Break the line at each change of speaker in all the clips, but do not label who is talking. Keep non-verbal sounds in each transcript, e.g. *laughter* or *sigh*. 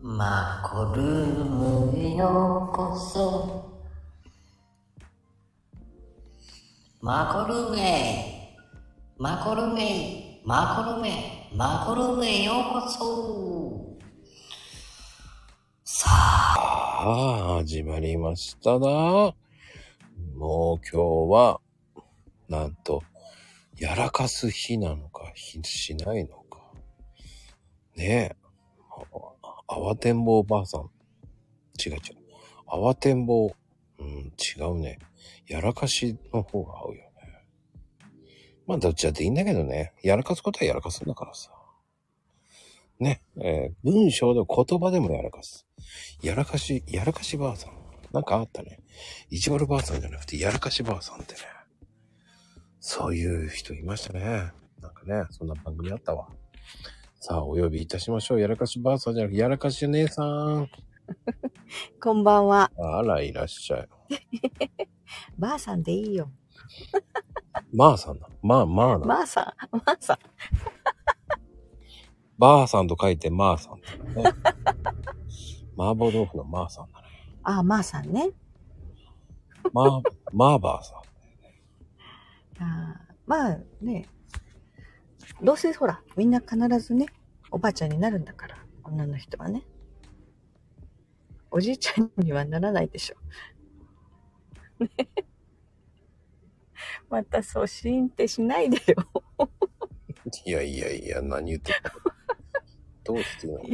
マコルームへようこそ。マコルームへ。マコルームへ。マコルームへ。マコルームへようこそ。さあ、
ああ、始まりましたな。もう今日は、なんと、やらかす日なのか、日しないのか。ねえ。あ慌てんぼうばあさん。違う違う。慌てんぼう。うん、違うね。やらかしの方が合うよね。まあ、どっちだっていいんだけどね。やらかすことはやらかすんだからさ。ね、えー文章でも言葉でもやらかす。やらかし、やらかしばあさん。なんかあったね。いちばるばあさんじゃなくて、やらかしばあさんってね。そういう人いましたね。なんかね、そんな番組あったわ。さあ、お呼びいたしましょう。やらかしばあさんじゃなくて、やらかし姉さん。
こんばんは。
あら、いらっしゃい。
ばあさんでいいよ。
まあさんだ。まあまあだ。
ばあさん、ばあさん。
ばあさんと書いて、まあさんだね。麻婆豆腐のまあさんだね。
あ、まあさんね。
まあ、まあばあさん。
あーまあね。どうせほら、みんな必ずね、おばあちゃんになるんだから、女の人はね。おじいちゃんにはならないでしょ。ね *laughs* また、そうシーンってしないでよ。
いやいやいや、何言ってるどうしてなの
い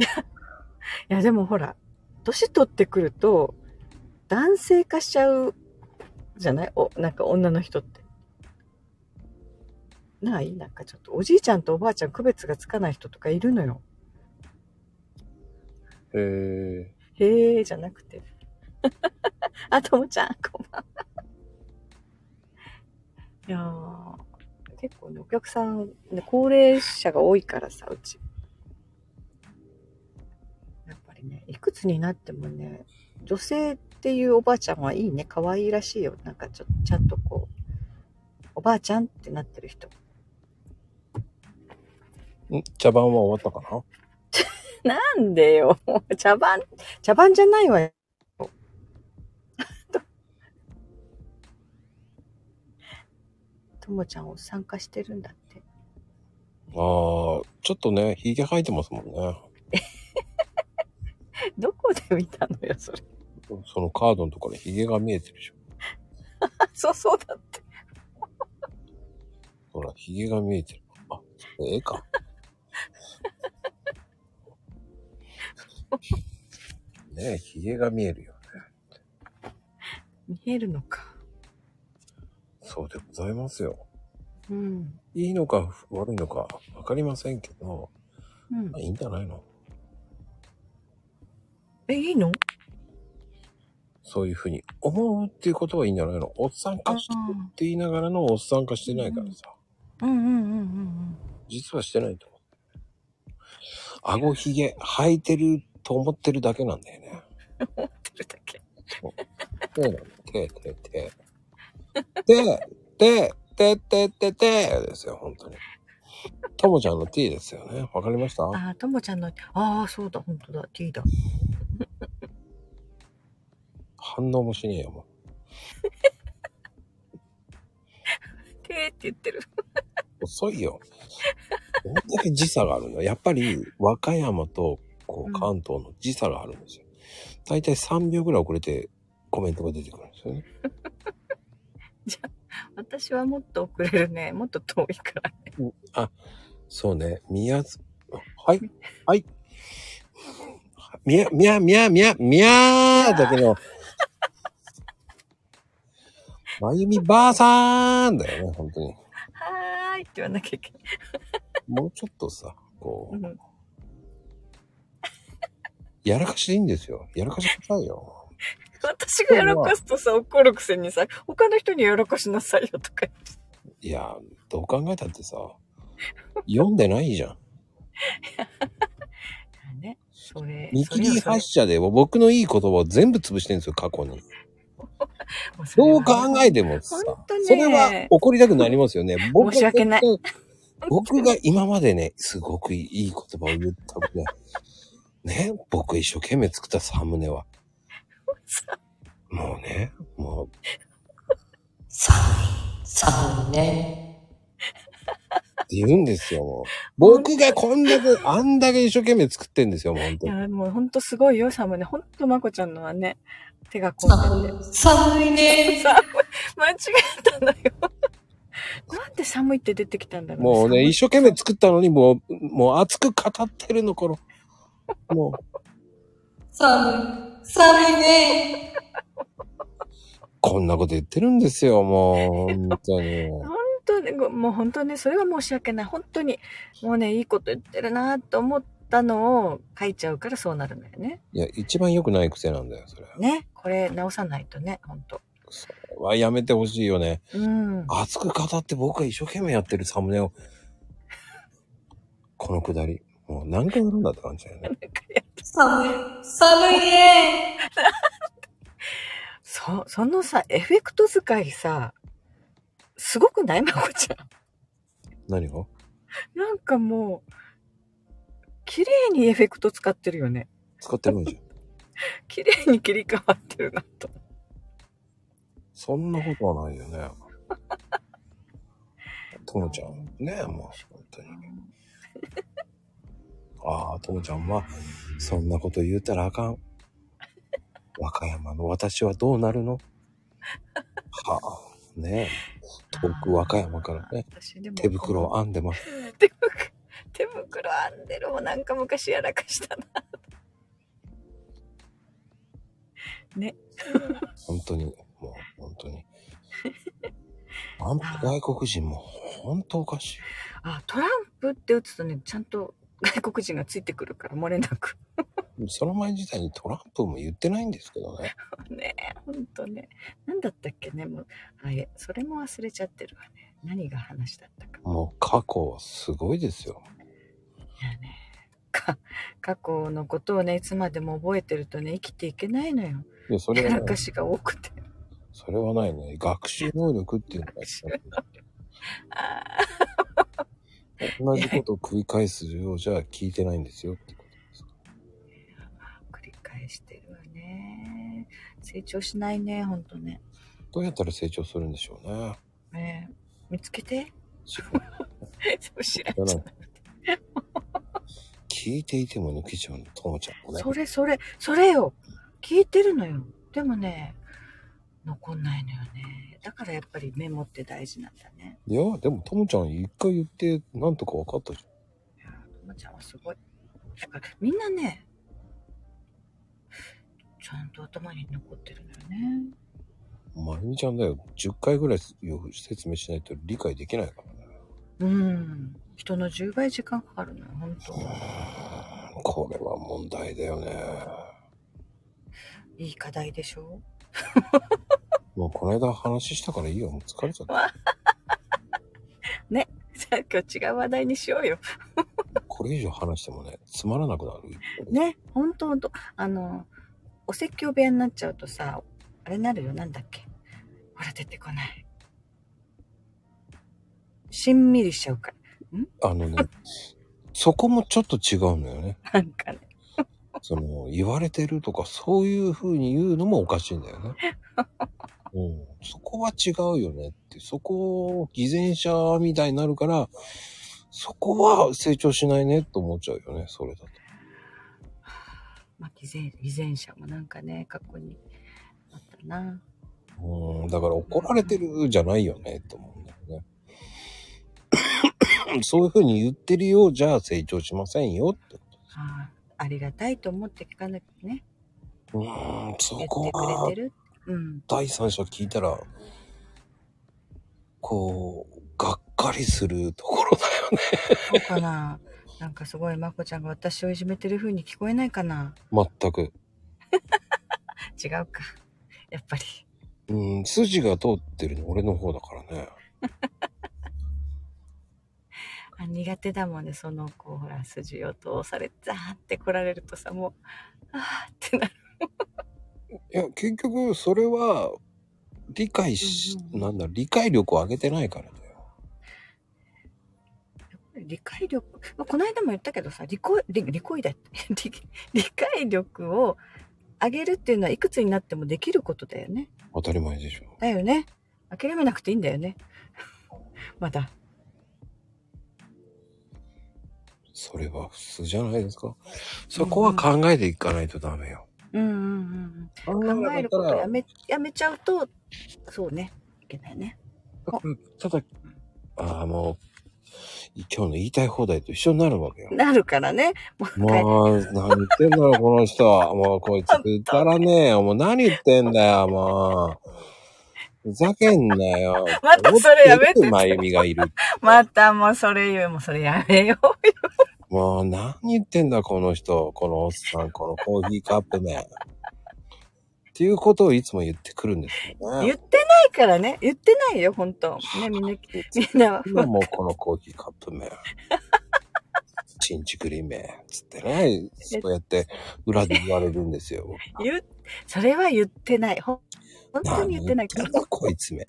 や、でもほら、年取ってくると、男性化しちゃうじゃないお、なんか女の人って。ないなんかちょっと、おじいちゃんとおばあちゃん区別がつかない人とかいるのよ。
え
へえ、じゃなくて。 *laughs* あ、ともちゃん、こんばんは。いやー結構ね、お客さん、ね、高齢者が多いからさ、うち。やっぱりね、いくつになってもね、女性っていうおばあちゃんはいいね、可愛いらしいよ。なんかちょ、ちゃんとこう、おばあちゃんってなってる人。
ー、ん茶番は終わったかな
なんでよ、 *laughs* もう茶番、茶番じゃないわよ。 *laughs* ともちゃんを参加してるんだって。
あー、ちょっとね、ひげ生えてますもんね。
どこで見たのよ、それ。
そのカードのところにひげが見えてるでしょ。
*laughs* あそうそうだって。
ほら、ひげが見えてる。あ、ええ *laughs* か。ねえ、ひげが見えるよね。
見えるのか。
そうでございますよ。
うん。
いいのか悪いのかわかりませんけど、
うん
まあ、いいんじゃないの
え、いいの
そういうふうに思うっていうことはいいんじゃないのおっさん化してるって言いながらのおっさん化してないからさ。
うんうんうんうん
実はしてないと思う。顎ひげ生えてると思ってるだけなんだよね。
うん。てるだけ。
そうなんだ。て、て、て。で、て、て、て、て、て、ですよ、本当に。ともちゃんの T ですよね。わかりました
あー、ともちゃんの、ああ、そうだ、ほんとだ、T だ。
反応もしねえよ、も
T って言ってる。
う。遅いよ。どんだけ時差があるのやっぱり、和歌山と、こう、
うん
関東の時差があるんですよ。大体3秒ぐらい遅れてコメントが出てくるんですよね。
私はもっと遅れるね。もっと遠いから。
あ、そうね。宮津、はい、はい。みや、みや、みや、みや、みやーだけど、まゆみばあさーんだよね、本当に。
はーいって言わなきゃいけない。
もうちょっとさ、こ
う
う、
ん
やらかしでいいんですよ。やらかしなさいよ。
私がやらかすとさ、怒るくせにさ、他の人にやらかしなさいよとか言って。
いや、どう考えたってさ、読んでないじゃん。
ね、それ、
見
そ
切
れよ
り発車で僕のいい言葉を全部潰してるんですよ、過去に。
それ
ど
よ
う考えてもさ、
本当ね
それは怒りたくなりますよ
*laughs*
ね。僕は
申し訳ない *laughs*
僕が今までね、すごくいい言葉を言ったことないね、僕一生懸命作ったサムネは。もうね、もう、
寒い、寒いね。
って言うんです
*laughs*
よ、もう。僕がこんだけ、あんだけ一生懸命作ってんですよ、もう本
い
当に。
や、もうほんとすごいよ、サムネ。ほんとまこちゃんのはね、手が込ん
寒
でて。
い、寒いね。
さ、間違えたのよ。なんで寒いって出てきたんだろう
もうね、一生懸命作ったのに、もう、もう熱く語ってるの頃。もう、
寒い、寒いね。
こんなこと言ってるんですよ、もう、本当に。
本当に、ごもう本当に、それは申し訳ない。本当に、もうね、いいこと言ってるなと思ったのを書いちゃうからそうなるんだよね。
いや、一番良くない癖なんだよ、それ。
ね。これ直さないとね、本当
それはやめてほしいよね。
うん。
熱く語って僕が一生懸命やってるサムネを。このくだり。もう何回やるんだって感じだよね。
寒い、寒いね。
そ、そのさ、エフェクト使いさ、すごくないまこちゃ
何が
*laughs* ん。なんかもう、綺麗にエフェクト使ってるよね。
使ってるんじゃん。
綺麗に切り替わってるなと。
そんなことはないよね。ともちゃん。ねえ、もう、本当に。ああ、ともちゃんは、そんなこと言うたらあかん。和歌山の私はどうなるのはあ、ねえ。遠く和歌山からね、
私でも
手袋を編んでます。
手袋手袋編んでるもなんか昔やらかしたな
本当に、もう、本当に。あん外国人も本当おかしい。
あトランプって打つとねちゃんと外国人がついてくるから漏れなく
その前自体にトランプも言ってないんですけどね。
*laughs* ねえほんとね何だったっけねもうあいえそれも忘れちゃってるわね何が話だったか
もう過去はすごいですよ。
いやねか過去のことをねいつまでも覚えてるとね生きていけないのよ
いや、それ
や
は
ら
な
か
い。
しが多くて *laughs*
それはないね。学習能力っていうのが
あ
同じことを繰り返すようじゃ聞いてないんですよってことです。
ー繰り返してるわね成長しないねほんとね
どうやったら成長するんでしょうね。
ねえ見つけて *laughs*
自分
そう知らんじゃない
聞いていても抜けちゃうの、ともちゃんもね。
それそれ、それよ。聞いてるのよ。でもね、残んないのよね。だからやっぱりメモって大事なんだね。
いや、でもともちゃん一回言って、なんとか分かったじゃん。
いやー、ともちゃんはすごい。だからみんなね、ちゃんと頭に残ってるのよね。
まゆみちゃんだよ。10回ぐらい説明しないと理解できないからね。
うん。人の10倍時間かかるのよ、本当
これは問題だよね。
いい課題でしょ
もうこの間話したからいいよ。もう疲れちゃった。
じゃあ今日違う話題にしようよ。
これ以上話してもね、つまらなくなる。
ね、本当本当あの、お説教部屋になっちゃうとさ、あれなるよ、なんだっけ。ほら、出てこない。しんみりしちゃうか
あのね、そこもちょっと違うのよね。
ら。なんかね、
その、言われてるとか、そういう風に言うのもおかしいんだよね。うん、そこは違うよねって、そこを偽善者みたいになるから、そこは成長しないねと思っちゃうよね、それだと。
まあ、偽善、偽善者もなんかね、過去にあったな。
うん、だから怒られてるじゃないよね、と思うんだよね。 *coughs* そういうふうに言ってるようじゃ成長しませんよって。
ああありがたいと思って聞かなきゃね、
うん、そ
言っ
こ
て
は
くれてる。うん。
第三者聞いたら、こう、がっかりするところだよね。
そうかな。 *laughs* なんかすごい、まこちゃんが私をいじめてる風に聞こえないかな。
全く。
違うか。やっぱり。
うん、筋が通ってるの俺の方だからね。
あ苦手だもんねそのこうほら筋を通されザーって来られるとさもうあーってなる
いや、結局、それは、理解し、
うんうん
なんだ、理解力を上げてないからだよ。
理解力、まあ、この間も言ったけどさ、理解、理理解だって *laughs* 理、理解力を上げるっていうのはいくつになってもできることだよね。
当たり前でしょ。
だよね。諦めなくていいんだよね。 *laughs* まだ。
それは普通じゃないですか。そこは考えていかないとダメよ。
うんうん
考
うん考えることやめ、やめちゃうと、そうね、いけないね。
ただ、ああ、もう、今日の言いたい放題と一緒になるわけよ。
なるからね。もう一回。
もう、何言ってんだろ、この人。もう、こいつ、くだらねえよ。もう、何言ってんだよ、もう。ふざけんなよ。
またそれやめて
思ってるまゆみがいる。
またもうそれ言う、もうそれやめようよ。
もう、何言ってんだ、この人。このおっさん、このコーヒーカップ麺。っていうことをいつも言ってくるんですよ
言
ね
っ。てないからね。言ってないよ、本当ね、みんな、みんなは。
今もうこのコーヒーカップ麺。 *laughs* チンチクリ麺。つってね。そうやって、裏で言われるんですよ。
言う、それは言ってない。ほん、 *laughs* 本当に言ってないか
何言
ら。
ってんだこいつめ。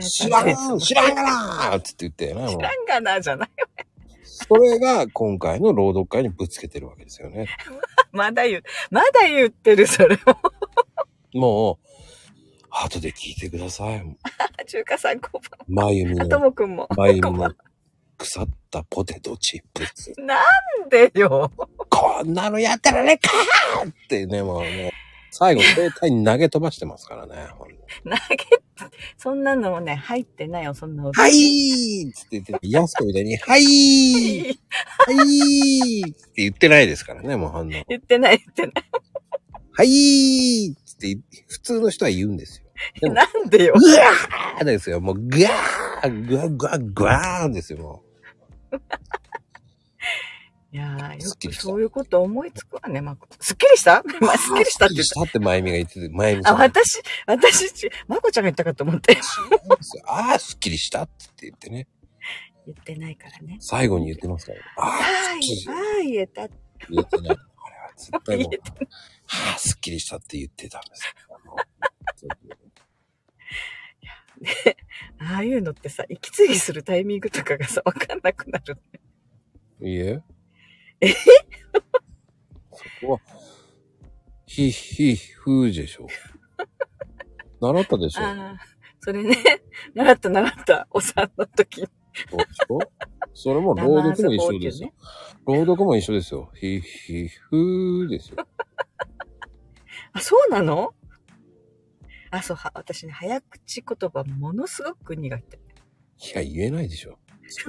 知
知
ら
ら
ん
ん
知らんがなーつって言ってね。もう
がな、じゃない。
それが今回の朗読会にぶつけてるわけですよね。
まだ言う、まだ言ってる、それを。
もう、後で聞いてください。
中華さん、こん
まゆ
*laughs*
み
ばんは。と
の、
もくんも。
まゆみ
こんばん
の
は
腐ったポテトチップス。
なんでよ。
こんなのやってられっかーってね、もうね、最後、携帯に投げ飛ばしてますからね。ほんと
投げ、そんなのもね、入ってないよ、そんなの。
はいーっつって言って、やすこみたいに、はいーはいーって言ってないですからね、もうほんの。
言ってない、言ってない。
はいーっつって、普通の人は言うんですよ。でも
なんでよ。
ぐわーですよ。もう、ぐわーぐわぐわぐわーですよ、も
いやー、
すっきり
よく
した
そういうこと思いつくわね、まこ。すっきりしたまあ、
う。
すっきりしたって言っ
したって、まゆみが言ってて、まゆみ
た。
さんが
あ、
言って
私、私ち、まこちゃんが言ったかと思って。
ますよ。ああ、すっきりしたって言ってね。
言ってないからね。
最後に言ってますから。あ
は
あ、
い
すっき、り
はい、言えた。
言ってない。あれは絶対も
言え
う、ああ、すっきりしたって言ってたんですよ。もう
ああいうのってさ、息継ぎするタイミングとかがさ、わかんなくなる。
いいえ。そこは、ひ、ひ、ふーでしょ。習ったでしょ
ああ、それね、習った習った、お産の時。
そうでしょそれも朗読も一緒ですよ。朗読も一緒ですよ。ひ、ひ、ふーですよ。
あ、そうなのあ、そう、は私ね、早口言葉ものすごく苦手。
いや、言えないでし *laughs* ょ。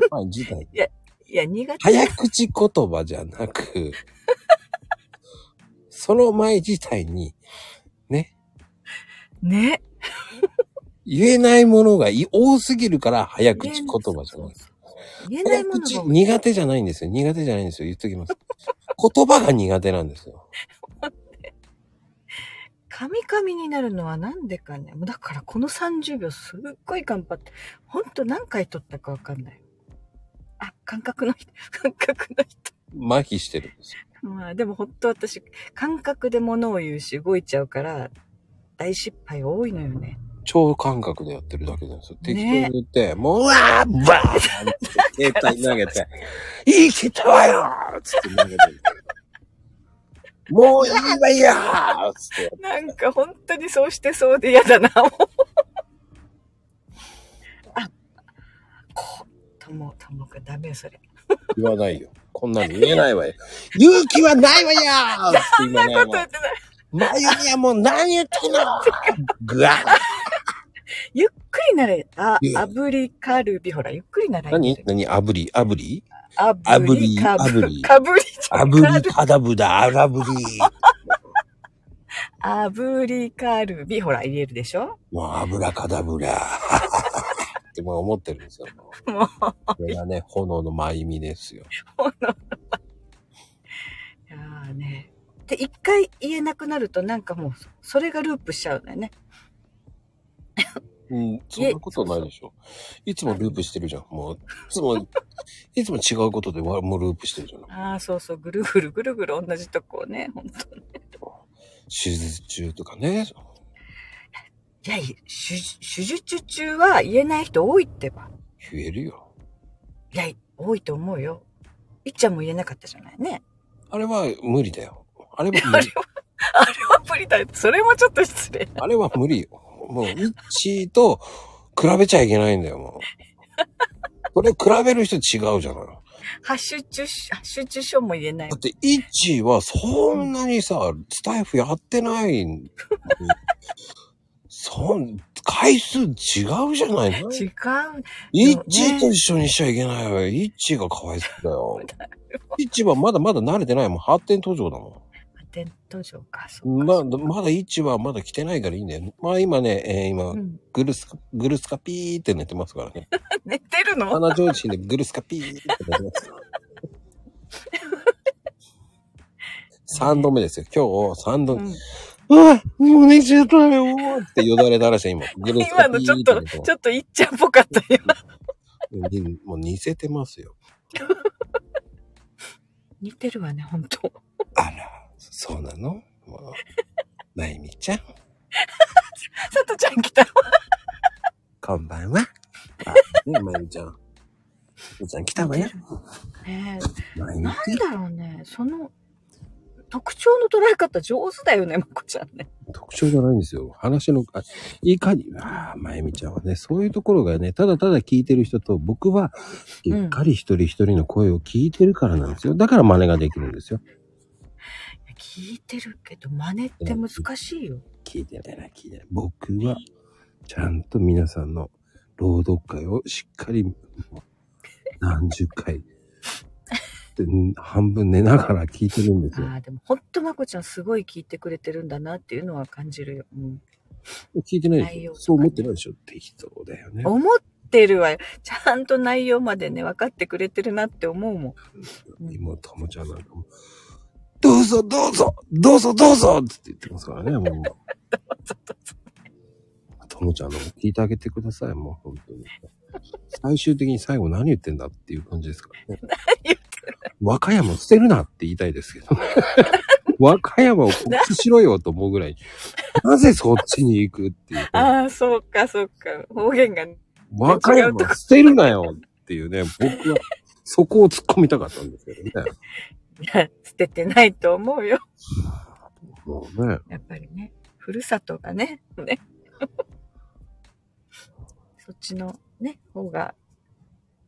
まあ、自体。
いや、苦手。
早口言葉じゃなく、その前自体に、ね、
ね。
言えないものがい多すぎるから早口言葉じゃない。
言えない
早
も
口
のが、
苦手じゃないんですよ。苦手じゃないんですよ。言っときます。言葉が苦手なんですよ。
カミカミになるのはなんでかね。もうだからこの30秒すっごい頑張って、ほんと何回撮ったかわかんない。あ、感覚の人、 *laughs* 感覚の人。
麻痺してるんですよ。
まあでも本当私、感覚で物を言うし動いちゃうから、大失敗が多いのよね。
超感覚でやってるだけなんですよ。
ね
適当に言って、もう、うわーバーンって携帯投げ
*laughs*
て、生きたわよーつって投げてる。もういいわよーつって。
なんか本当にそうしてそうで嫌だな、 *laughs* もう。あ、こう、とも、ともくんダメよ、それ。
言わないよ。こんなの言え
*laughs*
ないわよ。勇気はないわよーつって今
そんな
ね、
こ
も
と言ってない。
う、まゆみはもう何言ってんのぐわー
ゆっくりなれ。あ
い、や
炙りカルビ、ほら、ゆっくりならいいん
何
だよ。
何炙り炙り
炙りカ
炙
ブ
り
リ。かぶりじゃん。
炙り、カダブダ、アラブリ。 *laughs*
炙りカルビ、ほら、言えるでしょ
もう油かだぶら。 *laughs* ってもう思ってるんですよ。
もう、
これがね、炎のまゆみですよ。
ほんの。いやーね。で、一回言えなくなると、なんかもう、それがループしちゃうんだよね。
うん、そんなことないでしょ。いつもループしてるじゃん。もう、いつ *laughs* も、いつも違うことでわもうループしてるじゃん。
ああ、そうそう、ぐるぐるぐるぐる同じとこをね、ほんと。
手術中とかね。
いや、い手手術中は言えない人多いってば。
言えるよ。
いや、多いと思うよ。いっちゃんも言えなかったじゃないね。
あれは無理だよ。あれは *laughs*
あ
無
れ
理。
は、あれは無理だよ。それもちょっと失礼。
あれは無理よ。もう、イッチーと比べちゃいけないんだよ、もう。それ比べる人違うじゃない。
発集中、発集中症も言えない
だっ。て、イッチーはそんなにさ、スタイフやってないのにそん、回数違うじゃないの
違う。
イッチーと一緒にしちゃいけないわよ。イッチーがかわいそうだ
*laughs*
よ。イッチーはまだまだ慣れてないもん。発展途上だも。
アテント上か、そうんか。
ま
そう
だ、まだイッチーはまだ来てないからいいんだよ。まあ今ね、えー今
う、ん、
グルスカ、グルスカピーって寝てますからね。
寝てるの
鼻上司でグルスカピーって寝てますから。3度目ですよ。今日、3度
う
目。
ん
うわもう寝ちゃったよーってよだれ垂らして今。グルス
今
カピ
のち
ー
ょ
っ
ってと、
寝てます
ちょっといっちゃんっぽかったよ。
にもう似せてますよ。
似てるわね、ほんと。
あら、そうなのもうまゆみちゃん、
さとちゃん来た。
こんばんは。あ、ね、まゆみちゃん。まゆみちゃん来たわよ。
ね
*laughs* まゆ
え、
み
なん
ちゃ
だろうね、その、特徴の捉え方上手だよね、まこちゃんね。
ん。特徴じゃないんですよ。話の、あいかに、ああ、まゆみちゃんはね、そういうところがね、ただただ聞いてる人と、僕は、しっかり一人一人の声を聞いてるからなんですよ。だから真似ができるんですよ。
聞いてるけど、真似って難しいよ。
聞いてないな、聞いてない。僕は、ちゃんと皆さんの朗読会をしっかり、何十回、でん半分寝ながら聞いてるんですよ。
ああ、でもほんとまこちゃんすごい聞いてくれてるんだなっていうのは感じるよ。うん、
聞いてないで
内
しょ。
容とかね
そう思ってないでしょ。適当だよね。
思ってるわよ。ちゃんと内容までね、分かってくれてるなって思うもん。
妹もちゃんなんかも、どうぞどうぞどうぞどうぞって言ってますからね、
*laughs*
もう。ともちゃんのも聞いてあげてください、もう本当に。最終的に最後何言ってんだっていう感じですからね。
言って
和歌山捨てるなって言いたいですけどね。 *laughs* 和歌山を告知しろよと思うぐらい、なぜそっちに行くっていう。
ああ、そうか、そうか。方言が、ね、
和歌山を捨てるなよっていうね、僕はそこを突っ込みたかったんですけどね。
いや捨ててないと思うよ。
もうね。
やっぱりね。ふるさとがね、ね。 *laughs* そっちのね、方が、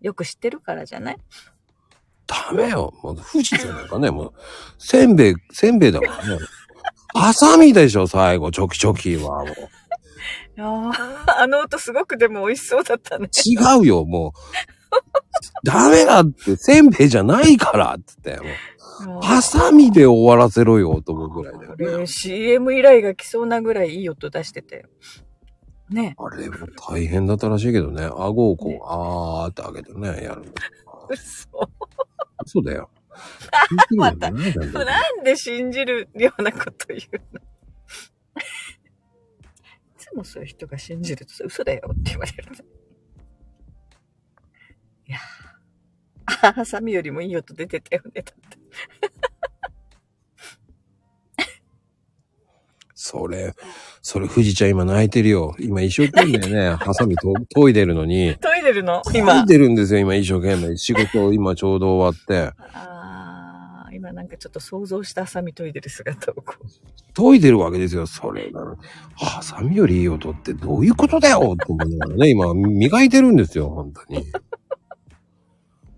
よく知ってるからじゃない
ダメよ。もう富士じゃないかね。もう、せんべい、せんべいだからね。ハサミでしょ、最後、チョキチョキは。もう
ああ、あの音すごくでも美味しそうだったね。
違うよ、もう。ダメだって、せんべいじゃないからっつって。もうハサミで終わらせろよ、と思うぐらいだ
こ
よね。
れ CM 依頼が来そうなぐらいいい音出してたよ。ね
あれも大変だったらしいけどね。顎をこう、あーって開けてね、やる。
嘘。
そうだよ。
*laughs* また
できるようになるんだよ
なんで信じるようなこと言うの *laughs* いつもそういう人が信じるとさ嘘だよって言われる。いやー、ハサミよりもいい音出てたよね。だって
それ、それ、富士ちゃん今泣いてるよ。今一生懸命ね、ハサミと研いでるのに。
研いでるの
書
今
い。てるんですよ、今一生懸命。仕事を今ちょうど終わって。
あー今なんかちょっと想像したハサミ研いでる姿をこう。
研いでるわけですよ、それなのに。ハサミよりいい音ってどういうことだよって思いながらね、今磨いてるんですよ、本当に。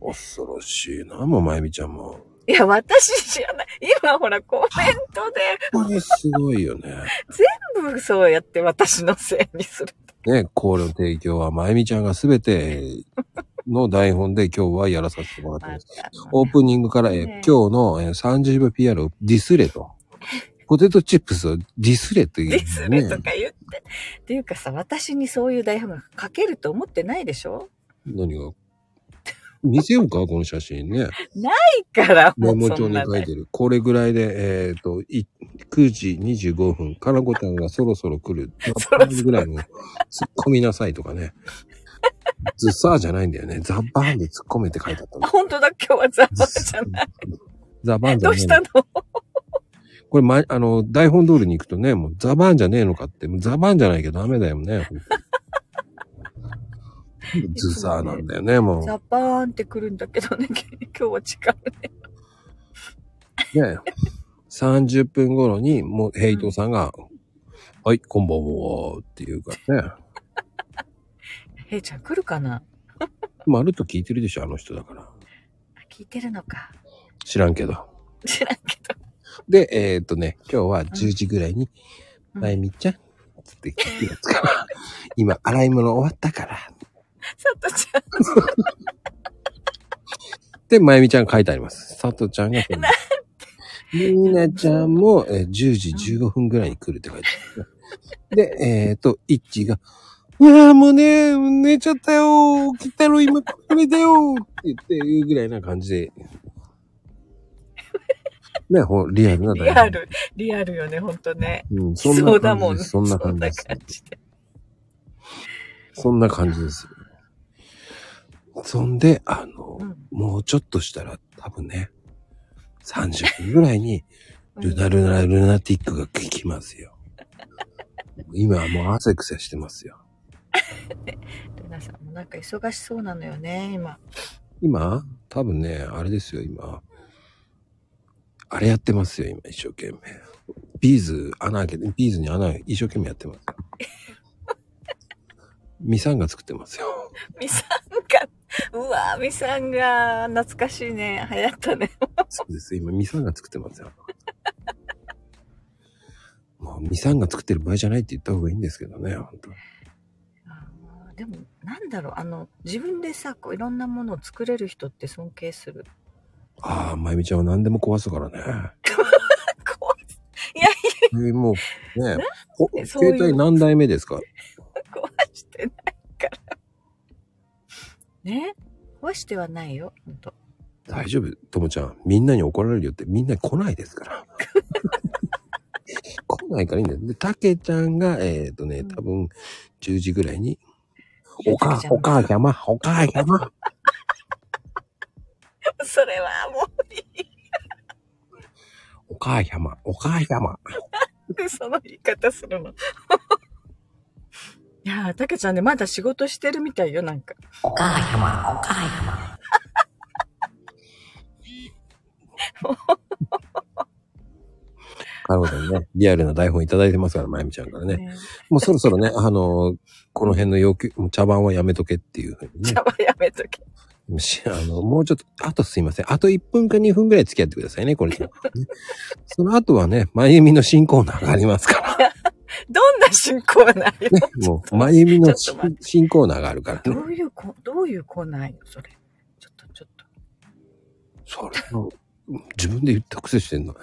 恐ろしいな、もう、まゆみちゃんも。
いや、私知らない。今ほらコメントで
これすごいよね。
全部そうやって私のせいにする。
ね、考慮の提供はまゆみちゃんがすべての台本で今日はやらさせてもらって
ま
ます。
た
オープニングから、えー
ね
今日の、えー30秒 PR をディスレと。ポテトチップスをディスレという、ね。
ディスるとか言って。っていうかさ、私にそういう台本が書けると思ってないでしょ
何が見せよ
*laughs*
うかこの写真ね。
いいから、も
メモ
うそ
帳
ん
に
な
書い
ね。
てる。これぐらいで、えっ、と、い9時25分、かなこちゃんがそろそろ来る。
*laughs* そろそろ
ぐらいの突っ込みなさいとか
*laughs*
ね。ズッサーじゃないんだよね。ザバーンで突っ込めって書い
*laughs*
てあった
あ、
の。
本当だ、今日はザワじゃない。
ザバーンじ
*laughs* ど
ゃ
う
ない
したの
これ、ま、あの、台本通りに行くとね、もうザバーンじゃねえのかって、もうザバーンじゃないけどダメだよね。
*laughs*
ズサーなんだよね、も
ザバーンってくるんだけどね、 *laughs* 今日は違う。
う。ね。30分頃に、もう、ヘイトさんが、はい、こんばんは、っていうからね。
ヘイちゃん来るかな
まるっと聞いてるでしょ、あの人だから。
あ聞いてるのか。 *laughs*
知らんけど。
知らんけど。
で、えーっとね、今日は10時ぐらいに、
うん
まゆみちゃん、つって聞くやつから、今、洗い物終わったから。
さとちゃん、
で、まゆみちゃんが書いてあります。佐藤ちゃんが書いてあります。みなちゃんも、えー10時15分ぐらいに来るって書いてある。で、えーっと、いっちが、うわーもうね、寝ちゃったよ起きたろ今、これだよって言って、いうぐらいな感じ
*laughs*
で。ね、ほんリアルな台本
リアル、リアルよね、ほんとね。
うん、そ
そ
んな
うだ
感
もん
じで
ね。
す。そんな感じです
そん。な感
そんな感
じで。
じです。そんで、あの、
うん
もうちょっとしたら多分ね、30分ぐらいに、ルナルナルナティックが効きますよ。今はもう汗くせしてますよ。
ルナさんもなんか忙しそうなのよね、今。
今、多分ね、あれですよ、今。あれやってますよ、今、一生懸命。ビーズ、穴開けて、ビーズに穴、一生懸命やってます。ミサンが作ってますよ。
ミサンが、うわミサンが、懐かしいね。流行ったね。
そうです。今、ミサンが作ってますよ。もう、ミサンが作ってる場合じゃないって言った方がいいんですけどね、本当
あーでも、なんだろう、あの、自分でさ、こういろんなものを作れる人って尊敬する。 *laughs*
ああ、まゆみちゃんは何でも壊すからね。
怖い
もう、ね、ほ
でそういう
携帯何代目ですか
壊してないから。 *laughs* ね壊してはないよ、ほんと。 *laughs*
大丈夫、ともちゃん。みんなに怒られるよって、みんな来ないです
*laughs*
から。来ないからいいんだよ。で、たけちゃんが、えっ、とね、多分、10時ぐらいに、お
た
か
けち、ゃん
お母様、お母様。
それはも
お母様、お母様。
う、でその言い方するの。 *laughs* いやー、たけちゃんね、まだ仕事してるみたいよ、なんか。
お母様、お母 *laughs* 様。
なるほどね。リアルな台本いただいてますから、まゆみちゃんからね。
ね
もうそろそろね、あのーこの辺の要求、もう茶番はやめとけっていうふうにね
茶。はやめとけ。 *laughs*
しあの、もうちょっと、あとすいません。あと1分か2分ぐらい付き合ってくださいね、これ。
*laughs*
その後はね、まゆみの新コーナーがありますから。
どんな進行なんよ。
*laughs* もう、まゆみの
*laughs* ち
新
ょっと待
新コーナーがあるからね
ど。ういうこ、どういうコーナーよ、それ。ちょっと、ち
*laughs*
ょっと。
それを、自分で言ったくせしてんの。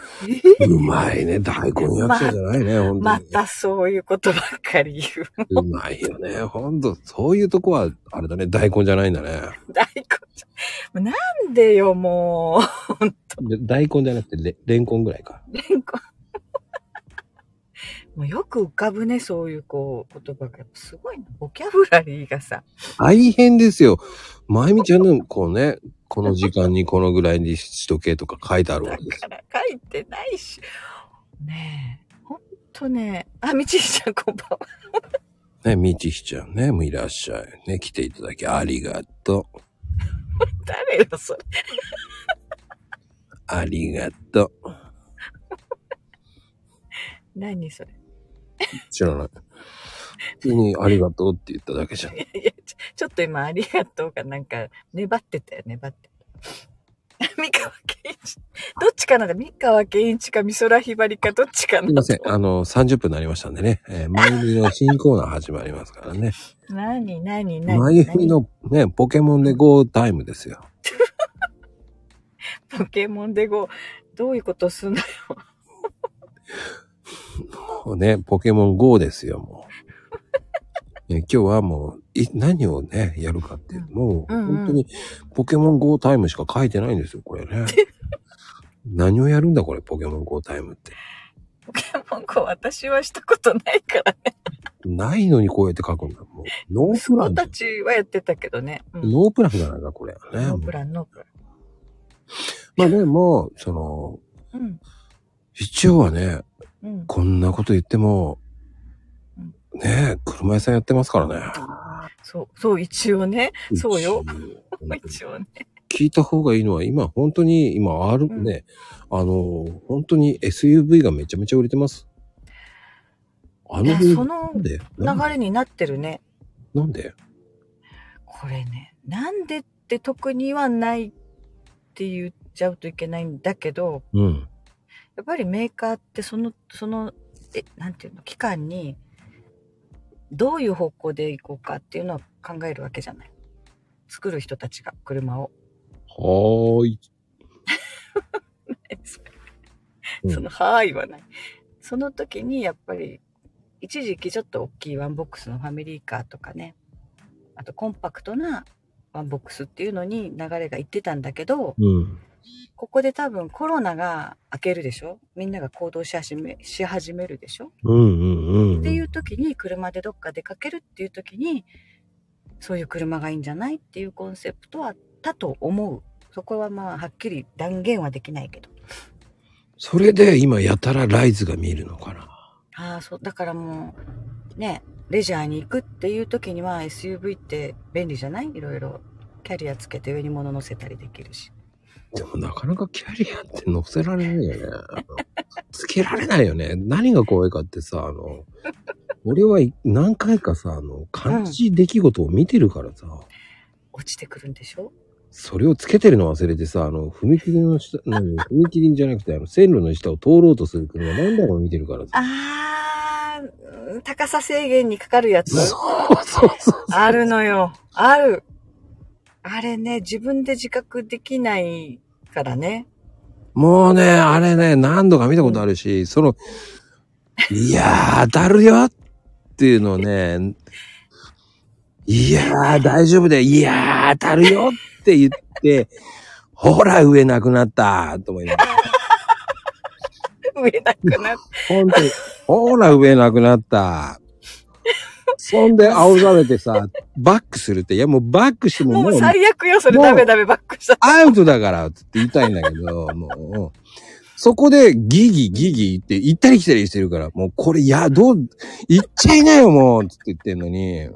え
うまいね、大根役者じゃないね、ほんと
ま
に。
たそういうことばっかり言う。
うまいよね、ほんと。そういうとこは、あれだね、大根じゃないんだね。
大根 *laughs* ちゃん。なんでよ、もう。
で大根じゃなくてレ、レンコンぐらいか。
レンコ *laughs* ンもうよく浮かぶね、そういうこう、言葉が。すごいな。ボキャブラリーがさ。
大変ですよ。まゆみちゃんの、こうね、この時間にこのぐらいにしとけとか書いてあるわ
だ
けです
か
よ。
ら書いてないし。ねえ。ほんとね。あ、みちひちゃんこんばんは。
ね、みちひちゃんね、もういらっしゃい。ね、来ていただきありがとう。
誰よ、それ。
ありがとう。
何それ。
知らない。普通にありがとうって言っただけ
*laughs*
じゃん。
いや、ちょちょっと今、ありがとうがなんか、粘ってたよ、粘って *laughs* た。三河健一。どっちかなんだ三河健一か美空ひばりかどっちか
すい
な
ません。あの、30分になりましたんでね。えー、まゆみの新コーナー始まりますからね。
何何 *laughs* 何
まゆみのね、ポケモンで GO タイムですよ。
何ポケモンでゴーどういうことすんの *laughs*
もうね、ポケモン GO ですよ、も
*laughs*
う。ね、今日はもう、い何をね、やるかっていう、もう、
うんうん
本当に、ポケモン GO タイムしか書いてないんですよ、これね。
*laughs*
何をやるんだ、これ、ポケモン GO タイムって。
ポケモン GO 私はしたことないからね。
ないのにこうやって書くんだ。もう、ノープラ
子
ンだ
た。ちはやってたけどね。うん
ノープランじゃないか、これ。ね。
ノープラン、ノープラン。
まあでも、その、
うん。
一応はね、
うん。
こんなこと言っても
うん、
ねえ、車屋さんやってますからね。
そう、そう、一応ね。そうよ
一応。本当に
一応ね。
聞いた方がいいのは、今、本当に、今、R、
うん
ね、あの、本当に SUV がめちゃめちゃ売れてます。あの
ね
分、
その
なんでなん
流
で
れになってるね。
なんで
これね、なんでって特にはないって言っちゃうといけないんだけど、
うん。
やっぱりメーカーってその、その、え、なんていうの、期間に、どういう方向で行こうかっていうのは考えるわけじゃない。作る人たちが車を。
はーい。うん
その、はーいはない。その時にやっぱり、一時期ちょっと大きいワンボックスのファミリーカーとかね、あとコンパクトなワンボックスっていうのに流れが行ってたんだけど、
うん。
ここで多分コロナが明けるでしょみんなが行動し始め、し始めるでしょ
うんうんうんうん。
っていう時に車でどっか出かけるっていう時にそういう車がいいんじゃないっていうコンセプトはだと思うそこはまあはっきり断言はできないけど
それで今やたらライズが見えるのかな。
ああそうだからもうねレジャーに行くっていう時には SUV って便利じゃないいろいろキャリアつけて上に物乗せたりできるし
でもなかなかキャリアって乗せられないよね。あのつけられないよね。何が怖いかってさ、あの、俺はい何回かさ、あの、悲しい出来事を見てるからさ、
落ちてくるんでしょ
それをつけてるの忘れてさ、あの、踏切の下、何踏切じゃなくて、あの、線路の下を通ろうとする車何だろう見てるからさ。
ああ高さ制限にかかるやつ
そうそうそう。
あるのよ。ある。あれね、自分で自覚できないからね。
もうね、あれね、何度か見たことあるし、その、いやー、当たるよっていうのをね、いやー、大丈夫だよ。いやー、当たるよって言って、ほら、上なくなったと思いながら。
見えなくなっ
本当に、ほら、上なくなった。そんで、青ざめてさ、バックするって、いや、もうバックして
て。
も
も
も
う
う
最悪よ、それ
もう
ダメダメバックした。
アウトだからって言いたいんだけど、 *laughs* もう、そこでギギギギって行ったり来たりしてるから、もうこれや、どう、行っちゃいなよもうって言ってんのに、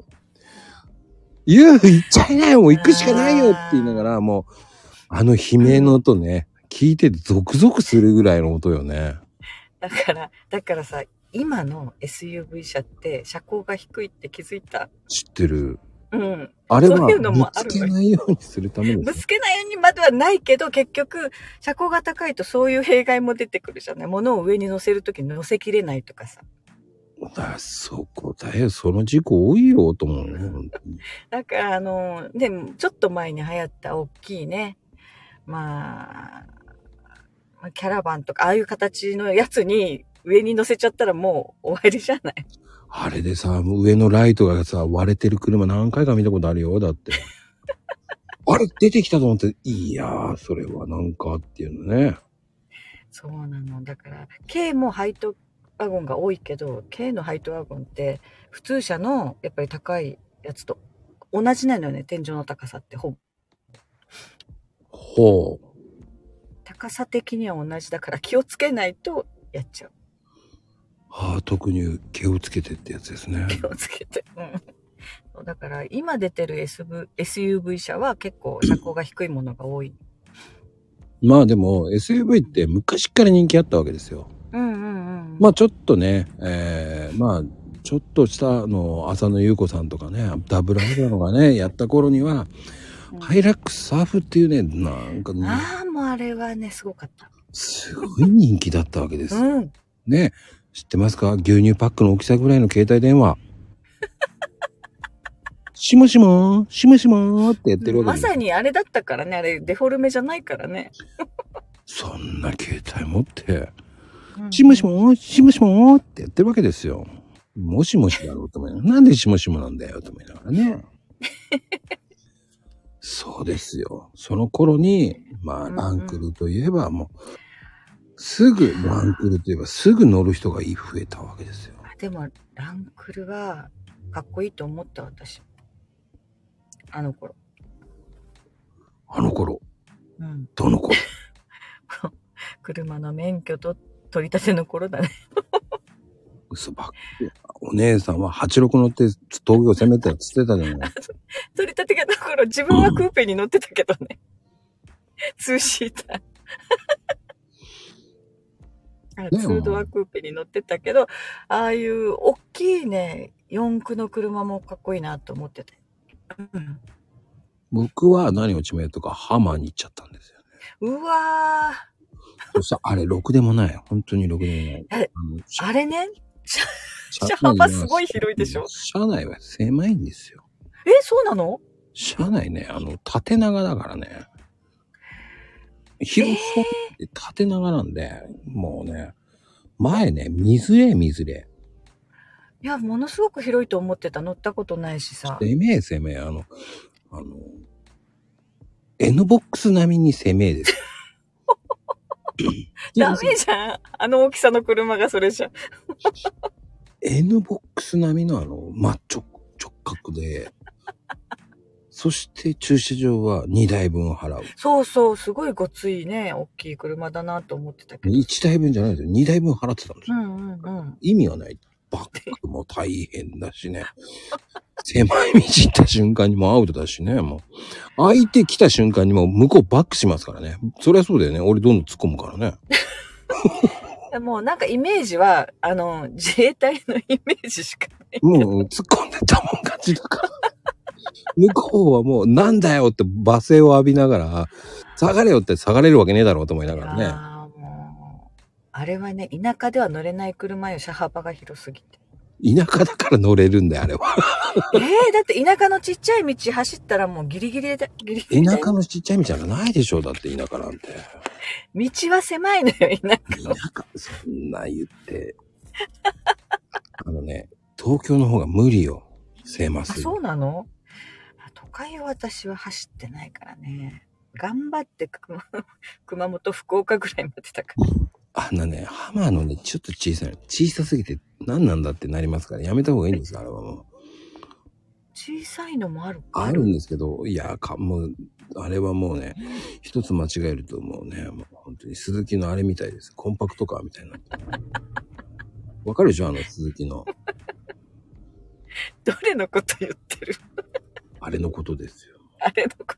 言う、行っちゃいなよもう行くしかないよって言いながら、もう、あの悲鳴の音ね、聞いててゾクゾクするぐらいの音よね。
だから、だからさ、今の SUV 車って車高が低いって気づいた。
知ってる。
うん。
あれは、
そういうの
ぶ
もあ
つ
る
けないようにするため
ぶ
です。
つけないようにまではないけど、結局、車高が高いとそういう弊害も出てくるじゃない。物を上に乗せるときに乗せきれないとかさ。
だそこだよ、その事故多いよ、と思うね。本当に
だから、あの、ね、ちょっと前に流行った大きいね、まあ、まあキャラバンとか、ああいう形のやつに上に乗せちゃったらもう終わりじゃない。
あれでさ、もう上のライトがさ、割れてる車何回か見たことあるよ、だ *laughs* って。あれ出てきたと思って、いやー、それはなんかっていうのね。
そうなの。だから、K もハイトワゴンが多いけど、K のハイトワゴンって、普通車のやっぱり高いやつと同じなのよね、天井の高さって。ほぼ
ほう。
高さ的には同じだから気をつけないとやっちゃう。
ああ、特に気をつけてってやつですね。
気をつけて。うんそうだから今出てる SV SUV 車は結構車高が低いものが多い。
まあでも、SUV って昔から人気あったわけですよ。
うんうんうん。
まあちょっとね、えー、まあ、ちょっとしたあの、浅野ゆう子さんとかね、ダブルアイラのがね、やった頃には、
うん
ハイラックスサーフっていうね、なんか、
ああ、もうあれはね、すごかった。
すごい人気だったわけですよ
うん。
ね知ってますか牛乳パックの大きさぐらいの携帯電
*laughs*
話。しもしもー、しもしもーってやってるわ
ま
けです。
さにあれだったからね、あれデフォルメじゃないからね。
そんな携帯持って、
うん
しもしもー、しもしもーってやってるわけですよ。もしもしだろうと思いながら、なんでしもしもなんだよと思いながら
*laughs*
ね。そうですよ。その頃に、まあ、
うんうん
ランクルといえばもう、すぐ、ランクルといえばすぐ乗る人が増えたわけですよ。
あでも、ランクルはかっこいいと思った私。あの頃。
あの頃、
うん。
どの頃
車の免許取っ取り立ての頃だね。
嘘ばっかりや。お姉さんは86乗って東京を攻めたっつってたじゃ
*laughs*
ない。
取り立ての頃、自分はクーペに乗ってたけどね。ツーシーター。あ
ね
ツードアクーペに乗ってたけど、ああいう大きいね、四駆の車もかっこいいなと思ってて。うん
僕は何を地名とかハマーに行っちゃったんですよね。
うわー。
そしたらあれ、ろくでもない。本当にろくでもない
え。
あの
あれね。
車
*laughs* 車幅すごい広いでしょ
車内は狭いんですよ。
え、そうなの
車内ね、あの、縦長だからね。広そうで縦長なんで、もうね、前ね、水れ水れ。
いや、ものすごく広いと思ってた。乗ったことないしさ。
攻めえ攻めえ、あの、あの、N ボックス並みに攻めえ
*laughs*
です。
ダメじゃん。あの大きさの車がそれじゃん。
N ボックス並みのあの、まあ、直、直角で、そして駐車場は2台分払う。
そうそう、すごいごついね、大きい車だなと思ってたけど。
1台分じゃないですよ。2台分払ってたんです
う
よ。
んうんうん。
意味がない。バックも大変だし
*laughs*
ね。狭い道行った瞬間にもうアウトだしね、もう。相手来た瞬間にもう向こうバックしますからね。そりゃそうだよね。俺どんどん突っ込むからね。
でもなんかイメージは、あの、自衛隊のイメージしかない。
もう突っ込んでたもん勝ちだから。向こうはもう、なんだよって罵声を浴びながら、下がれよって下がれるわけねえだろうと思いながらね。
あーもうあれはね、田舎では乗れない車よ、車幅が広すぎて。
田舎だから乗れるんだよ、あれは。
えー、だって田舎のちっちゃい道走ったらもうギリギリで、ギリギリで
田舎のちっちゃい道なんかないでしょう、だって田舎なんて。
道は狭いのよ、田舎。
田舎、そんな言って。あのね、東京の方が無理よ。狭
あ、
すぎ
そうなのあ都会を私は走ってないからね。頑張って熊 *laughs* 熊本、福岡ぐらいまでだから。
あんなね、ハマーのね、ちょっと小さい、小さすぎて何なんだってなりますから、やめた方がいいんですよ、あれはもう。
小さいのもある
あるんですけど、いや、か、もう、あれはもうね、一つ間違えるともうね、もう本当に鈴木のあれみたいです。コンパクトカーみたいな。わかるでしょあの鈴木の。
どれのこと言ってる
あれのことですよ。
あれのこと。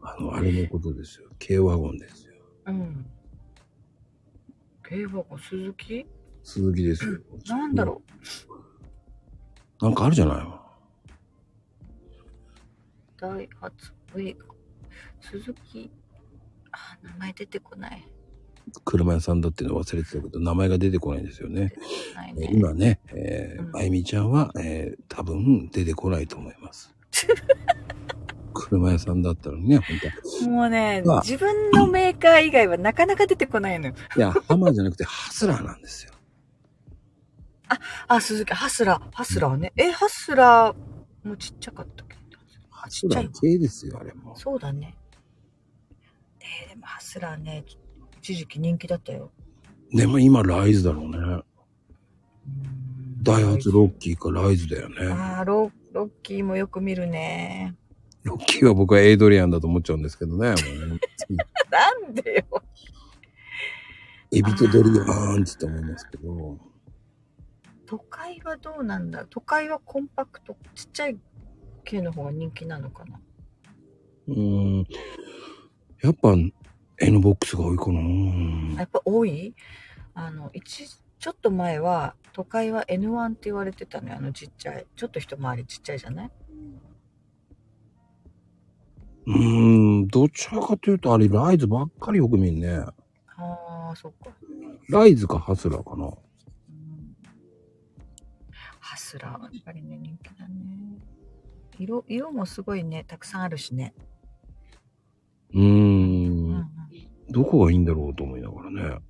あの、あれのことですよ。軽ワゴンですよ。
うん。軽和ゴ鈴木
鈴木ですよ。
なんだろう
う。なんかあるじゃないの
ダイハツ、え、鈴木、あ、名前出てこない。
車屋さんだっていうの忘れてたけど、名前が出てこないんですよね。
ない
え
ね。
今ね、えー
うん
あゆみちゃんは、えー多分出てこないと思います。車屋さんだったのにね、本当は
もうね
うわ、
自分のメーカー以外はなかなか出てこないのよ。
いや、ハマーじゃなくてハスラーなんですよ。
あ、鈴木、ハスラー、ハスラーね。え、ハスラーもちっちゃかったっけ
ハ
ち
ス
っちゃ
ラ
い
ー系ですよ、あれも。
そうだね。えーでもハスラーね、一時期人気だったよ。
でも今、ライズだろうね。ダイハツロッキーかライズだよね。
ああ、ロロッキーもよく見るね。 *laughs*
ロッキーは僕はエイドリアンだと思っちゃうんですけどね。もうね
なんでよ。
エビとドリアンって思いますけど。
都会はどうなんだ都会はコンパクト、ちっちゃい系の方が人気なのかな
うーん。やっぱ、N ボックスが多いか
あ
な
や。っぱ多いあの、一、ちょっと前は都会は N1 って言われてたのよ。あのちっちゃい。ちょっと一回りちっちゃいじゃないう
ーん。どちらかというと、あれ、ライズばっかりよく見るね。
ああ、そっか。
ライズかハスラーかな。
うんハスラーはやっぱりね人気だね色色もすごいねたくさんあるしね、
うー。
うんうんん
どこがいいんだろうと思いながらね。
ど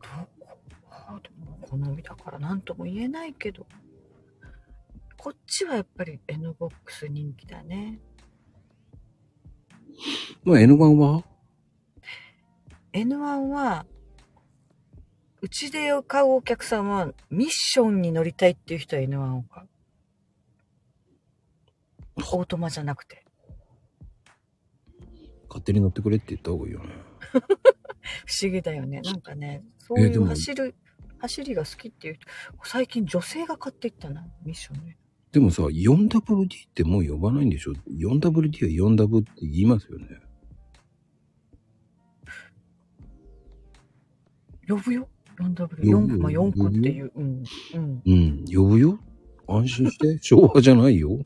こあでも好みだから何とも言えないけどこっちはやっぱり N ボックス人気だね
まあ、N 版は
N1 はうちで買うお客さんはミッションに乗りたいっていう人は N1 を買うオートマじゃなくて
勝手に乗ってくれって言った方がいいよね。
不思議だよね。なんかね、そう
え
い
で
う
も
走る、走りが好きっていう人、最近女性が買っていったな、ミッションね。
でもさ、4WD ってもう呼ばないんでしょ ?4WD は 4W って言いますよね。
呼ぶよ ?4W。
呼ぶ
4個、まあ4個っていう。うん。うん。
うん、呼ぶよ。安心して。 *laughs* 昭和じゃないよ。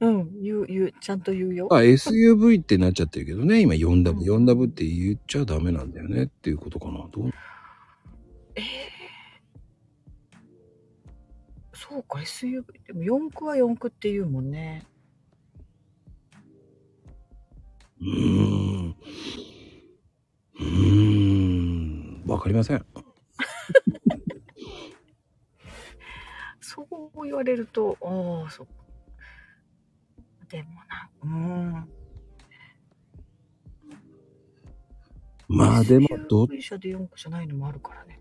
うん。言う、言う、ちゃんと言うよ。
あ、SUV ってなっちゃってるけどね。今 4W、4W って言っちゃダメなんだよねっていうことかな。どう
そうか、SUV。でも4区は4区って言うもんね。
うーん。うーん。わかりません。
そう言われると、ああ、そっか。でもな、うん。
まあでも、ど、
SUV 車で4区じゃないのもあるからね。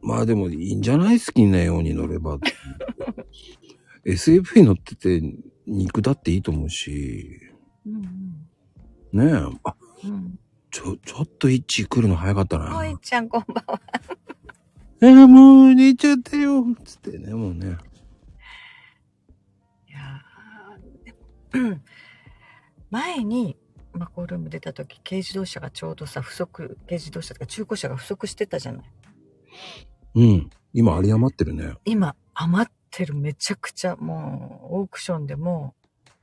まあでもいいんじゃない好きなように乗れば。SUV 乗ってて肉だっていいと思うし。
うん
ねえ。あ、
うん。うん。
ちょ、ちょっと1来るの早かった
お
な。
いちゃん、こんばんは。
えー、もう寝ちゃってよ。つってね、もうね。
いやーでも前にマコールーム出た時軽自動車がちょうどさ不足軽自動車とか中古車が不足してたじゃない
うん。今、あり余ってるね。
今余ってるめちゃくちゃもうオークションでも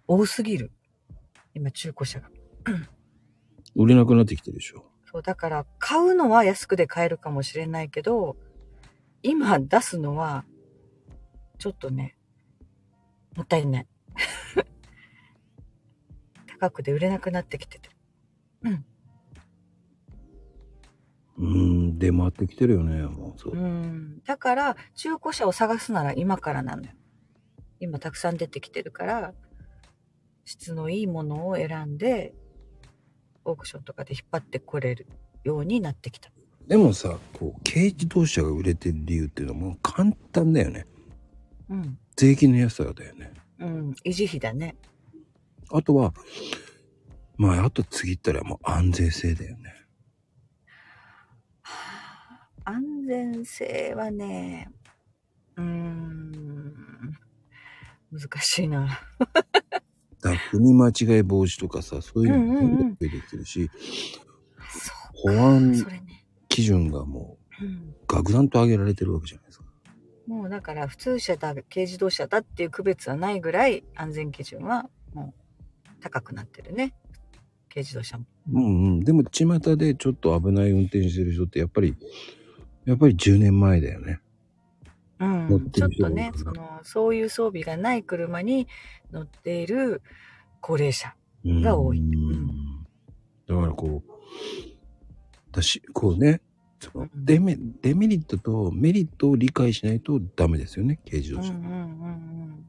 う多すぎる今中古車が
売れなくなってきてるでしょ。
そうだから買うのは安くで買えるかもしれないけど今出すのはちょっとねもったいない *laughs* 高くで売れなくなってきてて
うーん、出回ってきてるよね。もうそうう。
んだから中古車を探すなら今からなのよ今たくさん出てきてるから質のいいものを選んでオークションとかで引っ張ってこれるようになってきた
でもさ、こう、軽自動車が売れてる理由っていうのはもう簡単だよね。
うん
税金の安さだよね。
うん維持費だね
あとは、まあ、あと次ったらもう安全性だよね。
安全性はねうーん難しいな
だから踏み間違い防止とかさ、そういうのも
うんうんうん
全部増えてきてるし、保
そう
安
それね、
基準がも
うん
う、格段と上げられてるわけじゃないですか。
もうだから普通車だ軽自動車だっていう区別はないぐらい安全基準はもう高くなってるね軽自動車も
うんうん。でも、巷でちょっと危ない運転してる人って、やっぱり、やっぱり10年前だよね。
う
乗っ
ん、
て
ちょっ
る人が
と
多い
ね
か
そ
ら
のそういう装備がない車に乗っている高齢者
うん
が多い
うんだからこう、だし、こうね、そうの
ん
デメデメリットとメリットを理解しないとダメですよね、軽自
うん
動
うんう
車。
んうん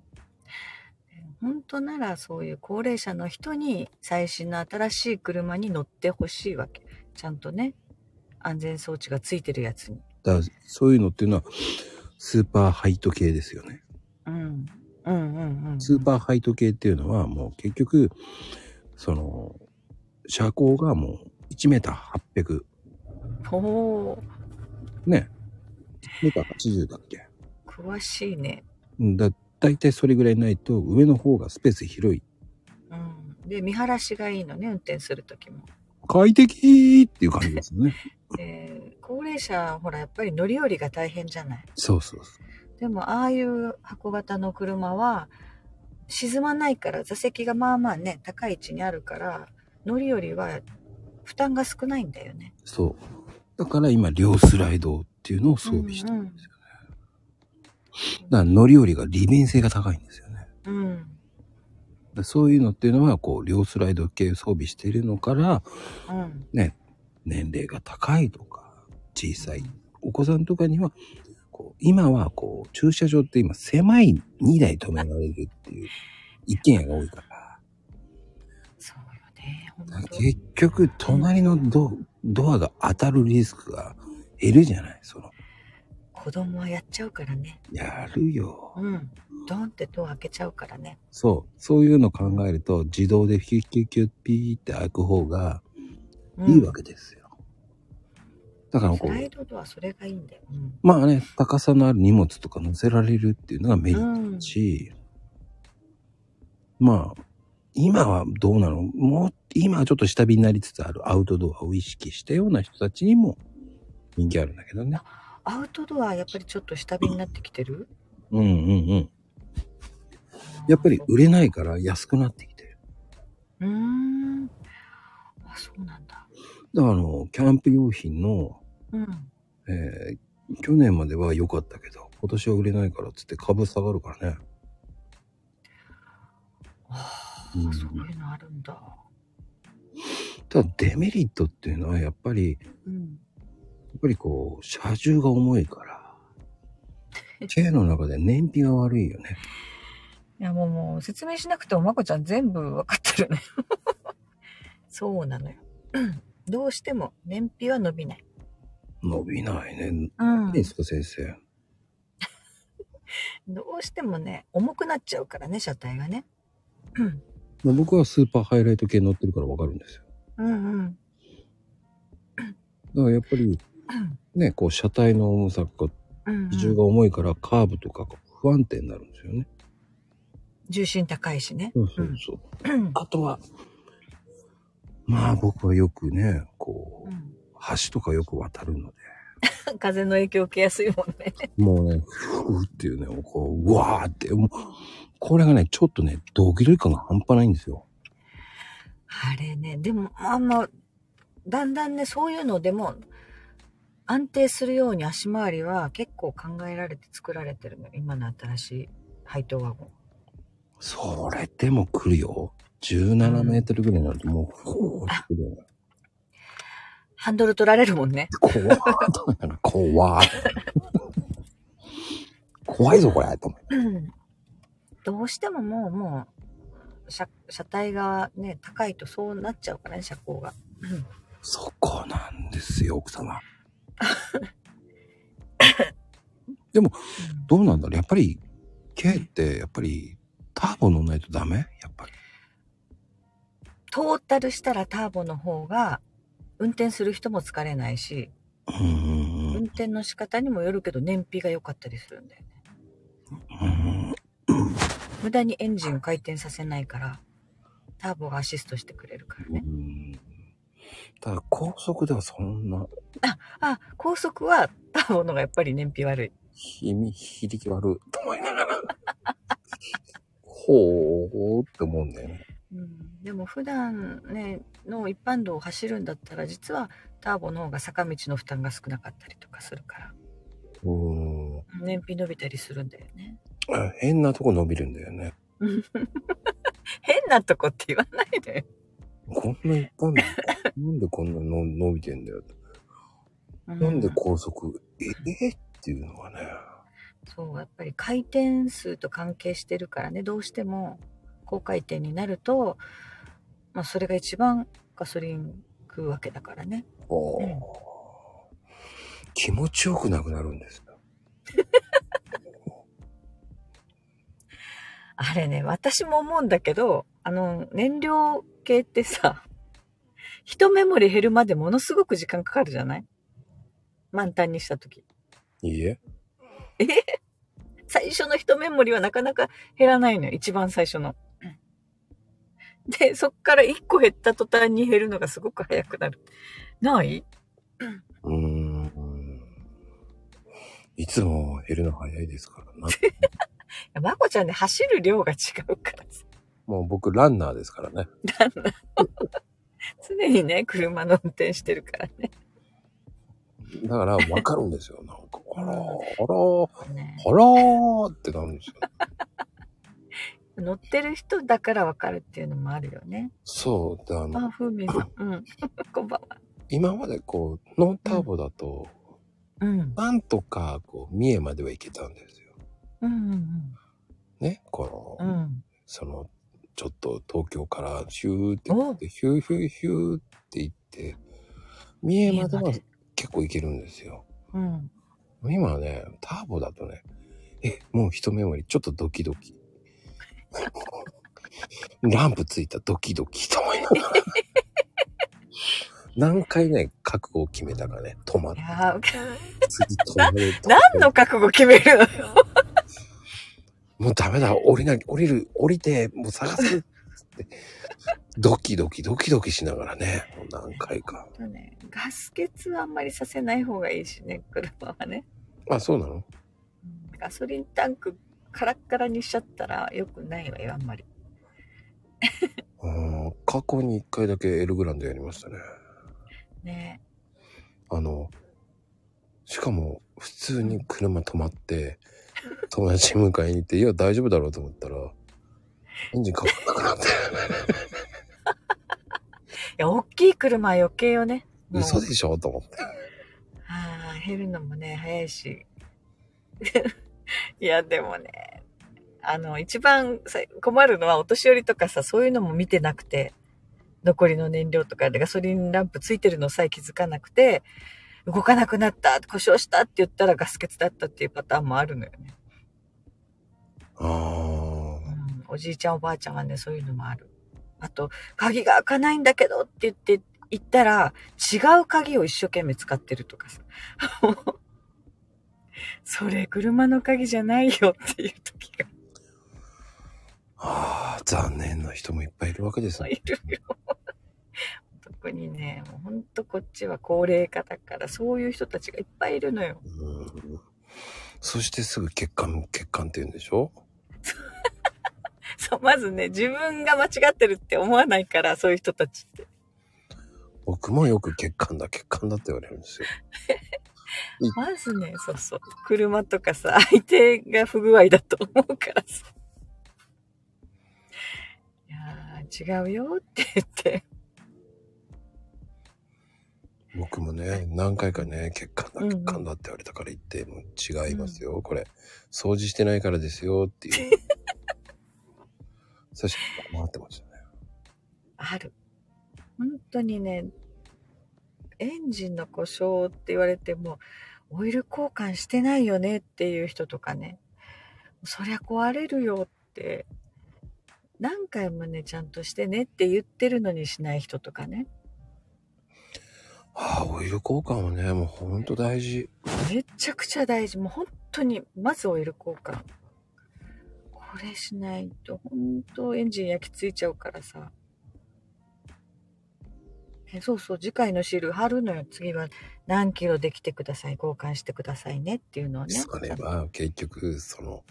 本当ならそういう高齢者の人に最新の新しい車に乗ってほしいわけちゃんとね安全装置がついてるやつに
だからそういうのっていうのは、スーパーハイト系ですよね。
うんうんうんうん
スーパーハイト系っていうのはもう結局、その、車高がもう1メーター800、
おおー
ね。1メーター80だっけ。
詳しいね、
うんだ、だいたいそれぐらいないと上の方がスペース広い。
うん、で見晴らしがいいのね運転する時も、
快適っていう感じですよね。
で高齢者ほらやっぱり乗り降りが大変じゃない
*laughs* そうそうそ
でもああいう箱型の車は沈まないから座席がまあまあね高い位置にあるから乗り降りは負担が少ないんだよね
う。そう。だから今、両スライドっていうのを装備してるんですよね。だから乗り降りが利便性が高いんですよね。
うん
だからそういうのっていうのは、こう、両スライド系装備しているのから、
うん
年齢が高いとか、小さいお子さんとかには、こう今はこう駐車場って今狭い2台止められるっていう一軒家が多いから、
そうよね本当
結局隣のドドアが当たるリスクが減るじゃない、その。
子供はやっちゃうからね。
やるよ。
うん。ドンってドア開けちゃうからね。
そう。そういうの考えると、自動でキュッキュッキュッピーって開く方が
うん
いいわけですよ。だから
ス
こ
ライ
う、
ドドア、それがいいんだよ。うん。
まあね、高さのある荷物とか乗せられるっていうのがメリット
うん
し、まあ、今はどうなのもう、今はちょっと下火になりつつあるアウトドアを意識したような人たちにも人気あるんだけどね。
アウトドア、やっぱりちょっと下火になってきてる
うんうんうん。やっぱり売れないから安くなってきてる。
うーん。あ、そうなんだ。
だからあの、キャンプ用品の、
うん。
えー去年までは良かったけど、今年は売れないからっつって株下がるからね。
あ
う
あ、
ん
そういうのあるんだ。
ただデメリットっていうのはやっぱり、や
うん。
っぱりこう、車重が重いから、軽の中で燃費が悪いよね。
いや、もう、もう説明しなくても、まこちゃん全部わかってるね。 *laughs* そうなのよ。どうしても燃費は伸びない。
伸びないね。
うん
何ですか先生。
どうしてもね、重くなっちゃうからね、車体がね。うん。
まあ僕はスーパーハイライト系乗ってるからわかるんですよ。
うんうん。
だからやっぱり、ね、こう車体の重さが
うん、
比重が重いからカーブとかが不安定になるんですよね。
重心高いしね。
そうそうそう。
うん。
あとは、まあ僕はよくね、こう、橋とかよく渡るので、
風の影響受けやすいもん
も
ね。
うね、ふうっていうね、こう、うわーって、もう、これがね、ちょっとね、ドキドキ感が半端ないんですよ。
あれね、でも、あんま、だんだんね、そういうのでも、安定するように足回りは結構考えられて作られてるのよ。今の新しい配当ワゴン。
それでも来るよ。17メートルぐらいになると、もう、こうってくるよね。
ハンドル取られるもんね。
怖ーっと思いながら、怖ーっと怖いぞ、こ *laughs* れ、と思って
うんどうしてももう、もう、車、車体がね、高いとそうなっちゃうからね、車高が。うん
そこなんですよ、奥様。 *laughs* でも、どうなんだろうやっぱり、K って、やっぱり、ターボ乗んないとダメやっぱり。
トータルしたらターボの方が、運転する人も疲れないし、
うんうんう
運
ん
転の仕方にもよるけど燃費が良かったりするんだよね。
うん。
無駄にエンジンを回転させないから、ターボがアシストしてくれるから
う
ね。
ん。ただ、高速ではそんな、
あ、高速はターボのがやっぱり燃費悪い。
ひみ、響き悪いと思いながら。ほーって思うんだよね。
うん、でも普段ね、の一般道を走るんだったら、実はターボの方が坂道の負担が少なかったりとかするから、
うん。
燃費伸びたりするんだよね。
あ変なとこ伸びるんだよね。
変なとこって言わないで。
こんな一般道、なんでこんなの伸びてんだよって。
う
なんで高速、ええっていうのがね。
そう、やっぱり回転数と関係してるからね、どうしても高回転になると、まあそれが一番ガソリン食うわけだからね。
おー
うん
気持ちよくなくなるんですよ。
あれね、私も思うんだけど、あの、燃料系ってさ、 *laughs* 一メモリ減るまでものすごく時間かかるじゃない満タンにした時。
いいえ。
最初の一メモリはなかなか減らないのよ、一番最初の。で、そっから一個減った途端に減るのがすごく早くなる。ない、
うーん。いつも減るの早いですからな。 *laughs*
まこちゃんね、走る量が違うからさ
もう僕ランナーですからね。
常にね、車の運転してるからね。
だからわかるんです
*laughs*
よ。なんか、あらー、あらー、
ね
あらーってなるんですよ。
乗ってる人だからわかるっていうのもあるよね。
そう。であの、
あ、ふうみんさん。うん。 *laughs* こんばんは。
今までこう、ノンターボだと、
うん。
なんとかこう、三重までは行けたんですよ。
うん
ね。こ
うんう
の、
ん。
その、ちょっと東京からヒューって行って、ヒューヒューヒューって行って、三重までは結構行けるんですよ。
うん。うん。
今ね、ターボだとね、え、もう一目盛り、ちょっとドキドキ。 *laughs* ランプついたドキドキと思いながら。何回ね、覚悟を決めたかね、止まっ
いやー、
次止まる。
何の覚悟決めるの *laughs* よ。
もうダメだ、降りな、降りる、降りて、もう探す。ってドキドキドキドキしながらね、もう何回か。
とね、ガス欠はあんまりさせない方がいいしね、車はね。
あ、そうなの
ガソリンタンクカラッカラにしちゃったら良くないわよ、あんまり。
うん、過去に一回だけエルグランドやりましたね。
ね
あの、しかも普通に車止まって、友達迎えに行って、いや大丈夫だろうと思ったら、エンジンかかんなくなって、
いや、大きい車は余計よね。もう
嘘でしょと思って。
ああ、減るのもね、早いし。 *laughs* いや、でもね、あの、一番さ困るのは、お年寄りとかさ、そういうのも見てなくて、残りの燃料とかでガソリンランプついてるのさえ気づかなくて、動かなくなった、故障したって言ったらガス欠だったっていうパターンもあるのよね。
あ
うん、おじいちゃんおばあちゃんはね、そういうのもある。あと、鍵が開かないんだけどって言って、行ったら、違う鍵を一生懸命使ってるとかさ。 *laughs* それ、車の鍵じゃないよっていう時が
あ、ああ、残念な人もいっぱいいるわけですね。
いるよ。特にね、もうほんとこっちは高齢化だから、そういう人たちがいっぱいいるのよ。
うんそしてすぐ血管、血管って言うんでしょ
そう、まずね、自分が間違ってるって思わないから、そういう人たちって。
僕もよく血管だ、血管だって言われるんですよ。
まずね、そうそう。車とかさ、 *laughs* 相手が不具合だと思うからさ。いやー、違うよって言って。
僕もね、何回かね、血管
う
だ、
んうん
血管だって言われたから言って、もう違いますよ、これ。掃除してないからですよ、っていう。
*laughs*
そして、困ってましたね。
ある。本当にね、エンジンの故障って言われても、オイル交換してないよねっていう人とかね、そりゃ壊れるよって、何回もね、ちゃんとしてねって言ってるのにしない人とかね。
ああ、オイル交換はね、もうほんと大事。
めちゃくちゃ大事。もう本当に、まずオイル交換。これしないと、本当エンジン焼きついちゃうからさ。えそうそう、次回のシール貼るのよ。次は何キロできてください。交換してくださいねっていうのをね。
それは、結局、その、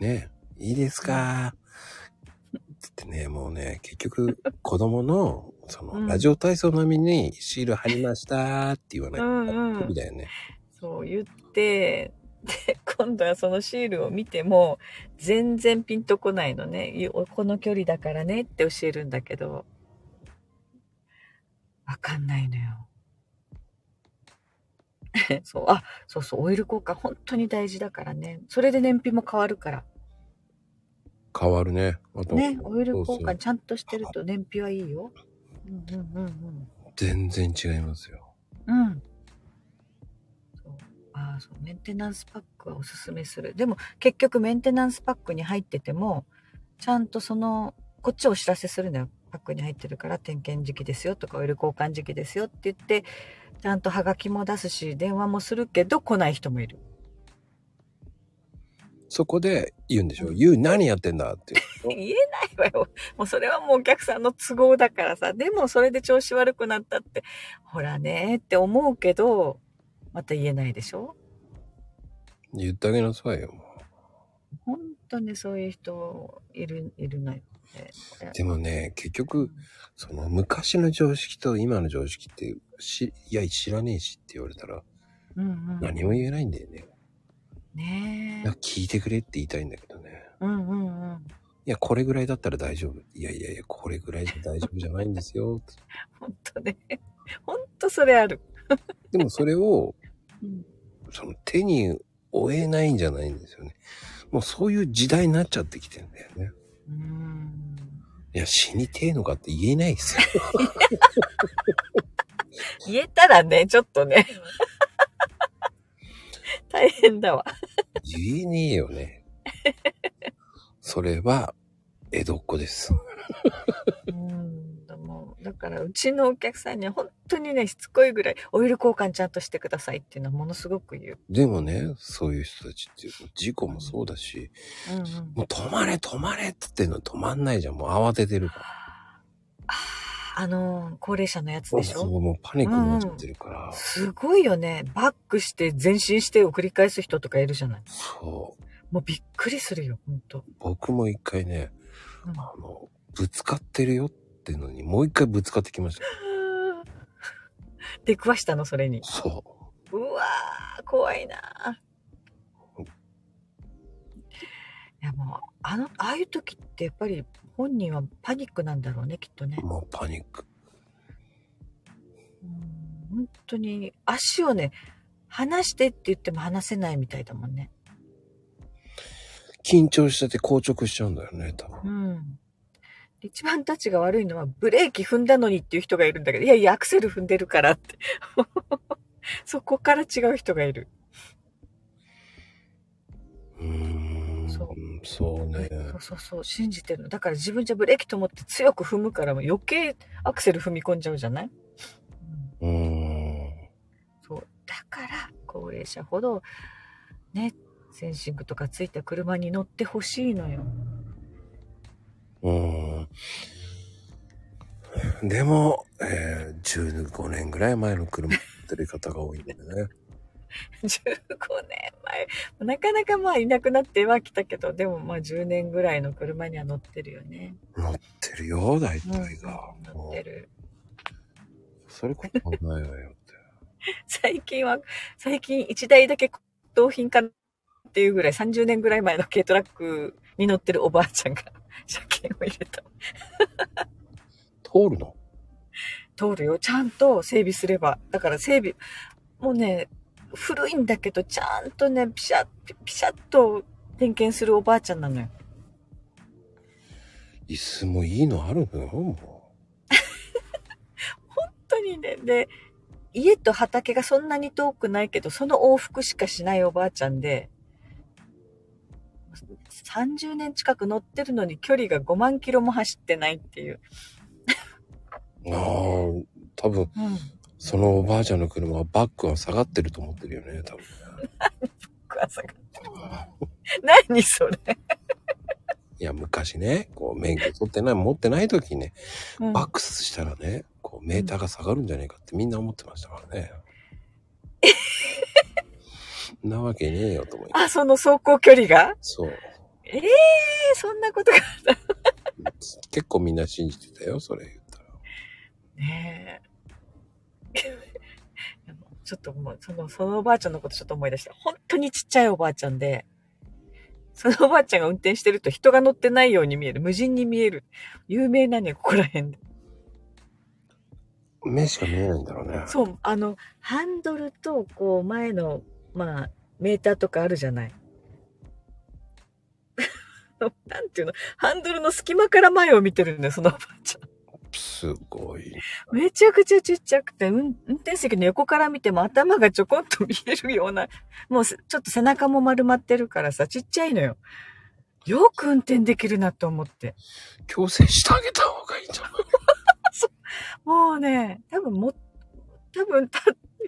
ね、いいですかつってね、もうね、結局、子供の、その、
うん
ラジオ体操並みにシール貼りましたって言わない
うんうん
と、みたいなね。
そう言って、で、今度はそのシールを見ても、全然ピンとこないのね。いこの距離だからねって教えるんだけど、わかんないのよ。 *laughs* そう、あ、そうそう、オイル交換本当に大事だからね。それで燃費も変わるから。
変わるね。あと
ね、オイル交
そうそう
換ちゃんとしてると燃費はいいよ。うんうんうんうん。
全然違いますよ。
うん。そうああ、そう、メンテナンスパックはおすすめする。でも、結局メンテナンスパックに入ってても、ちゃんとその、こっちをお知らせするのよ。パックに入ってるから、点検時期ですよとか、オイル交換時期ですよって言って、ちゃんとハガキも出すし、電話もするけど、来ない人もいる。
そこで言うんでしょ「言う何やってんだ」って
言
言う
えないわよ。もうそれはもうお客さんの都合だからさ。でも、それで調子悪くなったって、ほらねーって思うけど、また言えないでしょ
の言ってあげなさいよも
本当にそういう人いる、いるのよね。
うでもね結局その昔の常識と今の常識ってしいや知らねえしって言われたら
うんうん。
何も言えないんだよね、
ね
なんか聞いてくれって言いたいんだけどね
え。うんうんうん。
いやこれぐらいだったら大丈夫いやいやいやこれぐらいじゃ大丈夫じゃないんですよ *laughs*
本当ね。 *laughs* 本当それある。
でもそれを
うん、
その手に負えないんじゃないんですよねもうそういう時代になっちゃってきてんだよね
うん。
いや死にてえのかって言えないです
*laughs*
よ
言えたらね、ちょっとね。 *laughs* 大変だわ。
言いにいいよね。それは、江戸っ子です。
うん、でもだからうちのお客さんには本当にね、しつこいぐらいオイル交換ちゃんとしてくださいっていうのはものすごく言う。
でもね、そういう人たちっていうの事故もそうだし、
うんうん、
もう止まれ止まれって言ってんのに止まんないじゃん。もう慌ててるから。
あの、高齢者のやつでし
そ
ょ
う、もうパニックになっちゃってるから。
すごいよね。バックして前進してを繰り返す人とかいるじゃない。
そう。
もうびっくりするよ、本当。
僕も一回ね、
うん
あの、ぶつかってるよってのに、もう一回ぶつかってきました。
出くわしたの、それに。
そう
わー、怖いなー。
うん
いや、もう、あの、ああいう時ってやっぱり本人はパニックなんだろうね、きっとね
う。。もうパニック。
うん本当に、足をね、離してって言っても離せないみたいだもんね。
緊張してて硬直しちゃうんだよね、多分。
うん。で一番たちが悪いのは、ブレーキ踏んだのにっていう人がいるんだけど、いやいや、アクセル踏んでるからって。 *laughs* そこから違う人がいる。
うーん。
そう
そうね。
そうそうそう、信じてるの。だから自分じゃブレーキと思って強く踏むからもう余計アクセル踏み込んじゃうじゃない、う
う
ん、
ーん。
そう。だから、高齢者ほど、ね、センシングとかついた車に乗ってほしいのよ。
うーん。でも、えー、15年ぐらい前の車乗ってる方が多いんだよ
*laughs*
ね。
15年前。 *laughs* なかなかまあいなくなってはきたけど、でもまあ10年ぐらいの車には乗ってるよね。
乗ってるよ、大
うん、乗
体が。も
ってる。
う、それこそないわよって。
最近は、最近1台だけ同品かなっていうぐらい、30年ぐらい前の軽トラックに乗ってるおばあちゃんが *laughs* 車検を入れた。
通るの
通るよ。ちゃんと整備すれば。だから整備、もうね、古いんだけど、ちゃんとね、ピシャッ、ピシャッと点検するおばあちゃんなのよ。
椅子もいいのあるのよ、も
本当にね、で、家と畑がそんなに遠くないけど、その往復しかしないおばあちゃんで、30年近く乗ってるのに距離が5万キロも走ってないっていう。
う。ああ、多分、そのおばあちゃんの車はバックは下がってると思ってるよね、多分。
怖さが何それ、
いや、昔ね、こう、免許取ってない、持ってない時にね、
うん
バックスしたらね、こう、メーターが下がるんじゃねえかってみんな思ってましたから
*laughs*
ね。なわけねえよと思います。
あ、その走行距離が
そう。
ええそんなことが。
結構みんな信じてたよ、それ言ったら。
ね *laughs* え。ちょっともう、その、そのおばあちゃんのことちょっと思い出した。本当にちっちゃいおばあちゃんで、そのおばあちゃんが運転してると人が乗ってないように見える。無人に見える。有名なのよ、ここら辺で。
目しか見えないんだろうね。
そう、あの、ハンドルと、こう、前の、まあ、メーターとかあるじゃない。 *laughs* なんていうのハンドルの隙間から前を見てるんだよ、そのおばあちゃん。
すごい。
めちゃくちゃちっちゃくて、運運転席の横から見ても頭がちょこんと見えるような、 *laughs* もうせちょっと背中も丸まってるからさ、ちっちゃいのよ。よく運転できるなと思って。
強制してあげた方がいいんじゃない
もうね、多分も、多分 *laughs* た、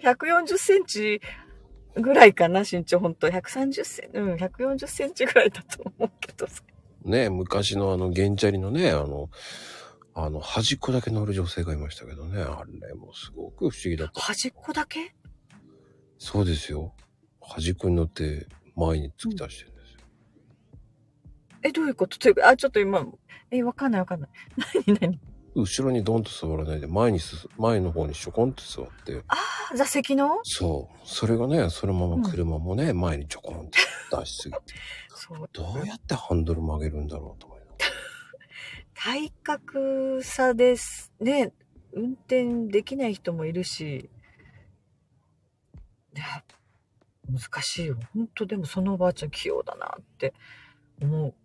140センチぐらいかな、身長ほんと。130センチ、うん、140センチぐらいだと思うけどさ。
ね昔のあの、ゲンチャリのね、あの、あの、端っこだけ乗る女性がいましたけどね、あれもすごく不思議だった。
端っこだけ
そうですよ。端っこに乗って前に突き出してるんですよ。
え、どういうことというかあ、ちょっと今、え、わかんないわかんない。何何
後ろにドンと座らないで、前にすす、前の方にしょこんと座って、
あ座席の
そう。それがね、そのまま車もね、前にちょこんと出しすぎて、
*laughs* そう。
どうやってハンドル曲げるんだろうと思いながら
体格差ですね運転できない人もいるしいや難しいよ本当でもそのおばあちゃん器用だなって思う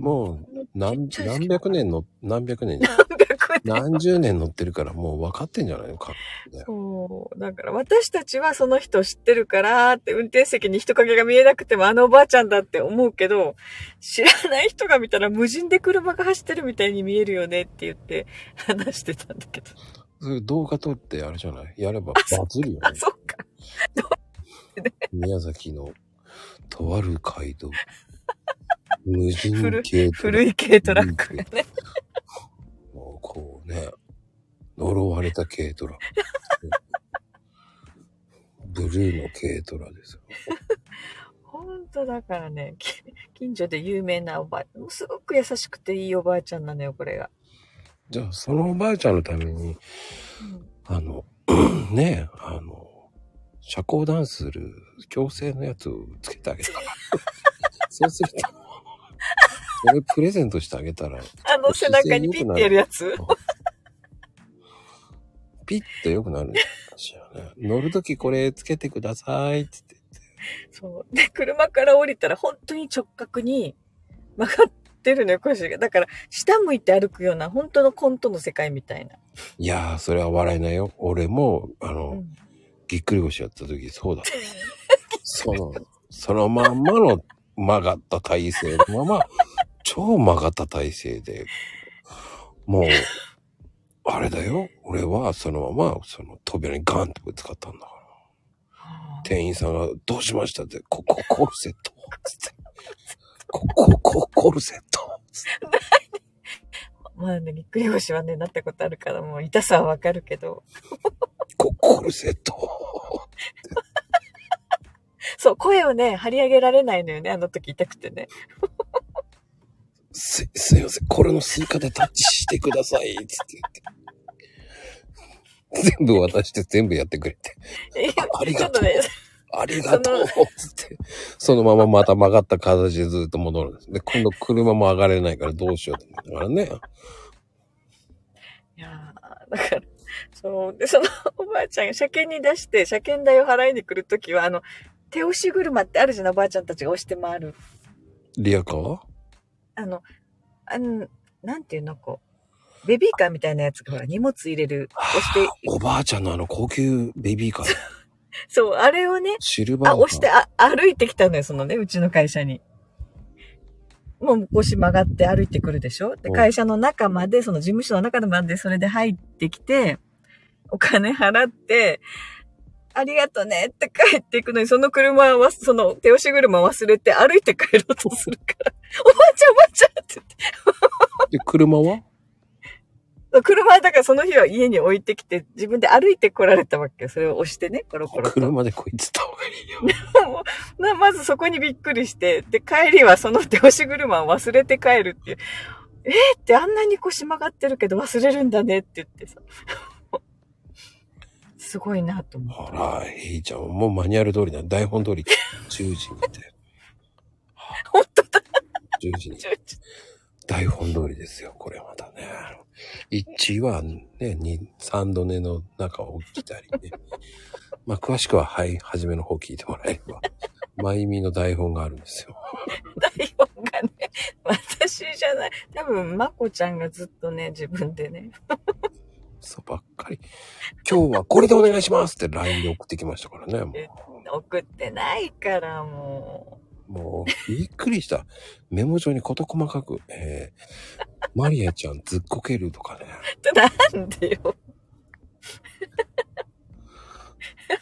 もう何、
ちっちゃいですけ
何百
ど
年の、何百年、
300年。
何十年乗ってるからもう分かってんじゃないのか。
*laughs* そう。だから私たちはその人を知ってるからって、運転席に人影が見えなくてもあのおばあちゃんだって思うけど、知らない人が見たら無人で車が走ってるみたいに見えるよねって言って話してたんだけど。
そういう動画撮ってあれじゃないやればバズるよ
あ、
ね。
そっか。
宮崎のとある街道。無人
*laughs* 古い
軽トラ
古い軽トラックがね。
*laughs* もうこうね、呪われた軽
*laughs*
トラ。ブルーの軽トラですよ。
ほんとだからね、 *laughs* き近所で有名なおばあ、もうすごく優しくていいおばあちゃんなのよ、これが。
じゃあ、そのおばあちゃんのために、
うん
あの、 *clears throat* ねえ、あの、社交ダンスする強制のやつをつけてあ
*laughs*
げたら。そうすると、それプレゼントしてあげたら、
あの背中にピッてやるやつ。
ピッと良くなるんですよね。乗るときこれつけてくださいって言って。
そう。で、車から降りたら本当に直角に曲がってるのよ、腰が。だから、下向いて歩くような、本当のコントの世界みたいな。
いやー、それは笑えないよ。俺も、あの、
うん
ぎっくり腰やった時そうだ。その、そのまんまの曲がった体勢のまま、超曲がった体勢で、もう、あれだよ。俺はそのまま、その扉にガンってぶつかったんだから。店員さんが、どうしましたって、ここコルセット。つって。ここ、こコルセット。つって
まあね、ぎっくり腰はね、なったことあるから、もう痛さはわかるけど。
こコルセット。
そう、声をね、張り上げられないのよね、あの時痛くてね。
す、すいません。これのスイカでタッチしてください。つって言って。全部渡して全部やってくれて。 *laughs* あり
*laughs* ちょ
が
っ
と
と
う
ね、
ありがとうつって。そのまままた曲がった形でずっと戻るんです。で、今度車も上がれないからどうしようと思ったからね。
いやーだから、そう、で、そのおばあちゃんが車検に出して、車検代を払いに来るときは、あの、手押し車ってあるじゃん、おばあちゃんたちが押して回る。
リアカー
あの、あの、なんていうの、こう、ベビーカーみたいなやつが、ほら、荷物入れる、押して、
おばあちゃんのあの高級ベビーカー。
そう、あれをね、
シルバー
あ、
カー。
押してあ、歩いてきたのよ、そのね、うちの会社に。もう腰曲がって歩いてくるでしょで、
うん
会社の中まで、その事務所の中まで、それで入ってきて、お金払って、ありがとねって帰っていくのに、その車は、その手押し車忘れて歩いて帰ろうとするから、 *laughs* おばあちゃんおばあちゃんって言っ
で、
て
車は
車はだからその日は家に置いてきて、自分で歩いて来られたわけよ。それを押してね、コロコロと。
車でこいつた方がいいよ。
*laughs* なまずそこにびっくりして、で、帰りはその手押し車を忘れて帰るっていう。えー、ってあんなに腰曲がってるけど忘れるんだねって言ってさ。 *laughs* すごいな
*laughs*
と思
ほら、ヘイちゃん、もうマニュアル通りだ。台本通り。10時にって。
う。 *laughs* 本当だ。
10時に。台本通りですよ、これまたね。一はね、二、三度寝の中を起きたりね。 *laughs* まあ、詳しくは、はい、初めの方聞いてもらえれば。まゆみの台本があるんですよ。
台本がね、私じゃない。多分、まこちゃんがずっとね、自分でね。
そうばっかり。今日はこれでお願いしますって LINE で送ってきましたからね。も
送ってないから、も
う、もうびっくりした。メモ帳に事細かく、えー、マリアちゃんずっこけるとかね。
う。 *laughs* なんでよ。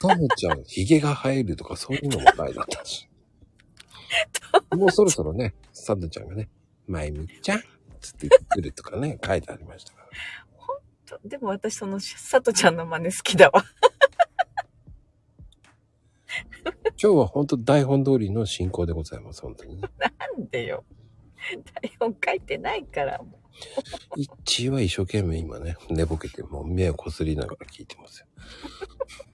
タモちゃん、ヒゲが生えるとかそういうのもないだったし。もうそろそろね、サンドちゃんがね、まゆみちゃん、つってくるとかね、 *laughs* 書いてありましたから。
とでも私その、さとちゃんの真似好きだわ。
今日は本当台本通りの進行でございます、本当にね。
なんでよ。台本書いてないから。も
一は一生懸命今ね、寝ぼけて、もう目をこすりながら聞いてます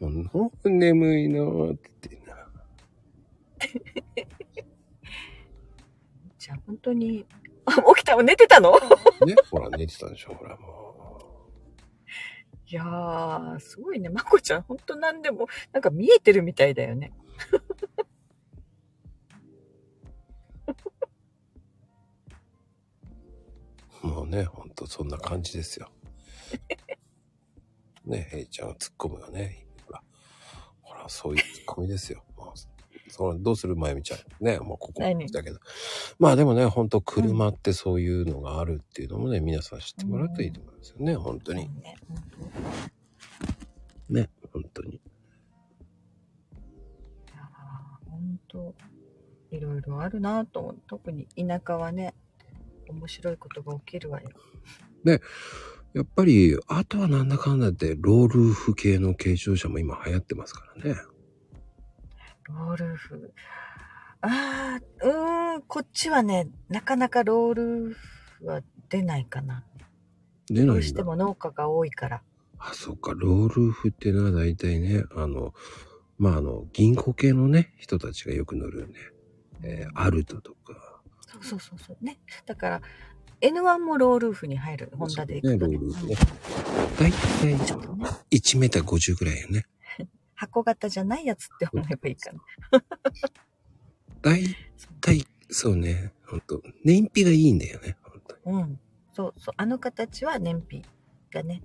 よ。もうほんと眠いなーって言ってな。
うじゃあ本当に、 *laughs* あ起きた寝てたの
ね、ほら寝てたでしょ、ほらも
いやー、すごいね。まこちゃん、本当なんでも、なんか見えてるみたいだよね。
ね、ほんとそんな感じですよ。 *laughs* ね、ヘイちゃんが突っ込むよね。ほら、ほら、そういう突っ込みですよ。もうそのどうするまゆみちゃん。ね、もうここ
何
だけど。まあでもね、ほんと車ってそういうのがあるっていうのもね、皆さん知ってもらうといいと思いますよね、本当に。
ねうん
ね、本当に。
いやーほんといろいろあるなと思う特に田舎はね面白いことが起きるわよ
やっぱり、あとはなんだかんだって、ロールーフ系の軽乗車も今流行ってますからね。
ロールフあーうーんこっちはねなかなかロールフは出ないかな
出
ど
な
う
い
し
ん
て
だ。
も農家が多いから
あ、そっか、ロールーフってのは大体ね、あの、まあ、あの、銀行系のね、人たちがよく乗るね。えーアルトとか。
そうそうそうそうねだから N1 もロールーフに入るホンダで行くと
そうねロールーフね
う
大体
んちょっとね
1メーター50ぐらいよね。
箱型じゃないやつって思えばいいかな
大体、そうね、ほんと、燃費がいいんだよね、ほんとに。
うん。そうそう。あの形は燃費だね。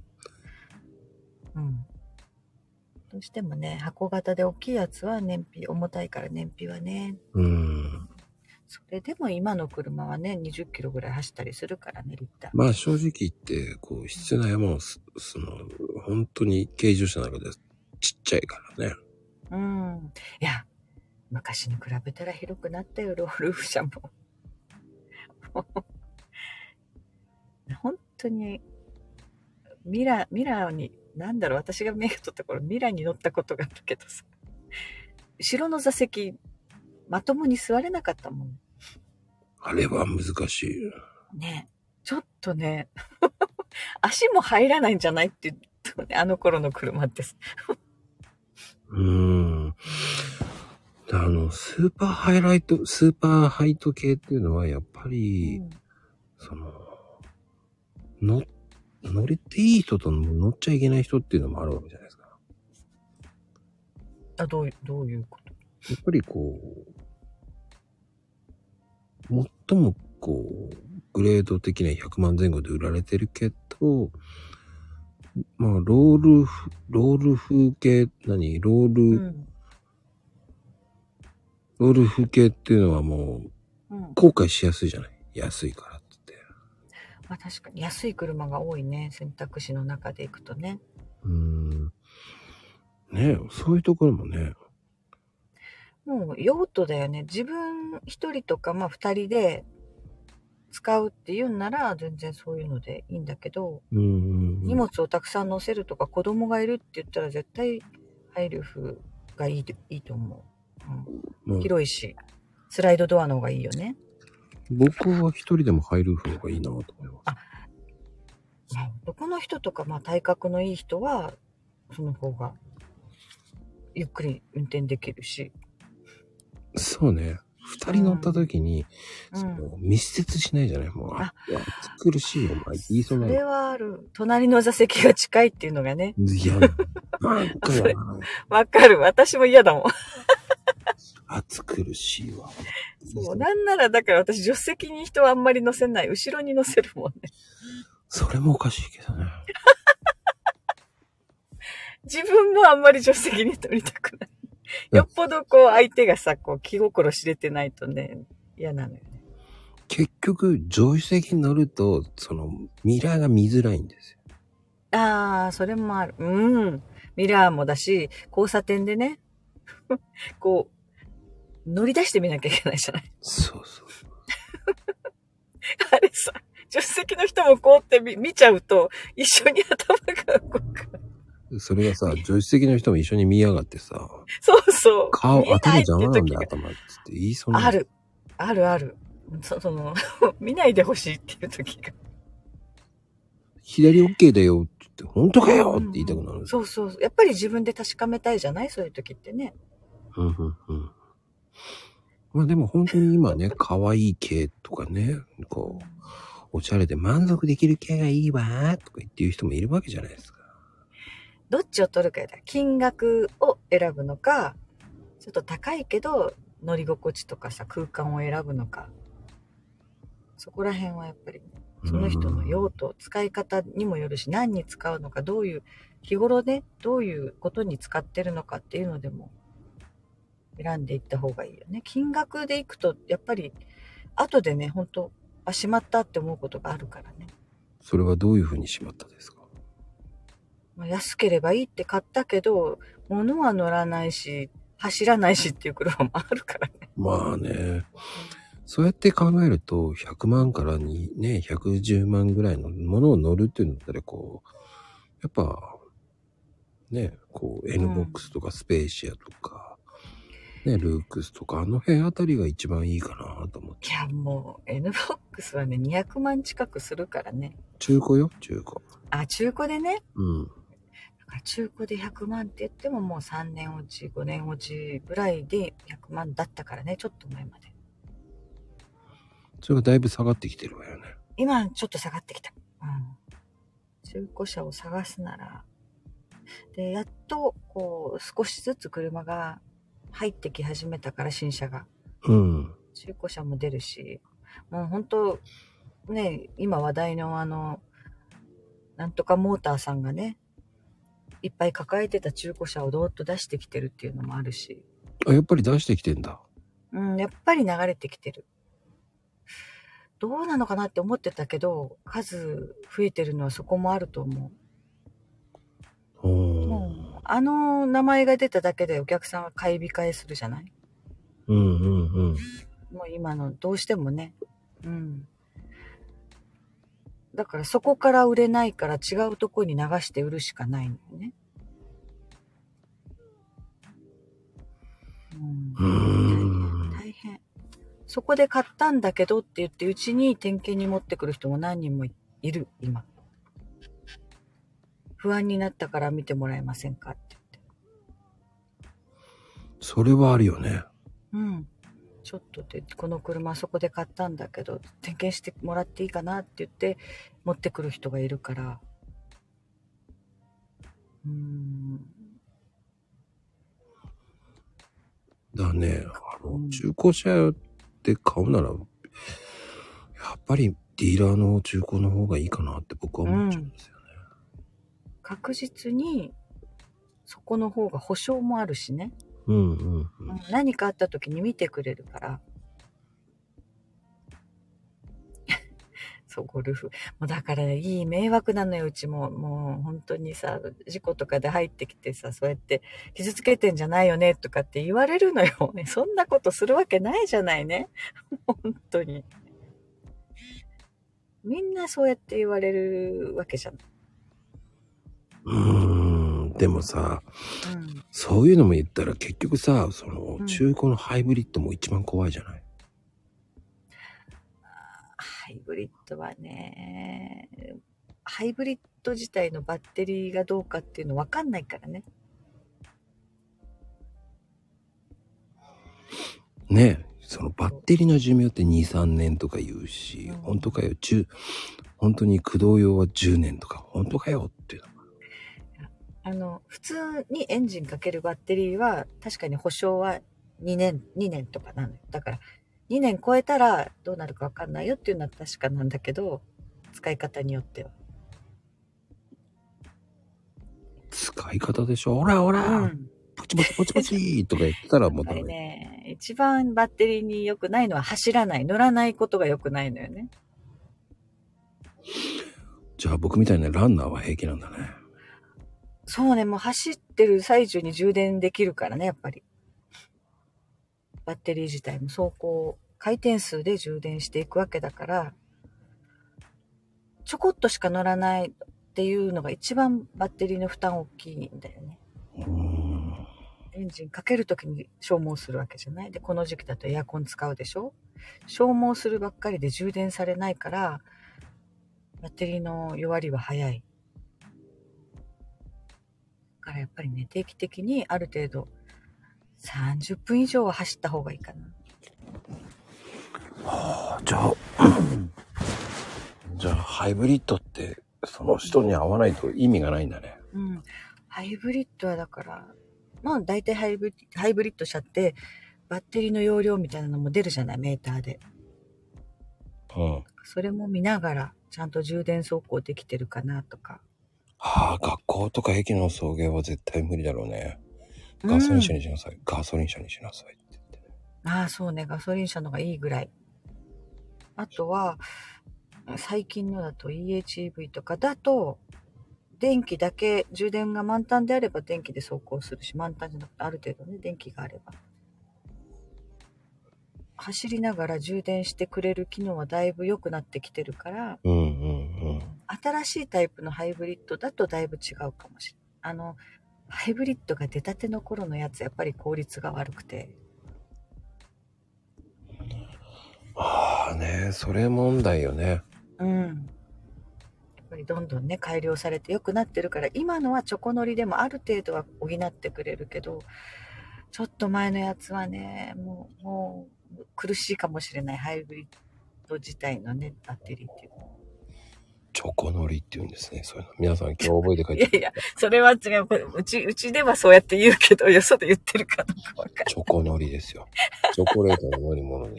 うん。どうしてもね、箱型で大きいやつは燃費、重たいから燃費はね。
うーん。
それでも今の車はね、20キロぐらい走ったりするからね、リッター。
まあ、正直言って、こう、室内はもうす、その、本当に軽乗車なので、ちっちゃいからね。
うん。いや、昔に比べたら広くなったよ、ロールーフ車も。 *laughs* 本当に、ミラ、ミラーに、なんだろう、私が目が取った頃、ミラーに乗ったことがあったけどさ、後ろの座席、まともに座れなかったもん。
あれは難しい。
ね。ちょっとね、 *laughs* 足も入らないんじゃないって言ったね、あの頃の車ってさ。
うーん。あの、スーパーハイライト、スーパーハイト系っていうのは、やっぱり、
うん
その、乗、乗れていい人と乗っちゃいけない人っていうのもあるわけじゃないですか。
あどうい、どういうこと
やっぱりこう、最もこう、グレード的には100万前後で売られてるけど、まあ、ロールフ、ロール風系、何ロール、
うん。
ロール風系っていうのはもう、
うん。
後悔しやすいじゃない安いからって言って。
まあ、確かに安い車が多いね選択肢の中でいくとね
うーん。ねえそういうところもね。
もう用途だよね自分一人とかまあ二人で使うっていうんなら全然そういうのでいいんだけど、
うんうん、うん。
荷物をたくさん載せるとか子供がいるって言ったら絶対配慮風がいいといいと思
も
う
う
広いしスライドドアの方がいいよね
僕は一人でも入る方がいいなと思います。
男の人とかまあ体格のいい人はその方がゆっくり運転できるし、
そうね。二人乗った時に、
う
そ
ん、
の密接しないじゃないもう、あ
あ、
いや苦しいよ、お前。言いそう
そ
な
れ
の。
はある。隣の座席が近いっていうのがね。
いや、なんかやな、
わかる。私も嫌だもん。
暑苦しいわ。
そう。なんなら、だから私、助手席に人はあんまり乗せない。後ろに乗せるもんね。
それもおかしいけどね。
自分もあんまり助手席に乗りたくない。よっぽどこう、相手がさ、こう、気心知れてないとね、嫌なのよね。
結局、助手席に乗ると、その、ミラーが見づらいんですよ。
あー、それもある。うん。ミラーもだし、交差点でね、 *laughs* こう、乗り出してみなきゃいけないじゃない。
そうそう。
あれさ、助手席の人もこうって見見ちゃうと、一緒に頭が動く。
それがさ、助手席の人も一緒に見やがってさ、
*laughs* そうそう。
顔、
見え
頭
ない
邪魔なんだよ、
って時
頭っつって言いそう
が
な。
あ。る。あるある。そ *laughs* その、見ないでほしいっていう時が。
左 OK だよって言って、本当かよって言いたくなる。
そうそう。やっぱり自分で確かめたいじゃないそういう時ってね。
うんうんうん。まあでも本当に今ね、可愛い系とかね、こう、おしゃれで満足できる系がいいわーとか言ってる人もいるわけじゃないですか。
どっちを取るかやだ。金額を選ぶのか、ちょっと高いけど、乗り心地とかさ、空間を選ぶのか。そこら辺はやっぱり、
う
その人の用途、使い方にもよるし、何に使うのか、どういう、日頃ね、どういうことに使ってるのかっていうのでも、選んでいった方がいいよね。金額でいくと、やっぱり、後でね、本当あ、しまったって思うことがあるからね。
それはどういうふうにしまったですか
まあ、安ければいいって買ったけど、物は乗らないし、走らないしっていう車もあるからね。
まあね。そうやって考えると、100万からにね、110万ぐらいのものを乗るっていうのだったら、こう、やっぱ、ね、こう、N ボックスとかスペーシアとか、ね、ルークスとか、あの辺あたりが一番いいかなと思っ
い
ちゃう。
や、もう、NBOX はね、200万近くするからね。
中古よ、中古。
あ、中古でね。
うん。
だから中古で100万って言ってももう3年落ち、5年落ちぐらいで100万だったからね、ちょっと前まで。
それがだいぶ下がってきてるわよね。
今、ちょっと下がってきた。うん。中古車を探すなら。で、やっと、こう、少しずつ車が入ってき始めたから、新車が。
うん。
中古車も出るし、もう本当、ね、今話題のあの、なんとかモーターさんがね、いっぱい抱えてた中古車をどーっと出してきてるっていうのもあるし、
あ、やっぱり出してきてんだ。
うん、やっぱり流れてきてる。どうなのかなって思ってたけど、数増えてるのはそこもあると思
う
う。
ん。
もう、あの名前が出ただけでお客さんは買い控えするじゃない
うんうんうん。
もう今のどうしてもね。うん。だからそこから売れないから違うとこに流して売るしかないのよね。
う
うんん。。大変。そこで買ったんだけどって言ってうちに点検に持ってくる人も何人もいる、今。不安になったから見てもらえませんかって言って。
それはあるよね。
うん。ちょっとで、この車そこで買ったんだけど、点検してもらっていいかなって言って、持ってくる人がいるから。うーん。
だね、あ
う
の、
ん
中古車で買うなら、やっぱりディーラーの中古の方がいいかなって僕は思っちゃうんですよね。
確実に、そこの方が保証もあるしね。
うんうんう。
うんん何かあった時に見てくれるから。 *laughs* そう、ゴルフ。もうだから、いい迷惑なのよ、うちも。もう本当にさ、事故とかで入ってきてさ、そうやって傷つけてんじゃないよね、とかって言われるのよ。 *laughs* ね、そんなことするわけないじゃないね。 *laughs* 本当に。みんなそうやって言われるわけじゃない。
うーん、でもさ、
うん。
そういうのも言ったら結局さ、その
う、ん
中古のハイブリッドも一番怖いじゃない。
ハイブリッドはね、ハイブリッド自体のバッテリーがどうかっていうの分かんないからね。
ねそのバッテリーの寿命って2、3年とか言うし、
うん
本当かよ、10、本当に駆動用は10年とか、本当かよっていうの。
あの、普通にエンジンかけるバッテリーは、確かに保証は2年、2年とかなのよ。だから、2年超えたらどうなるか分かんないよっていうのは確かなんだけど、使い方によっては。
使い方でしょ。オラオラ、
ん。
ポチポチポチポチとか言ったらもう
や
ダ
っぱり
メ。
ね、一番バッテリーに良くないのは走らない、乗らないことが良くないのよね。
じゃあ僕みたいなランナーは平気なんだね。
そうね、もう走ってる最中に充電できるからね、やっぱり。バッテリー自体も走行、回転数で充電していくわけだから、ちょこっとしか乗らないっていうのが一番バッテリーの負担大きいんだよね。
うーん。
エンジンかけるときに消耗するわけじゃない。で、この時期だとエアコン使うでしょ消耗するばっかりで充電されないから、バッテリーの弱りは早い。だからやっぱりね、定期的にある程度30分以上は走った方がいいかな。
あじゃ *clears throat* あ、じゃあハイブリッドってその人に合わないと意味がないんだね。
うん。ハイブリッドはだから、まあ大体ハイブリッド、ハイブリッド車ってバッテリーの容量みたいなのも出るじゃない、メーターで。
うん。
それも見ながら、ちゃんと充電走行できてるかなとか。
ああ、学校とか駅の送迎は絶対無理だろうね。ガソリン車にしなさい。ガソリン車にしなさいって言って。
うんああ、そうね。ガソリン車のがいいぐらい。あとは、最近のだと EHEV とかだと、電気だけ、充電が満タンであれば電気で走行するし、満タンじゃなくてある程度ね、電気があれば。走りながら充電してくれる機能はだいぶ良くなってきてるから、
うんうんうん。
新しいタイプのハイブリッドだとだいぶ違うかもしれない。あの、ハイブリッドが出たての頃のやつ、やっぱり効率が悪くて。
ああね、それ問題よね。
うん。やっぱりどんどんね、改良されて良くなってるから、今のはチョコ乗りでもある程度は補ってくれるけど、ちょっと前のやつはね、もう、もう苦しいかもしれない。ハイブリッド自体のね、バッテリーっていうのは *laughs*
チョコのりって言うんですね。そういうの。皆さん今日覚えて帰っ
い
て
やいや、それは違う。これうち、うちではそうやって言うけど、よそで言ってるかどうかわかんない
チョコのりですよ。チョコレートの乗り物で。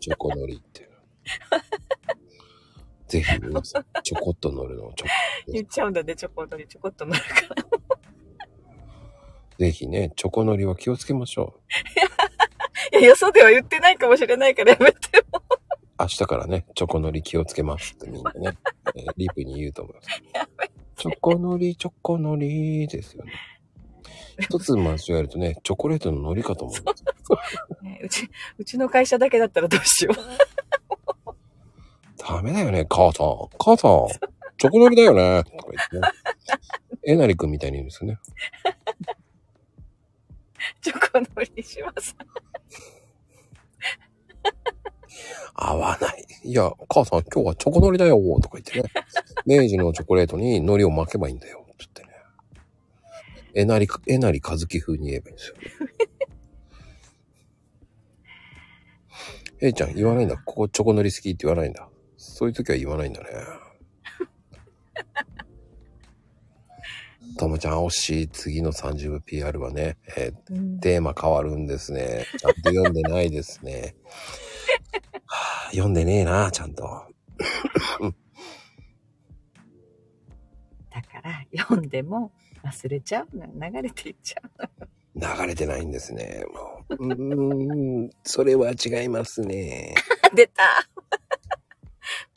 チョコのりっていうの。ぜひ皆さん、ちょこっと乗るのをちょこっと
言っちゃうんだね、チョコのり、ちょこっと乗るから。
ぜひね、チョコのりは気をつけましょう。
いや、よそでは言ってないかもしれないからやめても。
明日からね、チョコのり気をつけますってみんなね、えーリプに言うと思います。チョコのり、チョコのりですよね。一つ間違えるとね、チョコレートののりかと思うんですよ
ねうち、うちの会社だけだったらどうしよう。
ダメだよね、母さん。母さん、チョコのりだよね。とか言ってね。えなりくんみたいに言うんですよね。
チョコのりにします。
合わない。いや、母さん、今日はチョコのりだよ。とか言ってね。明治のチョコレートに海苔を巻けばいいんだよ。って言ってね。えなりく、えなりかずき風に言えばいいんですよ。えいちゃん、言わないんだ。ここチョコのり好きって言わないんだ。そういう時は言わないんだね。ともちゃん、おし、次の 30PR はね、えー
うん
テーマ変わるんですね。ちゃんと読んでないですね。はあ読んでねえな、ちゃんと。
だから、読んでも忘れちゃうの。流れていっちゃう
流れてないんですね。もう。うーん、それは違いますね。
の。出た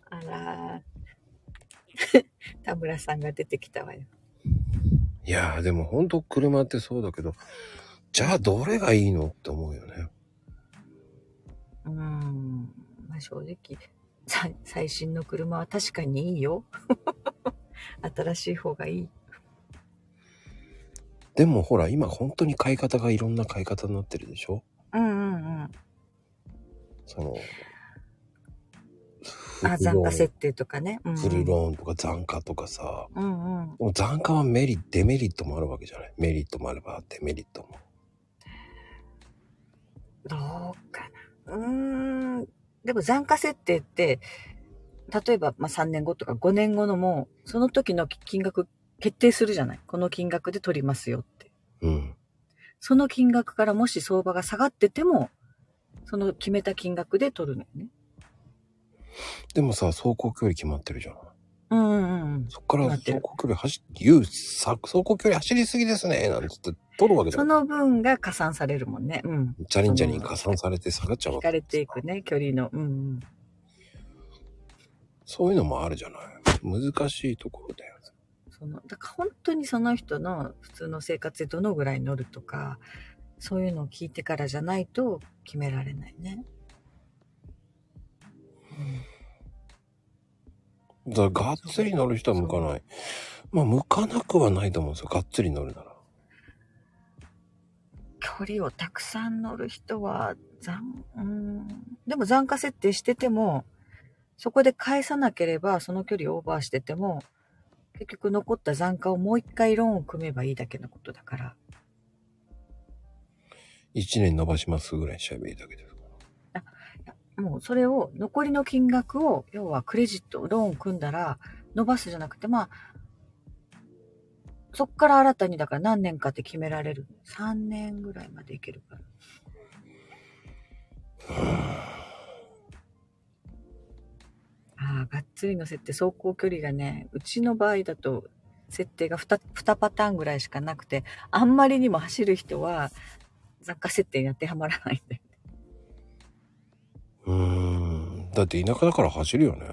あらー *laughs* 田村さんが出てきたわよ。
いやー、でもほんと車ってそうだけど、じゃあどれがいいのって思うよね。
うーん。まあ正直、さ最新の車は確かにいいよ。 *laughs* 新しい方がいい。
でもほら、今本当に買い方がいろんな買い方になってるでしょ
うんうんうん。
その、
あ、
フル
残
ロ
価
ーン
設定とかね。うん、
フルローンとか残価とかさ、
うんうん。
もう残価はメリット、デメリットもあるわけじゃない。メリットもあれば、デメリットも。
どうかな。うーん。でも残価設定って、例えば、まあ、3年後とか5年後のも、その時の金額決定するじゃないこの金額で取りますよって。
うん。
その金額からもし相場が下がってても、その決めた金額で取るのよね。
でもさ、走行距離決まってるじゃん。
うんうんうん。
そっから
なってる
走行距離走っ、言う、さ走行距離走りすぎですね、なんつって取るわけじゃ
そ
ん。
の分が加算されるもんね。うん。
チャリンチャリン加算されて下がっちゃう
引
わ
か
け。
れていくね、距離の。うんうん。
そういうのもあるじゃない。難しいところだよ。
そのだから本当にその人の普通の生活でどのぐらい乗るとかそういうのを聞いてからじゃないと決められないね。
だから、がっつり乗る人は向かない。まあ、向かなくはないと思うんですよ。がっつり乗るなら。
距離をたくさん乗る人は残うんでも残価設定しててもそこで返さなければその距離をオーバーしてても結局残った残価をもう一回ローンを組めばいいだけのことだから
1年伸ばしますぐらいしゃべりだけです。
もうそれを残りの金額を要はクレジットローン組んだら伸ばすじゃなくてまあそっから新たにだから何年かって決められる3年ぐらいまでいけるから釣りの設定、走行距離がね、うちの場合だと、設定が 2, 2パターンぐらいしかなくて、あんまりにも走る人は、雑貨設定に当てはまらないんで。
うーん。だって田舎だから走るよね。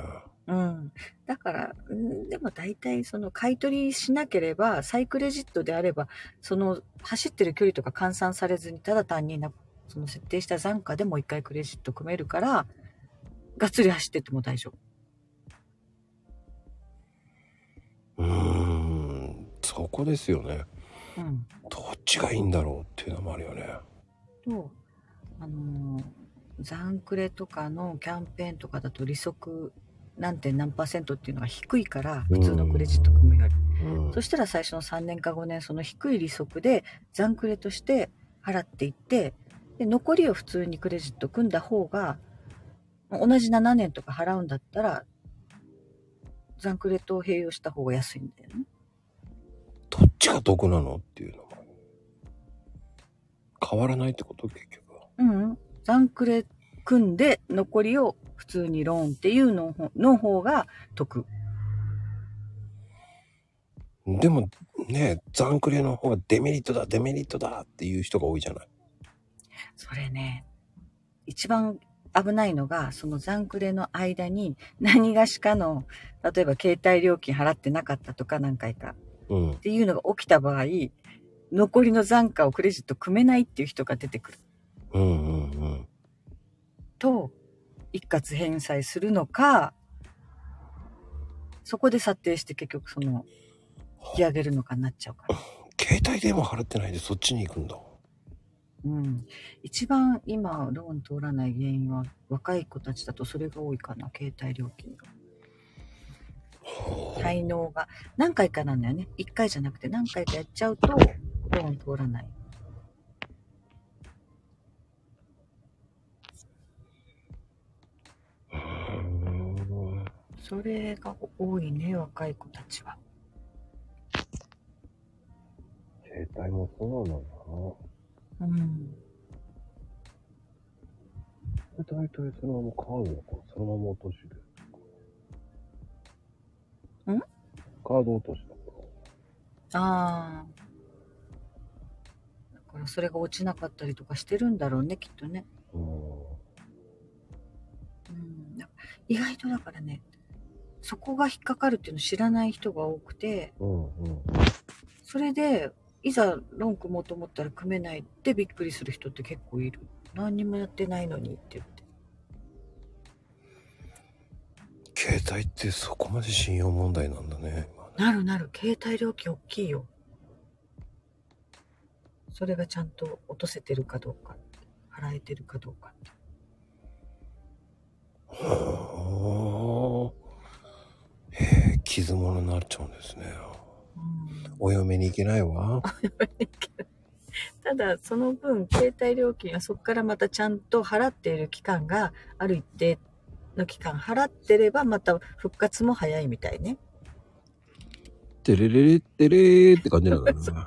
うん。だから、うんでも大体その買い取りしなければ、サイクレジットであれば、その走ってる距離とか換算されずに、ただ単にな、その設定した残価でもう一回クレジット組めるから、がっつり走ってっても大丈夫。
うーん。そこですよね。
うん。
どっちがいいんだろうっていうのもあるよね。
と、あのー残クレとかのキャンペーンとかだと利息何点何パーセントっていうのが低いから普通のクレジット組むより、
うん
そしたら最初の3年か5年その低い利息で残クレとして払っていってで残りを普通にクレジット組んだ方が同じ7年とか払うんだったら残クレと併用した方が安いんだよね。
どっちが得なのっていうのもある。変わらないってこと結局は。
うんうん。残クレ組んで残りを普通にローンっていうのほの方が得。
でもね、残クレの方がデメリットだ、デメリットだっていう人が多いじゃない。
それね、一番危ないのが、その残クレの間に何がしかの、例えば携帯料金払ってなかったとか何回か
うん
っ。ていうのが起きた場合、残りの残価をクレジット組めないっていう人が出てくる
うんうんうん。
と、一括返済するのか、そこで査定して結局その、引き上げるのかになっちゃうから。
携帯電話払ってないでそっちに行くんだ。
うん、一番今ローン通らない原因は若い子たちだとそれが多いかな携帯料金が滞納が何回かなんだよね1回じゃなくて何回かやっちゃうとローン通らない
うん
それが多いね若い子たちは
携帯もそう
うん
なんだな。大体そのままカードだからそのまま落としる。
ん
カード落としだから。
ああだからそれが落ちなかったりとかしてるんだろうねきっとね
うん
うんだ意外とだからねそこが引っかかるっていうの知らない人が多くて
うんうん。
それで、いざローン組もうと思ったら組めないってびっくりする人って結構いる。何にもやってないのにって言って。
携帯ってそこまで信用問題なんだね。今ね
なるなる、携帯料金大きいよ。それがちゃんと落とせてるかどうか、払えてるかどうかって。
はあへえ、傷物になっちゃうんですね。お嫁に行けないわ。
ただ、その分、携帯料金はそこからまたちゃんと払っている期間がある一定の期間払ってれば、また復活も早いみたいね。
てれれれってれーって感じなんだね。 *laughs*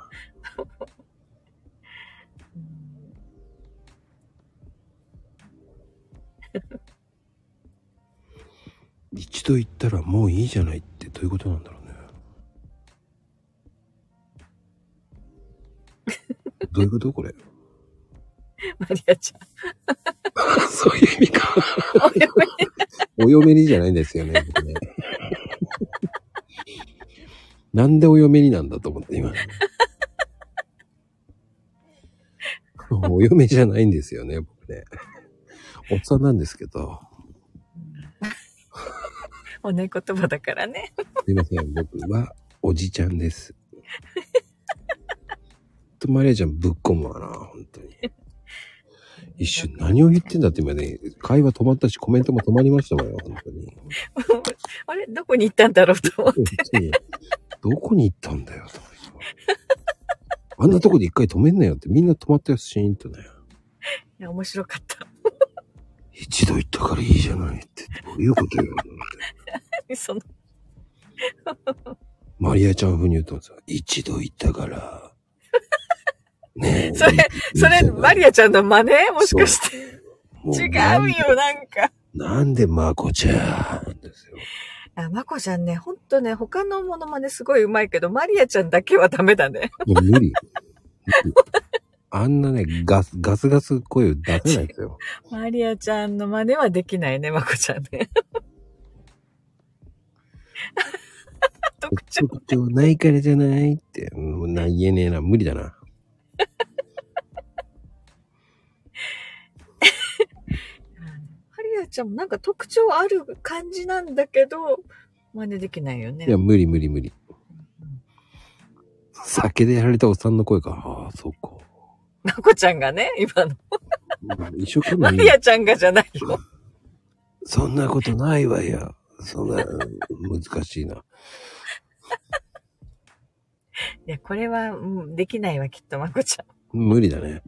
一度行ったらもういいじゃないってどういうことなん *laughs* だろうね。どういうことこれ。
マリアちゃん。
*laughs* そういう意味か。お嫁にじゃないんですよね。僕ね *laughs* なんでお嫁になんだと思って今。 *laughs* お嫁じゃないんですよね、僕ね。おっさんなんですけど、
おね言葉だからね。 *laughs*
すいません、僕はおじちゃんです。ほんとマリアちゃんぶっ込むわな、本当に。一瞬何を言ってんだって今ね、会話止まったし、コメントも止まりましたわよ、本当に。
あれどこに行ったんだろうと思っ
う
て。
んそうどこに行ったんだよ、とか言ってあんなとこで一回止めんなよってみんな止まったよ、シーンとね。
いや、面白かった。
一度行ったからいいじゃないって、どういうことよ。
*laughs* その、
マリアちゃん風に言うとさ、一度行ったから。ねえ。
*laughs* それ、それ、マリアちゃんの真似もしかして。
も
違う
なん
よ、なんか。
なんでマコちゃんですよ。
ああ、まこちゃんね、ほんとね、他のモノマネすごい上手いけど、マリアちゃんだけはダメだ *laughs* ね。
いや、無理。無理あんなね、ガス、ガスガス声出せないですよ。
マリアちゃんの真似はできないね、まこちゃんね。 *laughs* 特徴。
特徴ないからじゃないって、もうな言えねえな、無理だな。
マリアちゃんもなんか特徴ある感じなんだけど、真似できないよね。
いや、無理無理無理。酒でやられたおっさんの声か。ああ、そうか。
まこちゃんがね、今の。
まあ一生懸
マ
命 *laughs*
リアちゃんがじゃないよ。
そんなことないわよ。そんな、難しいな。
いや、これは、うんできないわ、きっと、まこちゃん。
無理だね。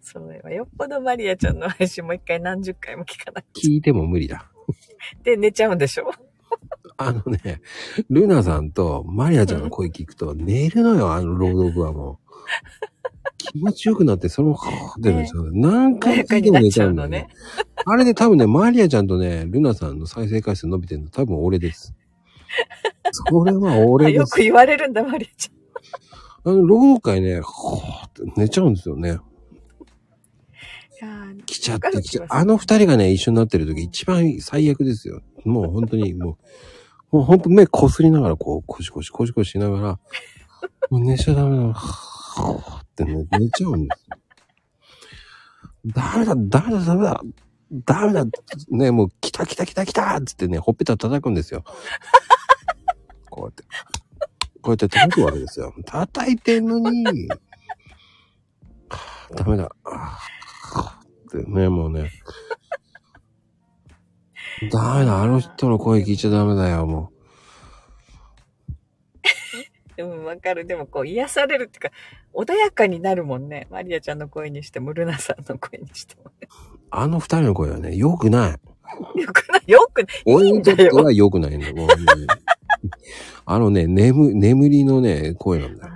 そういえば、よっぽどマリアちゃんの配信も一回何十回も聞かなく
聞いても無理だ。
て寝ちゃうんでしょ
あのね、ルナさんとマリアちゃんの声聞くと寝るのよ、あの朗読はもう。気持ちよくなって、そのまま、はぁって寝ちゃう。何回聞いても寝ちゃうんだよね。あれで多分ね、マリアちゃんとね、ルナさんの再生回数伸びてるの多分俺です。それは
あ
俺で
よ
*laughs* す
く。言われるんだ、マリアちゃん。
あの、朗読会ね、はぁって寝ちゃうんですよね。
いやー
来ちゃって
わかる
来ちゃ
気がする
あの二人がね、一緒になってる時一番最悪ですよ。もう本当に、もう、もう本当目こすりながら、こう、コシコシコシコシしながら、もう寝ちゃダメだな、はーってね、寝ちゃうんですよ。ダメだ、ダメだ、ダメだ、ダメだ、ね、もう来た来た来た来たっつってね、ほっぺた叩くんですよ。こうやって、こうやって叩くわけですよ。叩いてんのに、ダメだ、あーってね、もうね。ダメだ、あの人の声聞いちゃダメだよ、も
でもわかる。でもこう癒されるっていうか、穏やかになるもんね。マリアちゃんの声にしても、ルナさんの声にしても。
う。あの二人の声はね、良くない。
よくないよくない
俺
いい
に
ん
と
だ
って
よ。
は良くないの。もうねあのね、眠、眠りのね、声なん
あ
だよ。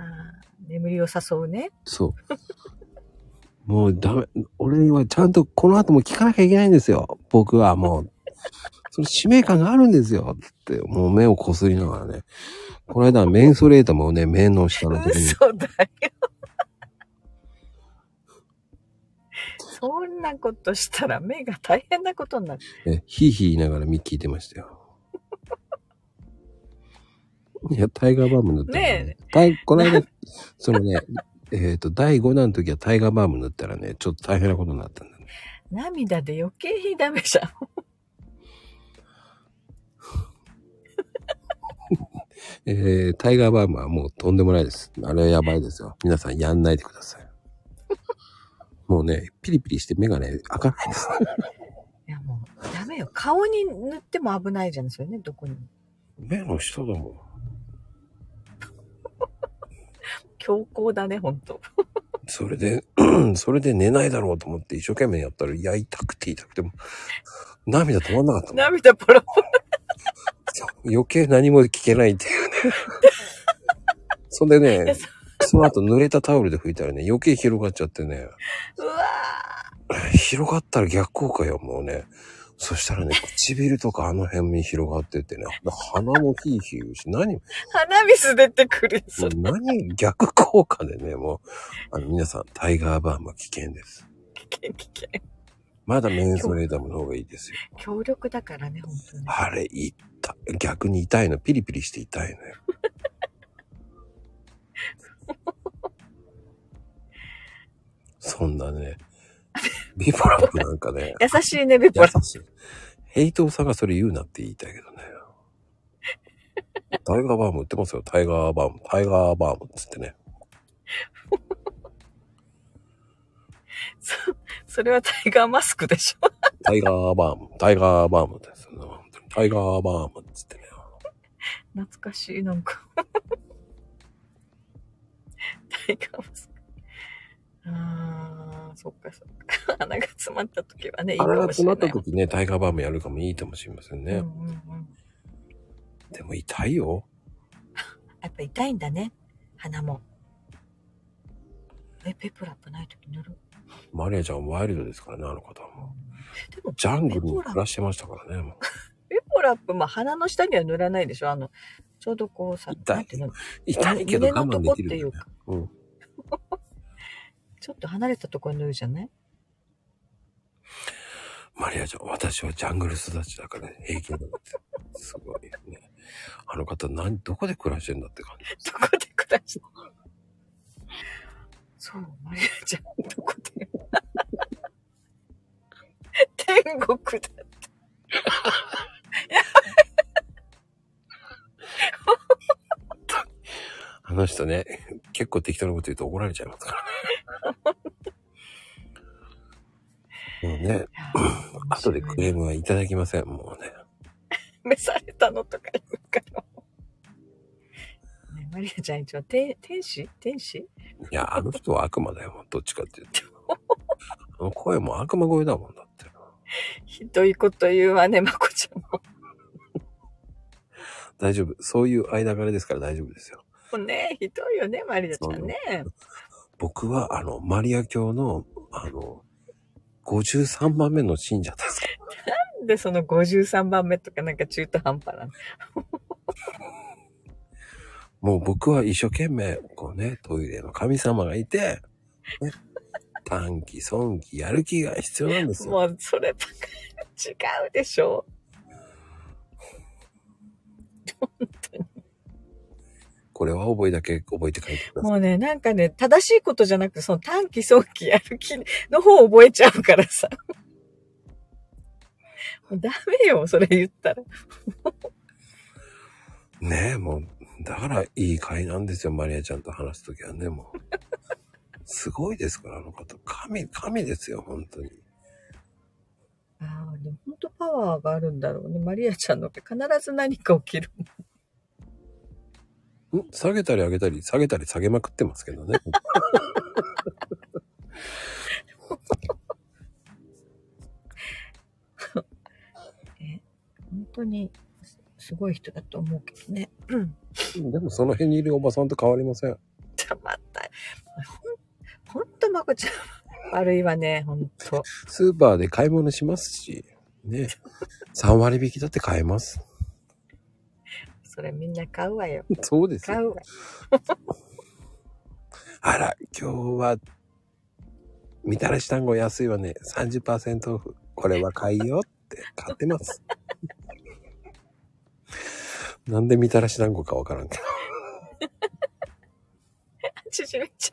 ー眠りを誘うね。
そう。もうダメ。俺はちゃんとこの後も聞かなきゃいけないんですよ。僕はもう。その使命感があるんですよ。つって、もう目をこすりながらね。この間はメンソレーターもね、目の下のところに
嘘だよ。そんなことしたら目が大変なことになる。
え、ひいひい言いながら見聞いてましたよ。いや、タイガーバーム塗ったら
ね
ね。タイこの間、そのね、えっ、と、第5弾の時はタイガーバーム塗ったらね、ちょっと大変なことになったんだね。
涙で余計にダメじゃん。
えータイガーバームはもうとんでもないです。あれはやばいですよ。皆さんやんないでください。もうね、ピリピリして目がね、開かないです。
いやもう、ダメよ。顔に塗っても危ないじゃん、それね、どこにも。
目の下だもん。
強行だね、ほんと。
それで、 *clears throat* それで寝ないだろうと思って一生懸命やったら、いや、痛くて痛くても、涙止まんなかったもん。
涙ポロポロ。
余計何も聞けないって *laughs* いうね。そんで
いや
ね
そ、
その後濡れたタオルで拭いたらね、余計広がっちゃってね、
うわ
広がったら逆効果よ、もうね。そしたらね、唇とかあの辺に広がってってね、鼻もヒーヒー言うし、何、も
ー鼻水出てくるよ、そうれ。
何、逆効果でね、もう、あの、皆さん、タイガーバームは危険です。
危険、危険。
まだメンソレーダムの方がいいですよ。
強力だからね、ほんとね。
あれ、痛い、逆に痛いの、ピリピリして痛いのよ。そんなね、ビポラップなんかね、 *laughs*
優しいね、ベポ
優
ラ。
しい。ヘイトさんがそれ言うなって言いたいけどね。タイガーバーム売ってますよ、タイガーバーム、タイガーバームっつってね。
*laughs* そそれはタイガーマスクでしょ。
タイガーバーム、タイガーバームですよね。本当にタイガーバームっつってね。
懐かしい、なんか。 *laughs* タイガーマスク。あー、そっかそっか。 *laughs* 鼻が詰まった時はね、いいか
あれが
もし
詰ま
れ
っ
な
た
い。
時ね、タイガーバームやるかもいいかもしれませんね。
うんうんうん。
でも痛いよ。
やっぱ痛いんだね、鼻も。え、ペプラップない時塗る。
マリアちゃんワイルドですからね、あの方はもう。
でも、
ジャングルに暮らしてましたからね。もう
エコラップ、まあ、鼻の下には塗らないでしょあの、ちょうどこうさ、
痛い
なんていうの *laughs*
痛いけど我慢できる
胸の
よ
とこ
ね。うん。
ちょっと離れたところに塗るじゃない
マリアちゃん、私はジャングル育ちだから、ね、平気なんですよ。すごいよね。あの方、何、どこで暮らしてんだって感じ。
どこで暮らしてそう、マリアちゃん、どこで天国だって。
あの人ね、結構適当なこと言うと怒られちゃいますからね。もうね、後でクレームはいただきません。もうね。
召されたのとか言うから。ね、マリアちゃん一応、て天使天使
いや、あの人は悪魔だよ、もうどっちかって言って。あの声も悪魔声だもんだって。
ひどいこと言うわね、まこちゃんも。
大丈夫。そういう間柄ですから大丈夫ですよ。
もうね、ひどいよね、マリアちゃんね。
僕は、あの、マリア教の、あの、53番目の信者ですから。
なんでその53番目とかなんか中途半端なの
もう僕は一生懸命、こうね、トイレの神様がいて、ね、短期、損期、やる気が必要なんですよ。
もうそればっかり違うでしょ
これは覚えだけ覚えて書いてください。
もうね、なんかね、正しいことじゃなくて、その短期、早期、やる気の方を覚えちゃうからさ。 *laughs* もうダメよ、それ言ったら。
ねえ、もう、だからいい会なんですよ、マリアちゃんと話すときはね、もう。すごいですから、あの方。神、神ですよ、本当に。
ああ、でも本当パワーがあるんだろうね。マリアちゃんの必ず何か起きる。
ん下げたり上げたり、下げたり下げまくってますけどね。 *laughs*
本当にすすごい人だと思うけどね。 *clears throat*
でもその辺にいるおばさんと変わりません。
たまった。ほん、ほんとまこちゃん。悪いわね、ほんと。
スーパーで買い物しますし、ね。3割引きだって買えます。 *laughs*
それみんな買うわよ。
そうです
買
よ。
うわ。
あら、今日は、みたらし団子安いわね。30%オフ。これは買いよって買ってます。 *laughs* なんでみたらし団子かわからんけど。
ちじみち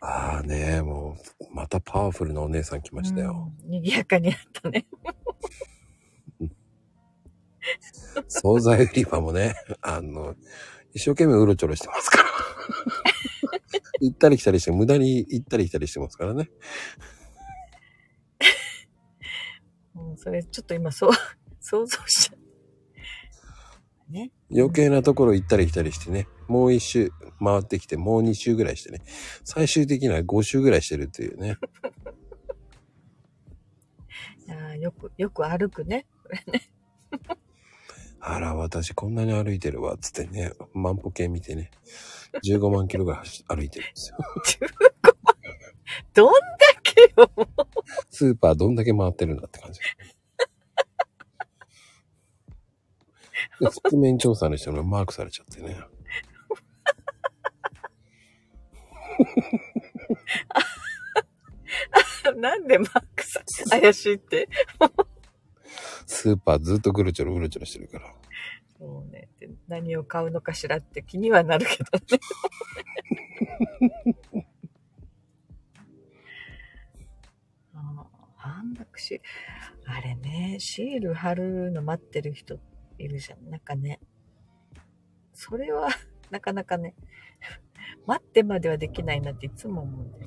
ゃん。
ああね、もう、またパワフルなお姉さん来ましたよ。
うん。賑やかになったね。
惣菜売り場もね、あの、一生懸命うろちょろしてますから。行ったり来たりして、無駄に行ったり来たりしてますからね。
うん、それちょっと今そう、想像しちゃう。ね。
余計なところ行ったり来たりしてね、もう一周回ってきて、もう二周ぐらいしてね、最終的には5周ぐらいしてるっていうね。 *laughs*
あーよく、よく歩くね。
あら、私こんなに歩いてるわ、つってね、万歩計見てね、15万キロぐらい走歩いてるんですよ。 *laughs*
どんだけよ。
スーパーどんだけ回ってるんだって感じ。 *laughs* で覆面調査の人にマークされちゃってね。
なんでマックさん、怪しいって。
スーパーずっとぐるちょろぐるちょろしてるから。
そうね。で何を買うのかしらって気にはなるけどね。 *laughs* あー半額シール。あれね、シール貼るの待ってる人いるじゃん。なんかね。それは、 *laughs* なかなかね、 *laughs* 待ってまではできないなっていつも思うんだよね。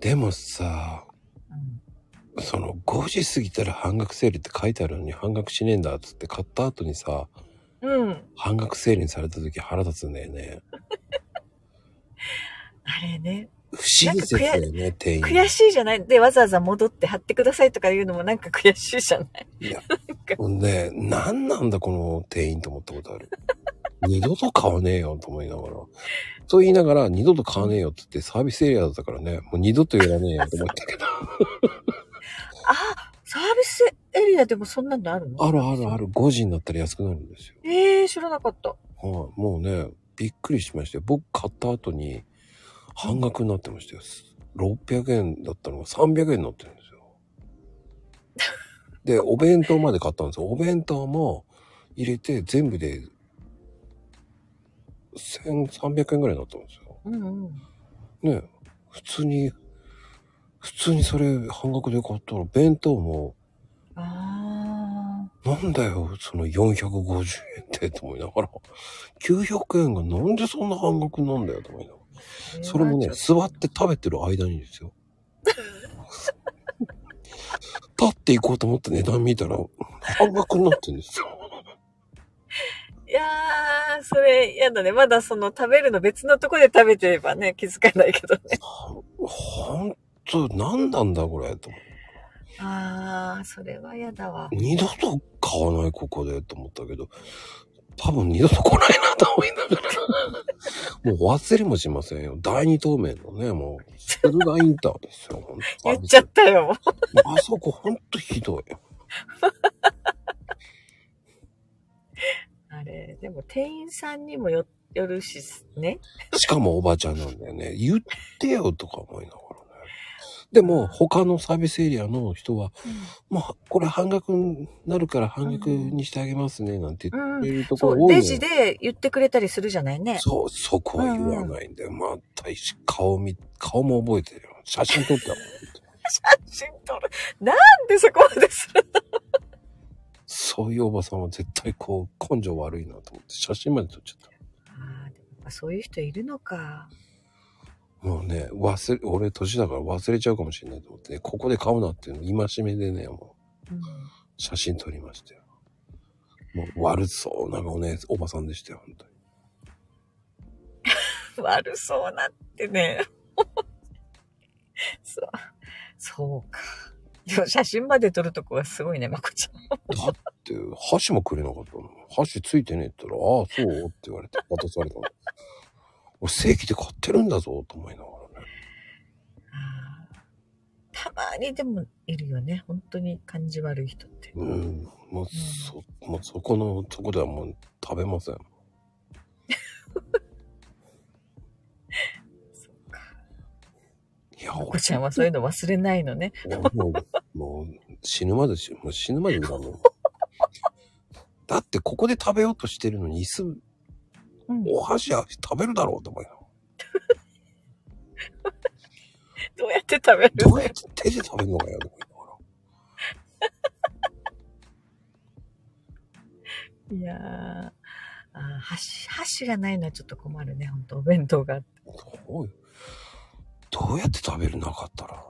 でもさ、
うん
その5時過ぎたら半額セールって書いてあるのに半額しねえんだっつって買った後にさ、
うん。
半額セールにされた時腹立つんだよね。
あれね、
不思議説だよね、店員。
悔しいじゃないで、わざわざ戻って貼ってくださいとか言うのもなんか悔しいじゃない
いや、ほんで、何なんだこの店員と思ったことある。 *laughs* 二度と買わねえよと思いながら。そう言いながら、二度と買わねえよって言ってサービスエリアだったからね、もう二度とやらねえよと思ったけど。 *laughs*
あ、サービスエリアでもそんなのあるの
あるあるある、5時になったら安くなるんですよ。
ええー、知らなかった。
はい、もうね、びっくりしましたよ。僕買った後に半額になってましたよ。600円だったのが300円になってるんですよ。で、お弁当まで買ったんですよ。お弁当も入れて全部で1300円ぐらいになったんですよ。
うんうん。
ねえ普通に、普通にそれ半額で買ったら弁当も
あ
なんだよ、その450円ってと思いながら、900円がなんでそんな半額なんだよと思いなが
あ。
ら。それもね、
ち
座
ょっ
って食べてる間にですよ。立っていこうと思って値段見たら、半額になってんですよ。
といやー、それ嫌だね。まだその食べるの別のとこで食べてればね、気づかないけどね。
ほんと、何なんだこれ、と思って。
あー、それは嫌だわ。
二度と買わないここでと思ったけど、多分二度と来ないなと思いながら。 *laughs* もう忘れもしませんよ。第二透明のね、もう、駿河インターですよ。ほんと
*laughs* 言っちゃったよ。
あそこほんとひどい。
あれ、でも店員さんにもよよるしね。
しかもおばちゃんなんだよね。言ってよとか思いながらね。でも、他のサービスエリアの人は、まあ、これ半額になるから半額にしてあげますね、なんて
う
言
ん
って。るとこ
そ
ろ
う、
多い
レ
の
ジ
よ。
で言ってくれたりするじゃないね。
そう、そこは言わないんだよ。また顔見、顔も覚えてるよ。写真撮ったもん。
写真撮る。なんでそこまでする
そういうおばさんは絶対こう、根性悪いなと思って写真まで撮っちゃっ
あーでもやっぱそういう人いるのか。
た。もうね、忘れ、俺年だから忘れちゃうかもしれないと思ってね、ここで買うなっていうの戒めでね、も
うん、
う写真撮りましたよ。もう悪そうなおね、おばさんでしたよ、本当に。
悪そうなってね。 *laughs* そう。そうか。でも写真まで撮るとこはすごいね、まこちゃん。
だって、箸もくれなかったの。箸ついてねえって言ったら、ああ、そうって言われて渡されたの。 *laughs* 俺正規で買ってるんだぞ、と思いながらね。
あーたまにでもいるよね。本当に感じ悪い人って。
うん、もうそ、もうそこの、そこではもう食べま *laughs* せん。
そうか。
いや、
ま
俺
こ、ちゃんはそういうの忘れないのね。
もう、 *laughs* もう死ぬまでし、もう死ぬまでだも *laughs* ん。だってここで食べようとしてるのに椅子、
うん。
お箸は食べるだろうと思いなが
どうやって食べ
ら。
る
どうやって手で食べるのかよ、と思いながら。
いやーあー箸、箸がないのはちょっと困るね。本当お弁当があって。
どうどうやって食べるなかったら。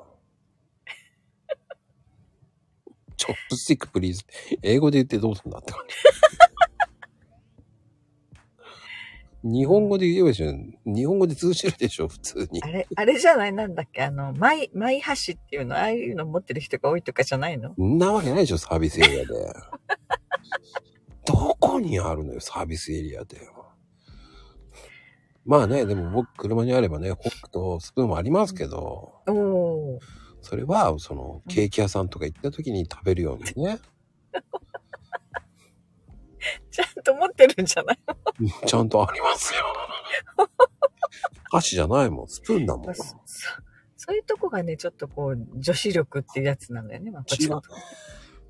*laughs* チョップスティックプリーズ。英語で言ってどうすんだって感じ。日本語で言えばいいでしょ。日本語で通じるでしょ、普通に
あ。れ、あれじゃないなんだっけあの、マイ、マイ箸っていうの、ああいうの持ってる人が多いとかじゃないの
んなわけないでしょ、サービスエリアで。どこにあるのよ、サービスエリアで。まあね、でも僕、車にあればね、ホックとスプーンもありますけど。
おー。
それは、その、ケーキ屋さんとか行った時に食べるようにね、
ちゃんと持ってるんじゃない
ちゃんとありますよ。箸じゃないもん、スプーンだもん。
そそそういうとこがね、ちょっとこう、女子力っていうやつなんだよね、まこちゃん。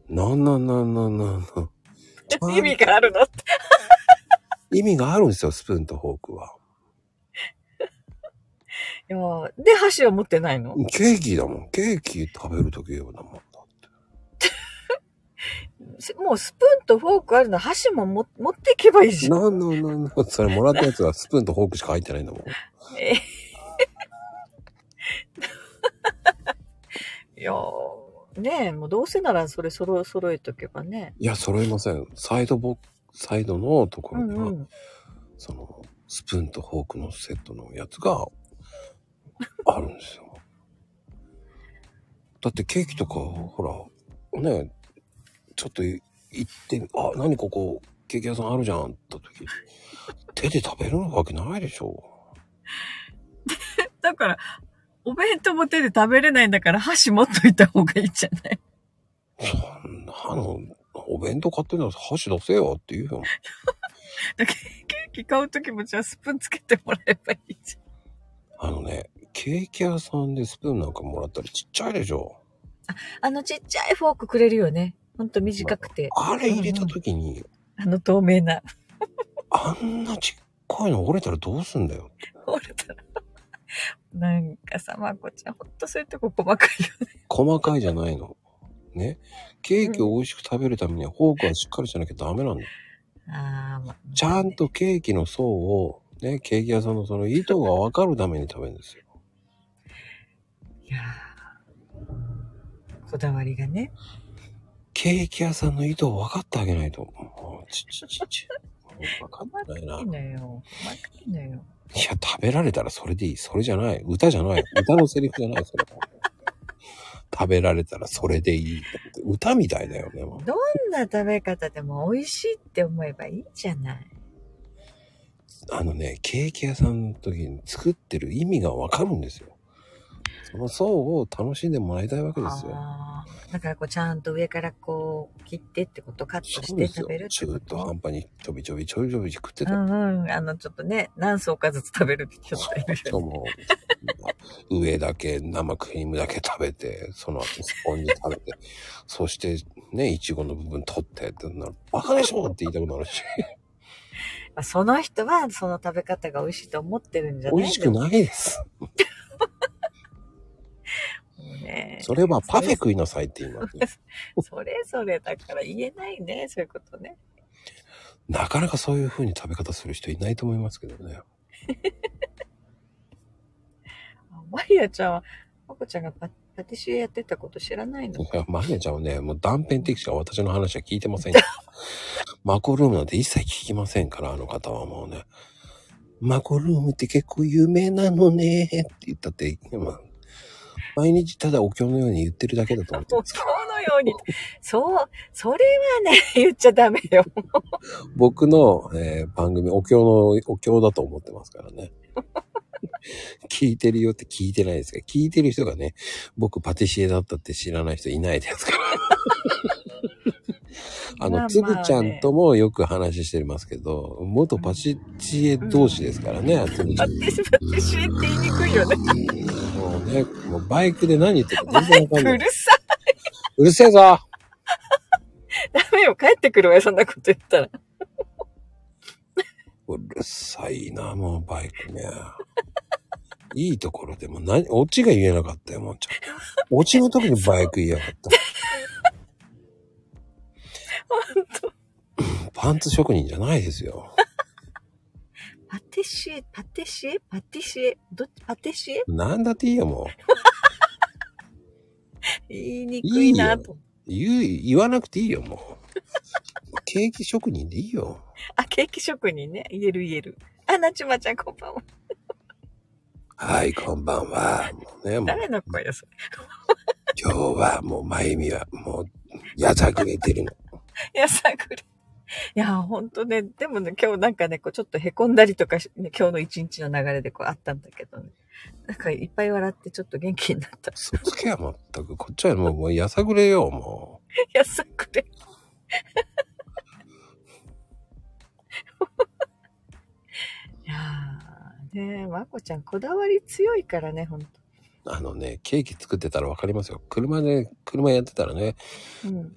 なんなんなんなんなんなん。ちゃん
*laughs* 意味があるのって。
意味があるんですよ、スプーンとフォークは。
いやーで、箸を持ってないの
ケーキだもん、ケーキ食べる時用だもんだって。
すもうスプーンとフォークあるの、箸もも持っていけばいいじゃん。
なんなんなんなん。それもらったやつはスプーンとフォークしか入ってないんだもん。
えー *laughs* いやーねえ、もうどうせならそれ揃え揃えとけばね。
いや、揃いません。サイドボックス、サイドのとこ
う
ろ
ん
には、
うん。
その、スプーンとフォークのセットのやつがあるんですよ。だってケーキとか、ほら、ね、ちょっと行って、あ、何ここ、ケーキ屋さんあるじゃんって時、手で食べるわけないでしょ。
だから、お弁当も手で食べれないんだから箸持っといた方がいいじゃない
そんなの、お弁当買ってんだら箸出せよって言うよ。
だからケーキ買うときもじゃあスプーンつけてもらえばいいじ
あのね、ケーキ屋さんでスプーンなんかもらったらちっちゃいでしょ。
ゃん。あのちっちゃいフォークくれるよね。ほんと短くて。
あれ入れた時に、
あの透明な。
あんなちっこいの折れたらどうすんだよ。
折れたら。なんかさ、まこちゃん、ほんとそういうとこ細かいよね。
細かいじゃないの。ね。ケーキを美味しく食べるためにはフォークはしっかりしなきゃダメなんだよ。
あー、まあ、
ちゃんとケーキの層を、ね、ケーキ屋さんのその意図がわかるために食べるんですよ。
いやーこだわりがね。
ケーキ屋さんの意図を分かってあげないと。もう、ちちちち。分かってないな。
い
い
いのよ。細かいのよ。
や、食べられたらそれでいい。それじゃない。歌じゃない。歌のセリフじゃない。それ食べられたらそれでいい。歌みたいだよね。もう
どんな食べ方でも美味しいって思えばいいじゃない。
あのね、ケーキ屋さんの時に作ってる意味がわかるんですよ。その層を楽しんでもらいたいわけですよ。
あーだからこうちゃんと上からこう切ってってことカット
そ
し
うで
て
すよ
食べる。って
中
こ
途
と
半端にちょびちょびちょびちょび食って
う
た。
んうん。あのちょっとね、何層かずつ食べるって人もいる
し
よ
か
ね。
も、上だけ生クリームだけ食べて、その後スポンジ食べて、そしてね、いちごの部分取ってってなる。バカでしょって言いたくなるし。
まあその人はその食べ方が美味しいと思ってるんじゃない
美味しくないです。
もうね
それはパフェ食いなさいって言います、ね。
それぞれだから言えないね、そういうことね。
なかなかそういう風に食べ方する人いないと思いますけどね。
あマリアちゃんは、マコちゃんがパパティシエやってたこと知らないの
いやマリアちゃんはね、もう断片的しか私の話は聞いてま
*laughs*
せんから。マコルームなんて一切聞きませんから、あの方はもうね。マコルームって結構有名なのねって言ったって、今、毎日ただお経のように言ってるだけだと思って
もう
ます
今日のように。そう、それはね、言っちゃダメよ。
僕の、えー番組、お経の、お経だと思ってますからね。 *laughs* 聞いてるよって聞いてないですから、聞いてる人がね、僕パティシエだったって知らない人いないです
*laughs*
から。あ
まあまあ
の、
ね
つぶちゃんともよく話してますけど、元パティシエ同士ですから
*laughs*
ね、つぶちゃ
パ
ん
テ。ィシエ、パティシエって言いにくいよね。
もうね、もうバイクで何言ってるか
マ
全然
イ
わか
ク
んな
う
い
る。さい。
うるせえぞ
ダメよ、帰ってくるわよ、そんなこと言ったら。
うるさいな、もうバイクね。いいところでも何、オチが言えなかったよ、もうちゃん。オチの時にバイク言いやがった。パンツ職人じゃないですよ。
パティシエ、パティシエ、パティシエ、どっち、パティシエ
なんだっていいよ、もう。
言いにくいなと。
言う、言わなくていいよ、もう。ケーキ職人でいいよ。
あ、ケーキ職人ね。言える言える。あ、なちまちゃんこんばんは。
はい、こんばんは。もうね、もう
誰の声です
今日はもう、まゆみは、もう、やさぐれてるの。
いや、さぐれ。いや、ほんとね、でもね、今日なんかね、こう、ちょっと凹んだりとかし、ね、今日の一日の流れでこう、あったんだけどね。なんか、いっぱい笑って、ちょっと元気になった。い
そつけや、全く。こっちはもう、もうやさぐれよ、もう。
や、さぐれ。 *laughs* いやー、ねえ、まこちゃん、こだわり強いからね、ほんと。
あのね、ケーキ作ってたらわかりますよ。車で、車やってたらね、
うん。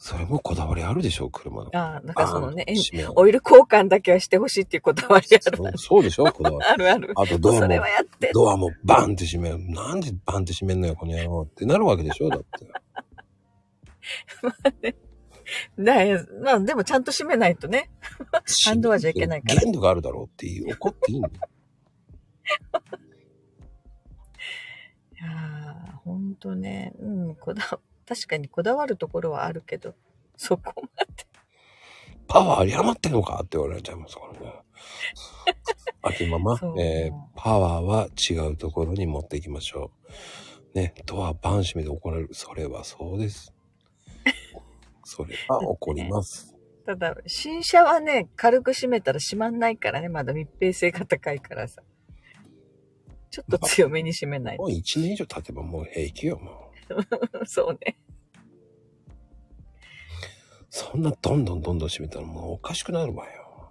それもこだわりあるでしょ、車の。
ああ、なんかそのね、
あ
え
ー締めを
オイル交換だけはしてほしいっていうこだわりある
そ。うそうでしょ、こだわり。
あるある。
あとドア
それ
も
は、やって。
ドアもバンって閉める。なんでバンって閉めんのよ、この野郎ってなるわけでしょ、だって。
だいまあ、でもちゃんと閉めないとね。反動はじゃいけないから
限度があるだろうっていう、怒っていいの
いやー、ほんとね、うん、こだ、確かにこだわるところはあるけど、そこまで。
パワーあり余ってんのかって言われちゃいますからね。
*laughs*
秋ママ
そ、う
えーパワーは違うところに持っていきましょう。ね、ドアバン *laughs* 閉めて怒られる。それはそうです。それは怒ります。
ただ、新車はね、軽く閉めたら閉まんないからね、まだ密閉性が高いからさ。ちょっと強めに閉めない
もう1年以上経てばもう平気よ、もう。
と。 *laughs* そうね。
そんなどんどんどんどん閉めたらもうおかしくなるわよ。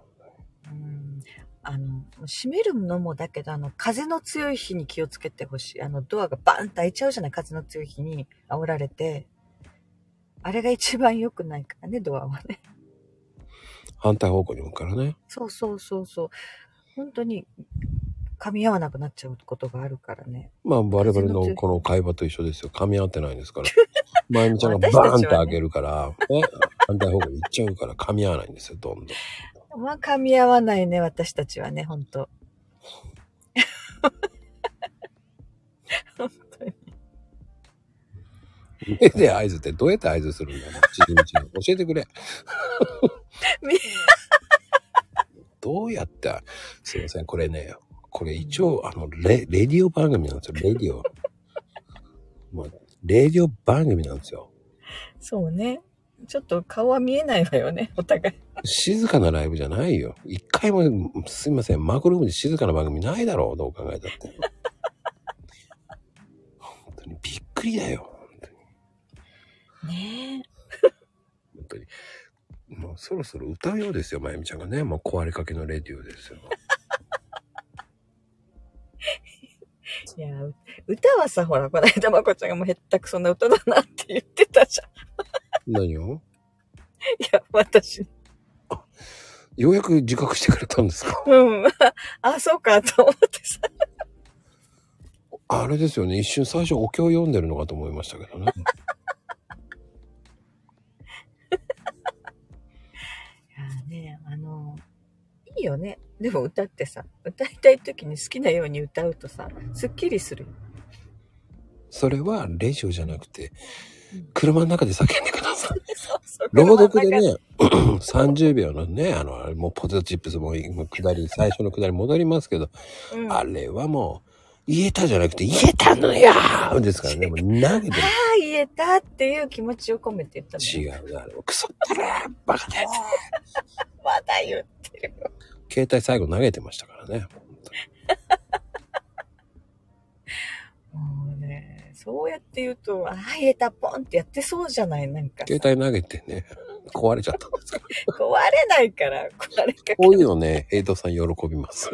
うんあの、閉めるのもだけど、あの、風の強い日に気をつけてほしい。あの、ドアがバーンと開いちゃうじゃない、風の強い日に煽られて。あれが一番良くないからね、ドアはね。
反対方向に向くからね。
そうそうそうそう。本当に、噛み合わなくなっちゃうことがあるからね。
まあ我々のこの会話と一緒ですよ。噛み合ってないです *laughs* から。まゆみちゃんがバーンと開けるから、ね、反対方向に行っちゃうから噛み合わないんですよ、どんどん。
まあ、噛み合わないね、私たちはね、本当本当に。
目で合図ってどうやって合図するんだろうちじみちゃん。教えてくれ
み。
どうやって、すいません、これね、これ一応、あの、レ、レディオ番組なんですよ、レディオ。まあ、レディオ番組なんですよ。
そうね。ちょっと顔は見えないわよね、 *laughs* お互い。
静かなライブじゃないよ。一回も、すいません、マクロームで静かな番組ないだろう、どう考えたって。本当にびっくりだよ、本当に。
ね
本当に。もうそろそろ歌うようですよ、まゆみちゃんがね。もう壊れかけのレディオですよ。
え。いや、う歌はさ、ほら、この間まこちゃんがもうへったくそな歌だなって言ってたじゃん。
*laughs*
*laughs*
何を
いや、私。
ようやく自覚してくれたんですか
うん。 *laughs* あ、そうか、と思ってさ。
あれですよね、一瞬最初お経を読んでるのかと思いましたけどね。
いやね、あの、いいよね。でも歌ってさ、歌いたい時に好きなように歌うとさ、すっきりする。
それはレジオじゃなくて
うん、
車の中で叫んでください。
*laughs* そうそう
朗読で。ね、30秒 *coughs* のね、あの、あれもうポテトチップスも今下り、最初の下り戻りますけど、
うん、あ
あれはもう、言えたじゃなくて、言えたのやーですからね、もう投げてる。
あ、言えたっていう気持ちを込めて言ったの。
違うな、あれはクソったらーバカだよ
まだ言ってる。
携帯最後投げてましたからね。
もうね、そうやって言うと、ああ、言えた、ポンってやってそうじゃないなんか。
携帯投げてね、壊れちゃったんですから。
壊れないから、壊れか
*laughs*
け
こういうのね、ヘイトさん喜びます。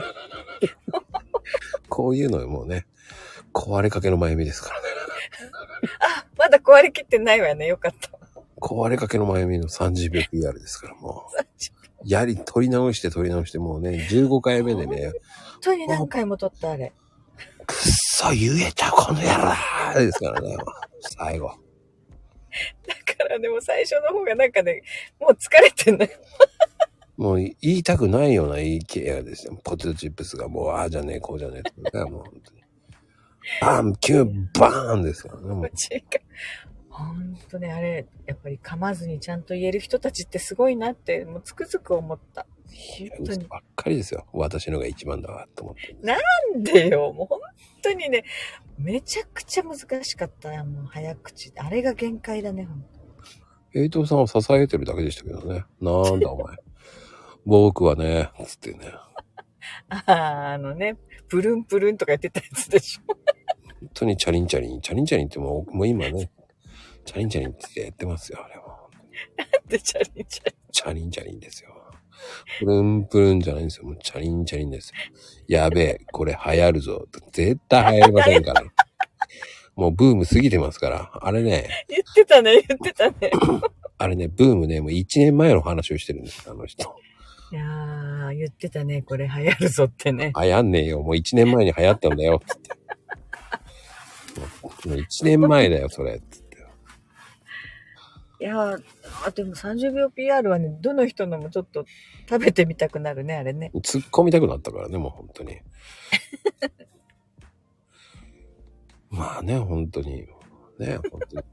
こういうのもうね、壊れかけのまゆみですからね。
あ、まだ壊れきってないわよね。よかった。
壊れかけのまゆみの30秒 PR ですから、もう。
本
やり、取り直して取り直して、もうね、15回目でね、
当に何回も撮った、あれ。
くっそ言えたこの野郎ですからね、最後。
だからでも最初の方がなんかね、もう疲れてんのよ。
もう言いたくないような言い切れがですね、ポテトチップスがもう、ああじゃねえ、こうじゃねえとかね、もう本当に。バン、キュン、バーンですからね、もう
う。ちが。ほんとね、あれ、やっぱり噛まずにちゃんと言える人たちってすごいなって、もうつくづく思った。本当
嘘
に。
ばっかりですよ。私のが一番だわ、と思って。
なんでよ、もう本当にね、めちゃくちゃ難しかったよ、もう早口。あれが限界だね、ほんと。
平等さんを支えてるだけでしたけどね。なんだお前。僕はね、つってね。
あーあのね、プルンプルンとか言ってたやつでしょ。
本当にチャリンチャリン、チャリンチャリンってもう、もう今ね、チャリンチャリンってやってますよ、あれも。
で、チャリチャリ。
チャリンチャリンですよ。プルンプルンじゃないんですよ。もうチャリンチャリンですよ。やべえ、これ流行るぞ。絶対流行りませんから。もうブーム過ぎてますから。あれね、
言ってたね、言ってたね。
あれね、ブームね、もう1年前の話をしてるんです、あの人。
*laughs* いやー、言ってたね、これ流行るぞってね。
流行んねえよ。もう一年前に流行ったんだよ。つって。もう一年前だよ、それ。つって。
いやー、あでも30秒 PR はね、どの人のもちょっと食べてみたくなるね、あれね。
突っ込みたくなったからね、もう本当に。 *laughs* まあね、本当に。ね、本当に。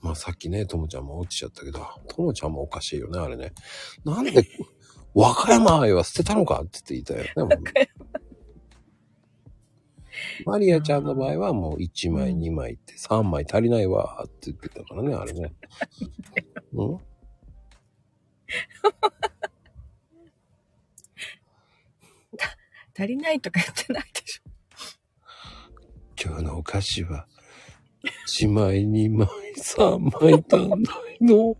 まあさっきね、ともちゃんも落ちちゃったけど、ともちゃんもおかしいよね、あれね。なんで、和歌山愛は捨てたのかって言って言いたいよね。もうマリアちゃんの場合はもう1枚、
うん
2枚って3枚足りないわって言ってたからね、あれね。うん
足りないとか言ってないでしょ。
今日のお菓子は、1枚、2枚、3枚足んないのって言っ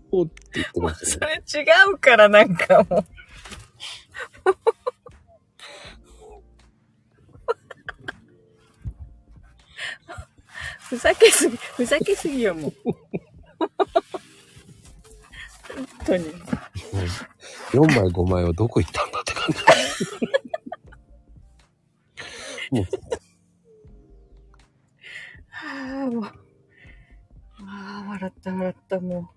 てまし
そ
たね。
れ違うからなんかもう。ふざけすぎ、ふざけすぎよ、もう。本当に。
4枚、5枚はどこ行ったんだって感じ。もう
ああ、もう。ああ、笑った、笑った、も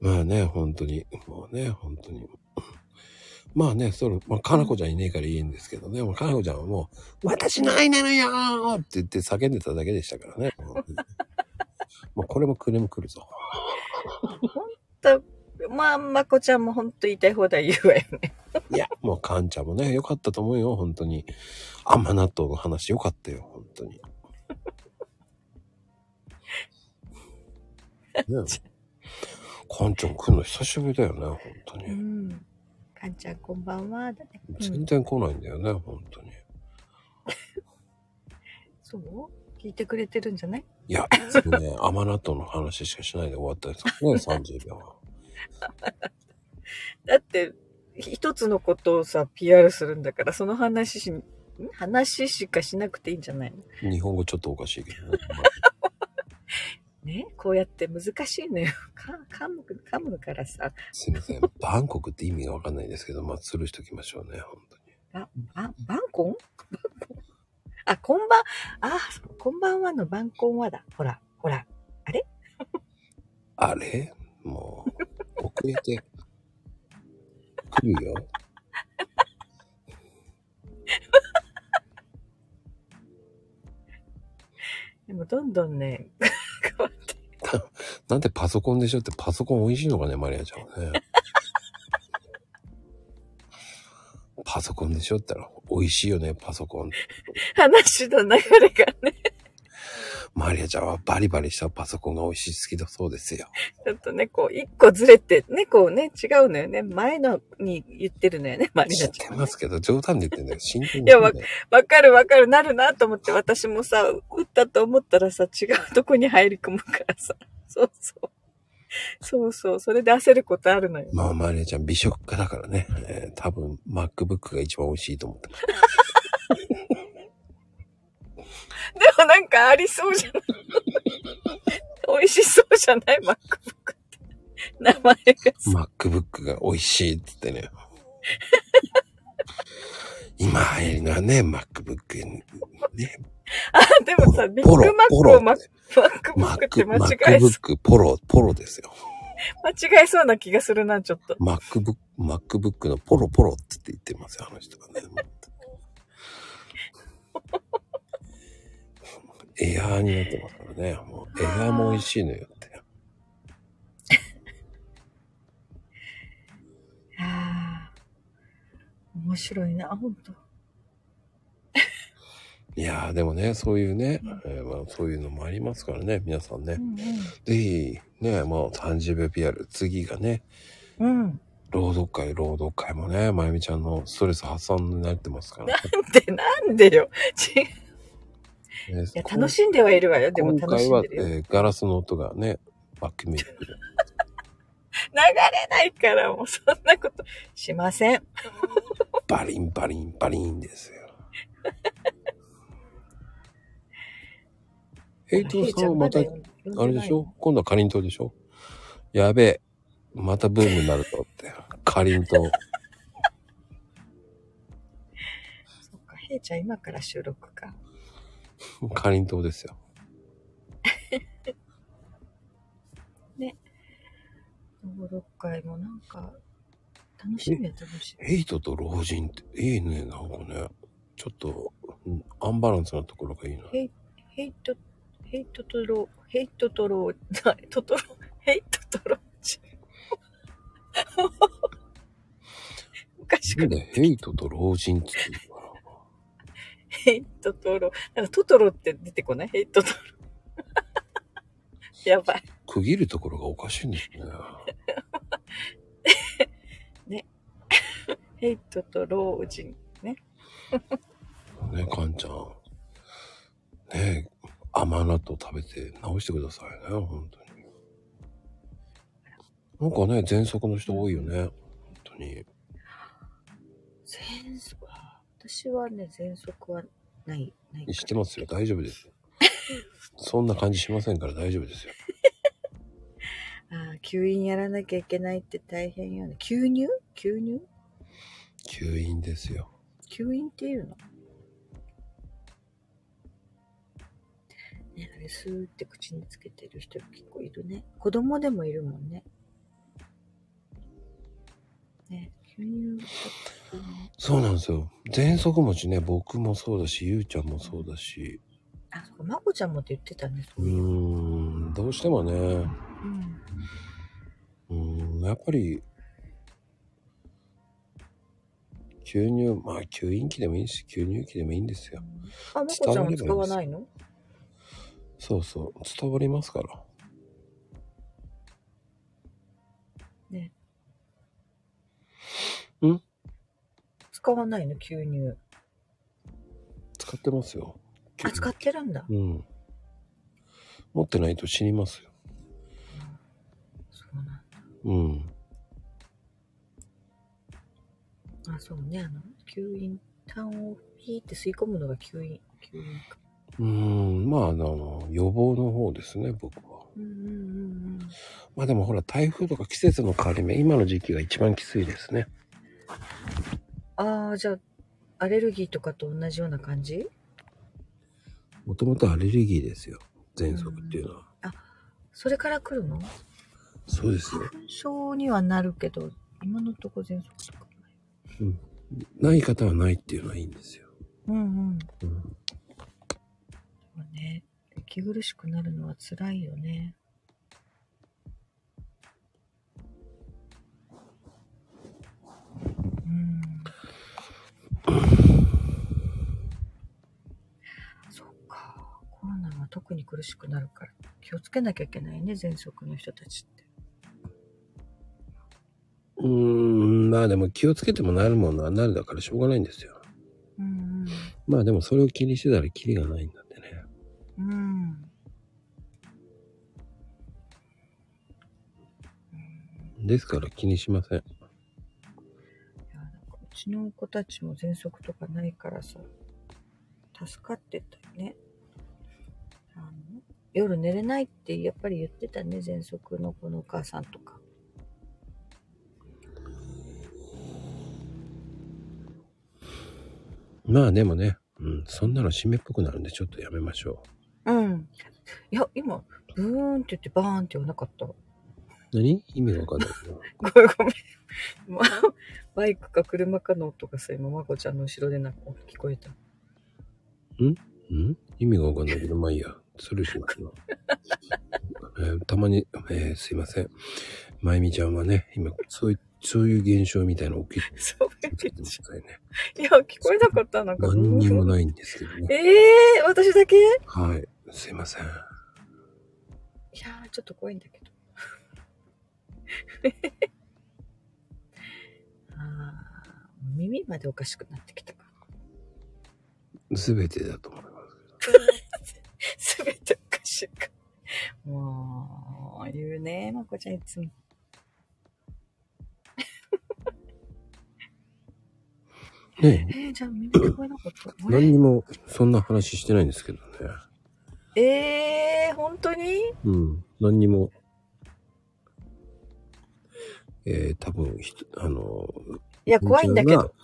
まあね、本当に。もうね、本当に。まあね、その、まあ、かなこちゃんいねえからいいんですけどね、もうかなこちゃんはもう、私ないなのよーって言って叫んでただけでしたからね。もうこれもクレーム来るぞ。
う。まあ、まこちゃんも本当言いたい放題言うわよね。
いや、もうかんちゃんもね、良かったと思うよ、本当に。あんま納豆の話良かったよ、本当に。ねえ。かんちゃん来るの久しぶりだよね、本当
う
に。
ん。かんちゃん、こんばんは。だね。うん
全然来ないんだよね、本当に。
そう聞いてくれてるんじゃない
いや、ね、甘納豆の話しかしないで終わったですね、30秒は。
だって、一つのことをさ、PR するんだから、その話し、ん話しかしなくていいんじゃないの
日本語ちょっとおかしいけどね。
ねこうやって難しいのよ。 *laughs* か、噛む、噛むからさ。
すいません。バンコクって意味がわかんないですけど、まあ、吊るしときましょうね、本当に。
あ、ば、バンコンバンコンあ、こんばん、あ、こんばんはのバンコンはだ。ほら、ほら。
あれもう、遅れて、来るよ。
でもどんどんね、 *laughs* 変わって
なんでパソコンでしょって、パソコン美味しいのかね、マリアちゃんはね。パソコンでしょって言ったら、美味しいよね、パソコン。
話の流れがね、
マリアちゃんはバリバリしたパソコンが美味しい好きだそうですよ。
ちょっとね、こう、一個ずれて、ね、こうね、違うのよね。前のに言ってるのよね、マリ
知
ナ
っ
ちゃん
て
はね。
ますけど、冗談で言ってんだよ。真剣に
いや
言
わ
ってんだよ
わかるわかる、なるなと思って、私もさ、打ったと思ったらさ、違うとこに入り込むからさ。 *laughs* そうそう。そうそう、それで焦ることあるのよ。 *laughs*
まあ、マリアちゃん、美食家だからね。えー多分、MacBook が一番美味しいと思ってます。
でもなんかありそうじゃない *laughs* 美味しそうじゃない ?MacBook って。名前がさ。
MacBook が美味しいって言って
*laughs*
ね。今流行りのはね、MacBook に、ね、
あ、でもさ、ビッグ
ポロ
マック
ポロ
をマ MacBook って
Mac、
間違えそう、
MacBook ポロ、ポロですよ。
間違えそうな気がするな、ちょっと。
MacBook、MacBook のポロポロって言ってますよ、あの人
*laughs*
がね。エアーになってますからね。もうエアーも美味しいのよって。
ああ。面白いな、ほんと。
いやーでもね、そういうね、えーまあ、そういうのもありますからね、皆さんね
う。ん
ぜひ、ね、まあ、30秒 PR、次がね、
うん。うん。
朗読会、朗読会もね、まゆみちゃんのストレス発散になってますから
*laughs*
ね。
で、なんでよ。違う。
ね
いや、楽しんではいるわよ。でも
今
楽し
回
ん
は
で、る
え
よ。
ーガラスの音がね、バックミュージックで。
流れないから、もうそんなことしません。
バリンバリンバリン
*laughs*
ですよ。ヘイトさんはまた、あれでしょ今度はかりんとうでしょやべえ。またブームになるとって。かりんとう。
そっか、ヘイちゃん今から収録か。
かりんとう *laughs* ですよ。
登録会もなんか、楽しみや楽し
ヘイトと老人っていいね、なんかね。ちょっと、うんアンバランスなところがいいな。
み。ヘイト、ヘイトとロー、ヘイトとロー、なトトロ、ヘイトとローち。おかしく
なん
ない
でヘイトと老人って言うのかな
ヘイトとロー。なんかトトロって出てこないヘイトとロー。 *laughs* やばい。
区切るところがおかしいんですね。
ヘイトと老人。
ね、かんちゃん。ねえ、甘納豆食べて直してくださいね、本当に。なんかね、喘息の人多いよね、本当に。
喘息は、私はね、喘息はない、ないから
知ってますよ、大丈夫ですよ。そんな感じしませんから大丈夫ですよ。
ああ、吸引やらなきゃいけないって大変よね。吸入吸入
吸引ですよ。
吸引っていうのね、あれスーって口につけてる人結構いるね。子供でもいるもんね。ね、吸入
そうなんですよ。喘息持ちね、僕もそうだし、ゆうちゃんもそうだし。
あ、そうか、まこちゃんもって言ってたね、そうういう。
ーん、どうしてもね、う
うん。
ーん、やっぱり、吸入、まあ吸引器でもいいし、吸入器でもいいんですよ。
あ、まこちゃんは使わないの
そうそう、伝わりますから。
ね。
ん
使わないの吸入。
使ってますよ。
あ、使ってるんだ。
うん。持ってないと死にますよ。
そうなんだ。
うん。
あ、そうね。あの、吸引、痰をピーって吸い込むのが吸引、吸引か。
うーん、まあ、あの、予防の方ですね、僕は。
うんうんうんうん。
まあでもほら、台風とか季節の変わり目、今の時期が一番きついですね。
ああ、じゃあ、アレルギーとかと同じような感じ
もともとアレルギーですよ。喘息っていうのは。
それから来るの
そうですよ。
症にはなるけど、今のとこ喘息とかない。
ない方はないっていうのはいいんですよ。
うんうん。そ
うん
うね。息苦しくなるのは辛いよね。うん。そっか。コロナは特に苦しくなるから気をつけなきゃいけないね、喘息の人たちって。
うーん、まあでも気をつけてもなるものはなるだからしょうがないんですよ。
うん
まあでもそれを気にしてたらキリがないんだってね。
うん。うん。
ですから気にしません。
いやなんかうちの子たちも喘息とかないからさ助かってたよねあの夜寝れないってやっぱり言ってたね喘息の子のお母さんとか
まあでもね、うん、そんなの湿っぽくなるんでちょっとやめましょ
うんいや今ブーンって言ってバーンって言わなかったご
う。何意味がわかんないけど。
めんごめん *laughs* もうバイクか車かの音がさ今まこちゃんの後ろでなんか聞こ
*laughs*
えた
ん意味がわかんないけど、まあいいや。それしますな。えーたまに、えーすいません。まゆみちゃんはね、今、そういう、そういう現象みたいなの起きて
そう
気をつけてくださいね。
いや聞こえなかったなんか
何にも
い
ないんですけどね。
えー、私だけい
はい。すいません。
やーちょっと怖いんだけど *laughs* あー耳までおかしくなってきたか
すべてだと思います。
すべておかしいか。もう、言うね、まこちゃんいつも。
ね
えー、じゃあ耳聞こえなかった。
え、何にもそんな話してないんですけどね。
えー、本当に
うん、何にも。えー、多分ひと、あの、
いや、怖いんだけ
み
ど。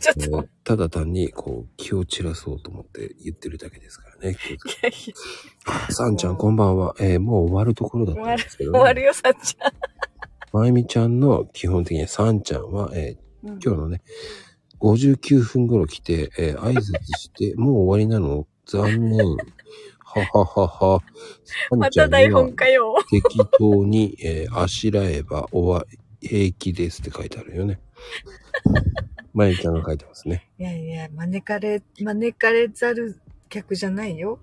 ちょっ
ーちゃ
と
んが、えーただ単に、こう、気を散らそうと思って言ってるだけですからね。気をつけ
いやいや
さんちゃん、こんばんは。えー、もう終わるところだっ
終
た
わ
ん
る
ですけ、ど、
終わるよ、さっちゃ
まゆみちゃんの基本的にさんちゃんは、えー
ん。
今日のね、59分頃来て、えー挨拶して、 *laughs* もう終わりなの残念。 *laughs* はははは。
ま
さんちゃ
た
んには
台本かよ。
適当に、えーあしらえばおわ平気ですって書いてある
*laughs*
よね。まゆみちゃんが書いてますね。
いやいや、招 *laughs* かれ、招かれざる客じゃないよ。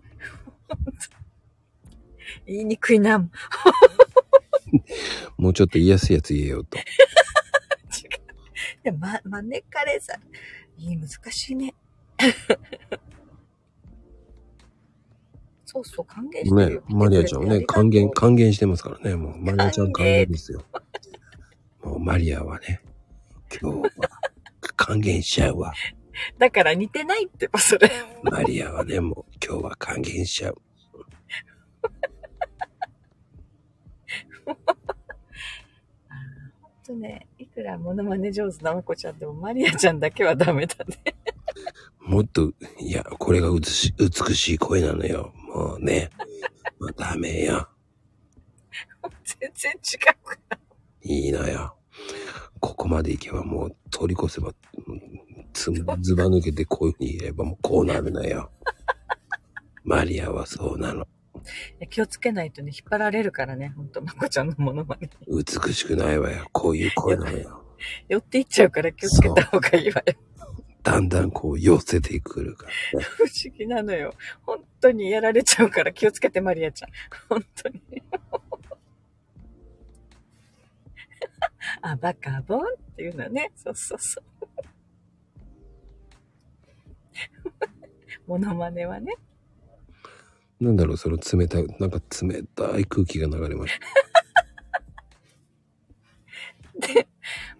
言いにくいな。違う
もうちょっと言いやすいやつ言えよと。
で、ま、招かれざる。いい、難しいね。 *laughs* そうそう、還元してる
ね
よ。、
マリアちゃんね、還元、還元してますからね。もう、マリアちゃん還
還元
元ですよ。もう、マリアはね、今日は、還元しちゃうわ。
だから似てないってば、それ。
マリアはね、もう、今日は還元しちゃう。
ほんとね、いくらモノマネ上手なまこちゃんでも、マリアちゃんだけはダメだね。
もっと、いや、これが美し美しい声なのよ。もうね、もうダメよ。
全然違うから。
いいのよ。ここまでいけばもう通り越せば、うんつずば抜けてこういうふうに言えばもうこうなるのよ。マリアはそうなの。
いや気をつけないとね、引っ張られるからね、ほんと、まこちゃんのモノマネ。
美しくないわよ。こういう声なのよ。
寄っていっちゃうから気をつけた方がいいわよ。
だんだんこう寄せてくるからね。
不思議なのよ。本当にやられちゃうから気をつけて、マリアちゃん。本当に。 *laughs* あ、バカボンっていうのね。そうそうそう。 *laughs* モノマネはね。
なんだろう、その冷たい、なんか冷たい空気が流れました。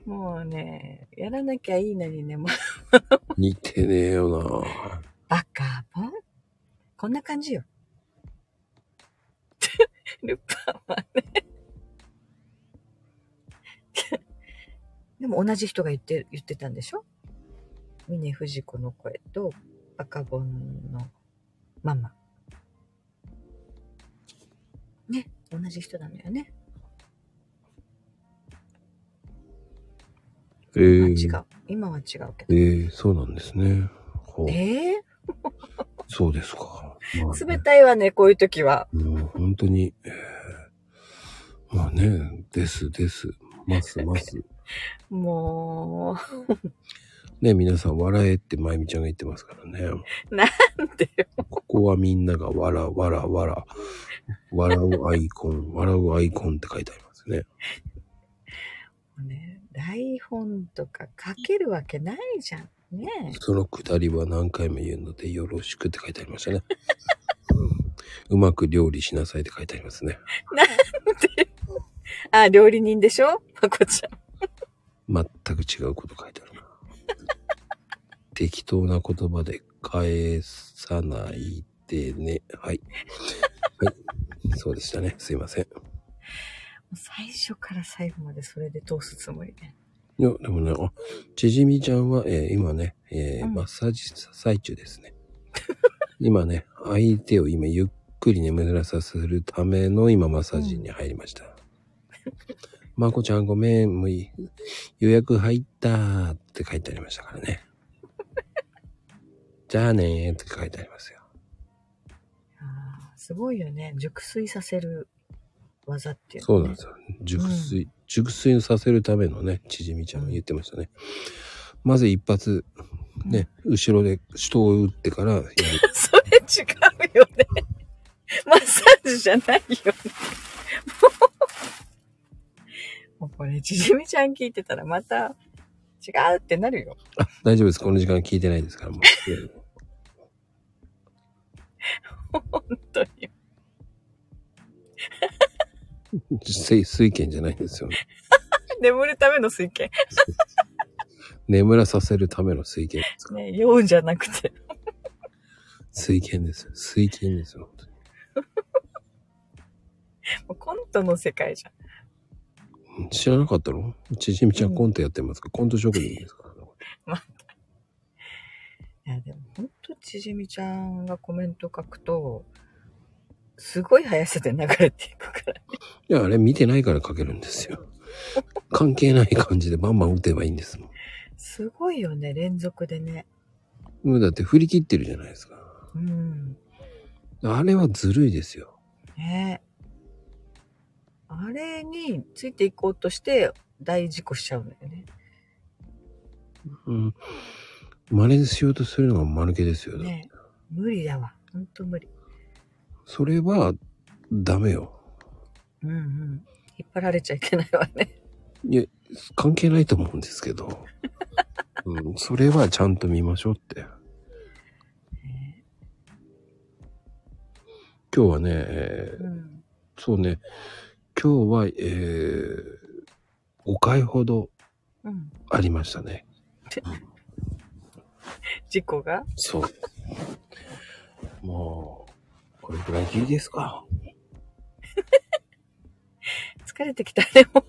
もうね、やらなきゃいいのにね、もう、
似てねえよな
バカボンこんな感じよ。 *laughs* ルパンはね。 *laughs* でも同じ人が言って、言ってたんでしょ峰不二子の声と、バカボンのママ。ね、同じ人なのよね。
ええ
あ
ー
違う。今は違うけ
え
ど。
ーそうなんですね。ほう
ええ
そうですか。まあね
*laughs* 冷たいわね、こういう時は。
もう本当に、えーまあね、ですです、ますます。
も
ね、皆さん笑えってまゆみちゃんが言ってますからね。
う、なんてよ。
ここはみんなが笑、笑、笑。笑うアイコン、笑うアイコンって書いてありますね。
ね、台本とか書けるわけないじゃん。ね
そのくだりは何回も言うのでよろしくって書いてありましたね。うんうまく料理しなさいって書いてありますね。
え。あ、料理人でしょまこちゃん。
全く違うこと書いてあるな。適当な言葉で返さないでね。はい。はい。そうでしたね。すいません。
最初から最後までそれで通すつもりで。
いや、でもね、あ、ちじみちゃんは、えー今ね、えー
うん
マッサージ最中ですね。 *laughs* 今ね、相手を今ゆっくり眠らさせるための今マッサージに入りました。まこちゃんごめん、もうい予約入ったーって書いてありましたからね。じゃあねーって書いてありますよ。
あーすごいよね。熟睡させる技っていう、ね。
そうなんですよ。熟睡、熟睡させるためのね、ちじみちゃんが言ってましたね。まず一発、ね、後ろで人を打ってからやる、
*laughs* それ違うよね。マッサージじゃないよね。もうもうこれ、ちじみちゃん聞いてたらまた違うってなるよ。
あ、大丈夫です。この時間聞いてないですから、もう。
本当に。
水、水拳じゃないんですよね。
眠るための水拳。
眠らさせるための水拳ですから。
ね、酔うんじゃなくて。
水拳ですよ。水拳ですよ。本当に
もうコントの世界じゃん。
知らなかったろちじみちゃんコントやってますから、コント職人ですから、ね。
いや、でもほんとちじみちゃんがコメント書くと、すごい速さで流れていくから。
いや、あれ見てないから書けるんですよ。関係ない感じでバンバン打てばいいんですもん
すごいよね、連続でね。。
もうだって振り切ってるじゃないですか。
うん。
あれはずるいですよ。
ねあれについていこうとして、大事故しちゃうんだよね。
うん。真似しようとするのが間抜けですよ。
ね無理だわ。ほんと無理。
それはダメよ。
うんうん。引っ張られちゃいけないわね。
いや、関係ないと思うんですけ *laughs* ど。うん、それはちゃんと見ましょうって。今日はね、えー
うん。
そうね、今日は、えー、5回ほど
うん。
ありましたね。
事故が
そう。もう、これぐらいでいいですか。
疲れてきたね、も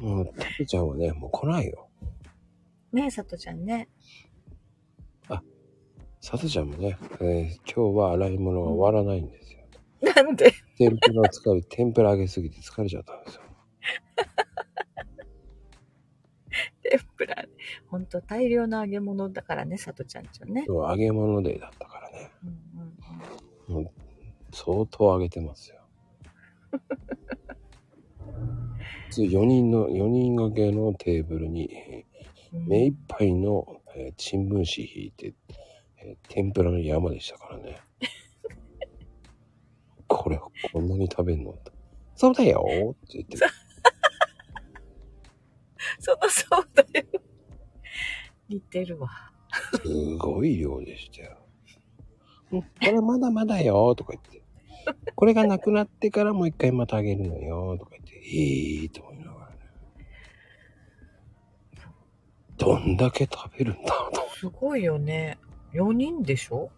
う。
もう、タペちゃんはね、もう来ないよ。
ねえ、さとちゃんね。
サトちゃんもね、えー今日は洗い物が終わらないんですよ。
なんで
天ぷらを疲れ、 *laughs* 天ぷら揚げすぎて疲れちゃったんですよ。
*laughs* 天ぷら。ほんと大量の揚げ物だからね、さとちゃんちはね。
今日揚げ物デーだったからね。
うんうんうん。
相当揚げてますよ。4人の、4人掛けのテーブルに、えー目いっぱいの、えー、新聞紙引いて、えー天ぷらの山でしたからね。これ、こんなに食べんのそうだよって言って、
そのそうだよ。似てるわ。
すごい量でしたよ。うんこれまだまだよとか言って、これがなくなってからもう一回またあげるのよとか言って、ええと思いながらね。どんだけ食べるんだと。
すごいよね。4人でしょ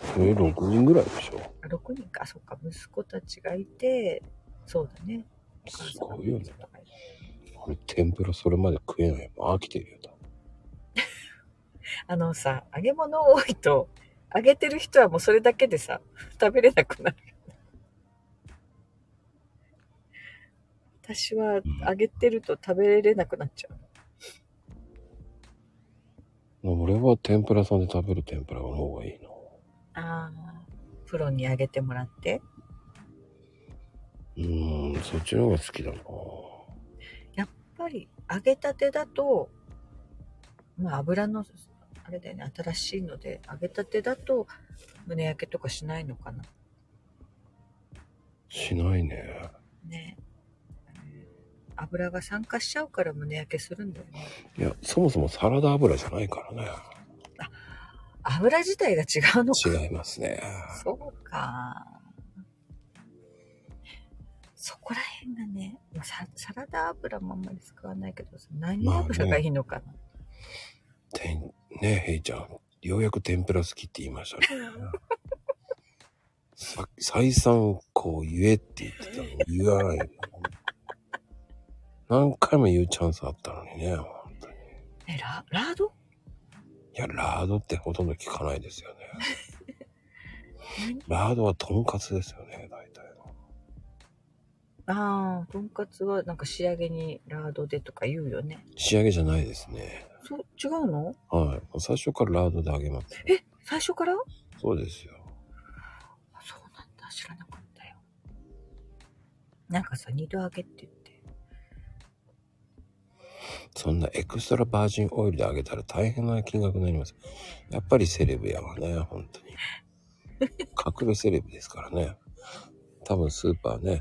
えー、6人ぐらいでしょ。
あ ?6 人か。そっか。息子たちがいて、そうだね。
すごいよね。俺、天ぷらそれまで食えないもん飽きてるよ。
あのさ、揚げ物多いと、揚げてる人はもうそれだけでさ、食べれなくなる。私は揚げてると食べれなくなっちゃう。
もう俺は天ぷら屋さんで食べる天ぷらの方がいいな。
ああ。プロに揚げてもらって。
うーん、そっちの方が好きだな。
やっぱり揚げたてだと、まあ、油のあれだよね新しいので揚げたてだと胸焼けとかしないのかな
しないね。
ね油が酸化しちゃうから胸焼けするんだよね
いや、そもそもサラダ油じゃないからね。
油自体が違うのか
違いますね。
そうかそこら辺がねまあササラダ油もあんまり使わないけど何油がいいのかな、
てん、ねえ、へいちゃん。ようやく天ぷら好きって言いましたね。 *laughs* さ再三こう言えって言ってたのに言わないの。何回も言うチャンスあったのにね、本当に。い
えララード
や、ラードってほとんど聞かないですよね。ラードはとんかつですよね、大体は。
ああとんかつはなんか仕上げにラードでとか言うよね
仕上げじゃないですね。
そう、違うの
はい。最初からラードで揚げます。
え、最初からあ
そうですよ。
そうなんだ、知らなかったよ。なんかさ、二度揚げって言って。
そんなエクストラバージンオイルで揚げたら大変な金額になります。やっぱりセレブやわね、本当に。隠れセレブですからね。多分スーパーね、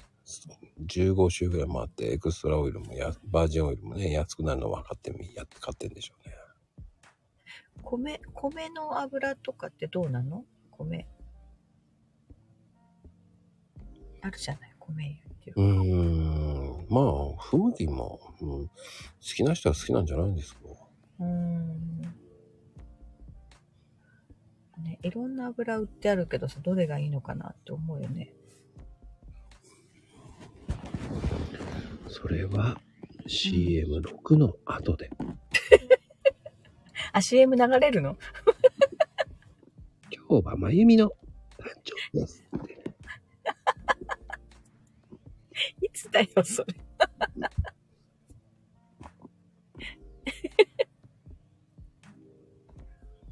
15周ぐらい回ってエクストラオイルもや、バージンオイルもね、安くなるの分かってみ、やって買ってんでしょうね。
米、米の油とかってどうなの米。あるじゃない、米油っていう。
うーん、まあ、不向きも、うん、好きな人は好きなんじゃないんですか。
うーん。ね、いろんな油売ってあるけどさ、どれがいいのかなって思うよね。
それは CM6 の後で。
あ、CM 流れるの
今日はまゆみの誕生日です。
いつだよ、それ。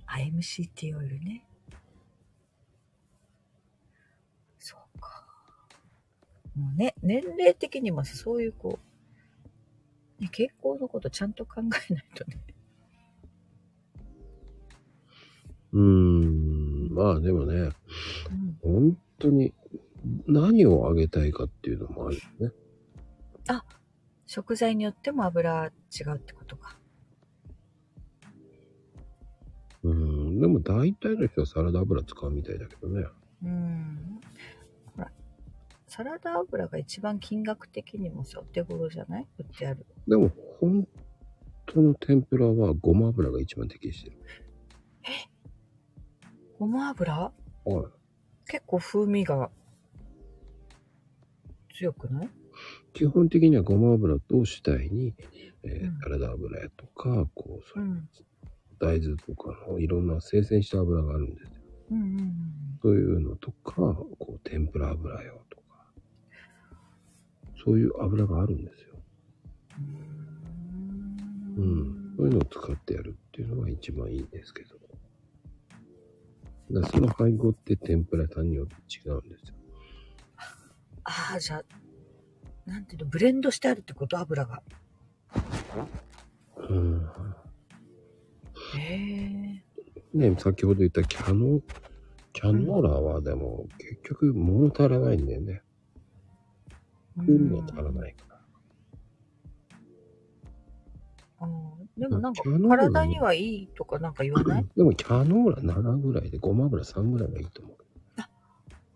IMCT オイルね。そうか。もうね、年齢的にもさそういうこう、ね、健康のことちゃんと考えないとね。
うーん、まあでもね、
うん、
本当に何をあげたいかっていうのもあるよね。
食材によっても油違うってことか。
うん、でも大体の人はサラダ油使うみたいだけどね。
うん。ほら、サラダ油が一番金額的にもさ、お手頃じゃない売ってある。
でも本当の天ぷらはごま油が一番適してる。
ごま油
はい。
結構風味が強くない
基本的にはごま油と主体に、えー
うん。
サラダ油やとか、こう、そうん大豆とかのいろんな精製した油があるんですよ。
うんうんうん。
そういうのとか、こう、天ぷら油よとか、そういう油があるんですよ。
う
うん。そういうのを使ってやるっていうのが一番いいんですけど。だからその配合って天ぷらさんによって違うんですよ。
ああ、じゃあ、なんていうの、ブレンドしてあるってこと油が。
うん。
へえ。
ね、先ほど言ったキャノ、キャノーラはでも結局物足らないんだよね。風味が足らないから。
うんでもなんか
キャノーラ
体にはいいとかなんか言わない
でもキャノーラ7ぐらいでごま油3ぐらいがいいと思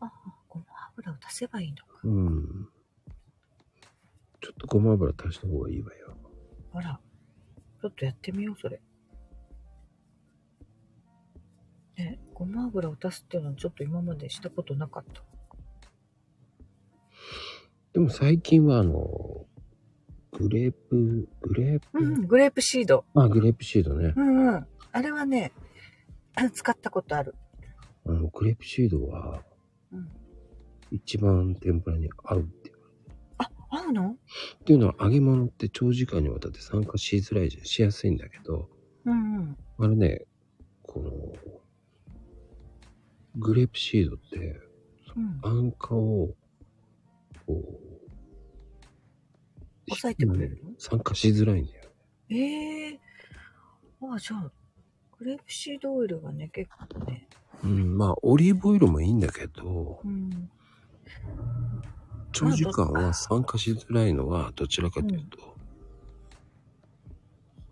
あごま油を足せばいいのか。
う。うん。ちょっとごま油足した方がいいわよ。
あら、ちょっとやってみよう、それ。ね、ごま油を足すっていうのはちょっと今までしたことなかった。
でも最近はあの、グレープ、グレープ、
うん、グレープシード。
あ、グレープシードね。
うんうん。あれはね、あ使ったことある。
あの、グレープシードは
うん、
一番天ぷらに合うっていう。
あ、合うの
っていうのは揚げ物って長時間にわたって酸化しづらいじゃん、しやすいんだけど、
うんうん。
あれね、この、グレープシードって、
うん、
アンカを、こう、
抑えてくれるの
酸化しづらいんだよ。
ええああ、じゃあ、グレープシードオイルがね、結構ね。
うん、まあ、オリーブオイルもいいんだけど、
うん。
長時間は酸化しづらいのは、どちらかというと、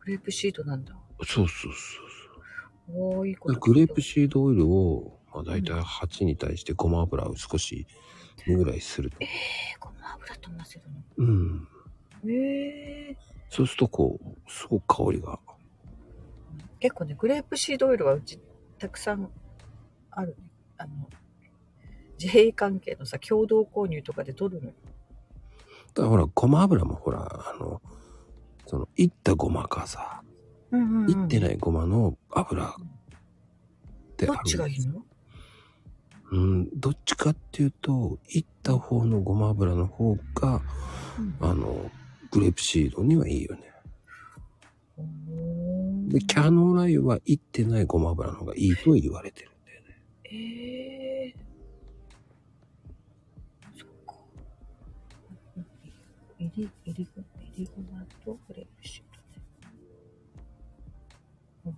グレープシードなんだ。
そうそうそう
おーいいこ
そう。
と。
グレープシードオイルを、まあ、大体8に対してごま油を少しぐらいすると。
えー、ごま油と混ぜるの。
うん。
ええ
そうすると、こう、すごく香りが。
結構ね、グレープシードオイルはうち、たくさんあるね。あの、自営関係のさ、共同購入とかで取るのよ。
だからほら、ごま油もほら、あの、その、いったごまかさ、
うんうん、
いってないごまの油って
ど
あ
っ
るんです
ち
よ
がいいの
うん、どっちかっていうと、いった方のごま油の方が、
うん
あの、グレープシードにはいいよね。
おー
で、キャノーラ油はいってないごま油の方がいいと言われてるんだよね。
ええそっか。えり、えりご、えりごまとこれ、シュね。うん。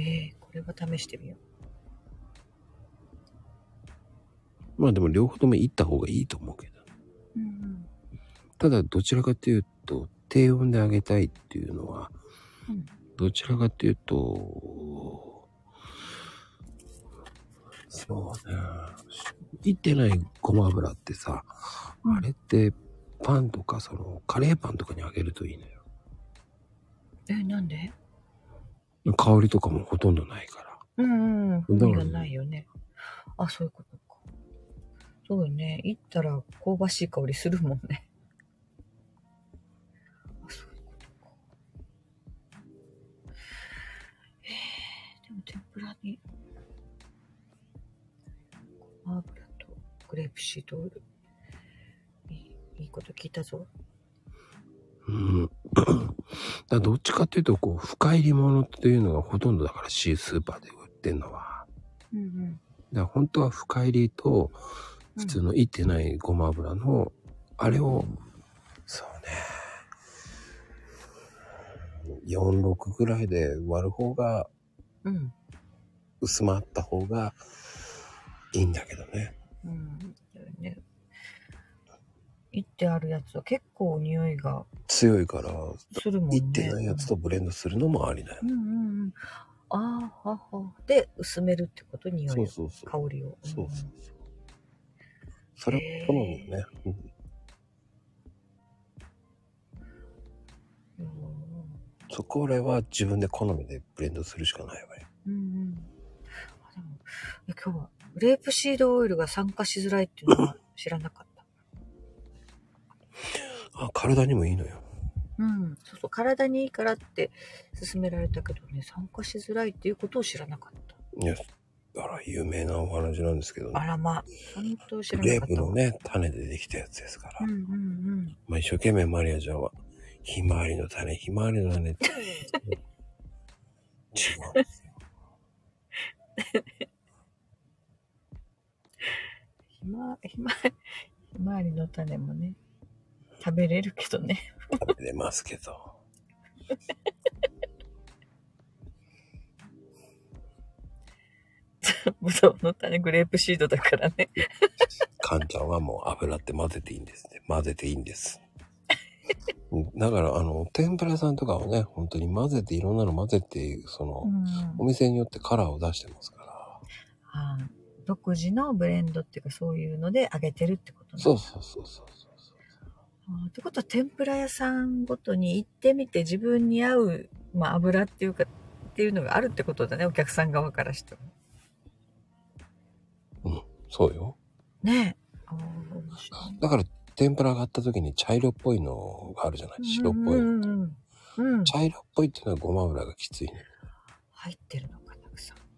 ええこれは試してみよ
まあでも両方ともいった方がいいと思うけど。
う。うん、
ただ、どちらかっていうと、低温で揚げたいっていうのは、
うん
どちらかっていうと、そうね。いってないごま油ってさ、
うん。
あれってパンとかそのカレーパンとかにあげるといいのよ。
え、なんで
香りとかもほとんどないから。
うんうん。
だから
風味がないよね。あ、そういうことか。そうよね。行ったら香ばしい香りするもんね。あ、そういうことか。えー、でも天ぷらに、ごま油とグレープシードオイル。いい、いいこと聞いたぞ。
うん。だからどっちかっていうと、こう、深入り物っていうのがほとんどだから、シースーパーで売ってんのは。
うんうん。
だから本当は深入りと、普通のいってないごま油の、あれを、そうね。46ぐらいで割る方が
うん。
薄まった方がいいんだけどね。
うん。だよね。行ってあるやつは結構匂いが
強いから、
するもんね。
いってないやつとブレンドするのもありだよ
う。んうんうん。ああ、はは。で、薄めるってことによ
そ
る
うそうそう。
香りを。
そうそうそう。それは好みよね。うん
うん
そこらは自分で好みでブレンドするしかないわよ。
うんうん。あでもいや今日はグレープシードオイルが酸化しづらいっていうのは知らなかった。
あ、体にもいいのよ。
うん。そうそう。体にいいからって勧められたけどね、酸化しづらいっていうことを知らなかった。
いや、あら、有名なお話なんですけど
あ
ね。
らま。本当知
グ
ら
レー
なかっ
プ
た
の
わ。
ね、種でできたやつですから。
うんうんうん。
まあ、一生懸命マリアちゃんは、ひまわりの種、ひまわりの種って。違うんですよ。
ひま、ひま、ひまわりの種もね、食べれるけどね。
食べれますけど。
ぶどうの種、グレープシードだからね。
かんちゃんはもう油って混ぜていいんですね。混ぜていいんです。うんだから、あの、天ぷらさんとかはね、本当に混ぜて、いろんなの混ぜて、その、
うん。
お店によってカラーを出してますから。
あー独自のブレンドっていうかそういうので揚げてるってことね。
そうそうそうそうそうそう。
あーってことは天ぷら屋さんごとに行ってみて自分に合う、まあ、油っていうかっていうのがあるってことだねお客さん側からしても。
そうよ。
ねえ。あー面白い
だから、天ぷらがあった時に茶色っぽいのがあるじゃない白っぽい
うん
の。
うんうんうん、うん
茶色っぽいっていうのはごま油がきついね。
入ってるのかたくさん。
だか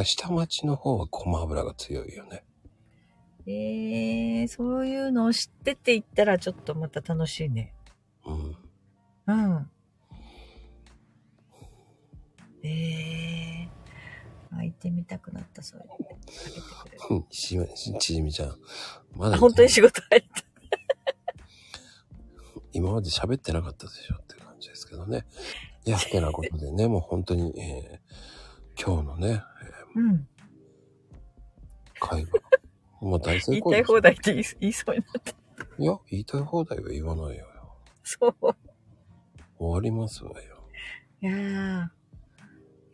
ら下町の方はごま油が強いよね。
えー、そういうのを知ってて行ったらちょっとまた楽しいね。
うん。 *laughs*
うん。えー、あ行ってみたくなったそういうの。かけてく
う
れる
んしちじみちゃん。まだ
あ本当に仕事入った。
今まで喋ってなかったでしょっていう感じですけどね。いや、ってなことでね、もう本当に、えー今日のね、
うん。
会話。もう大成
言い
功
たい
です。
放題って言い言いそうになった。
いや、言いたい放題は言わないよ。
そう。
終わりますわよ。
いやー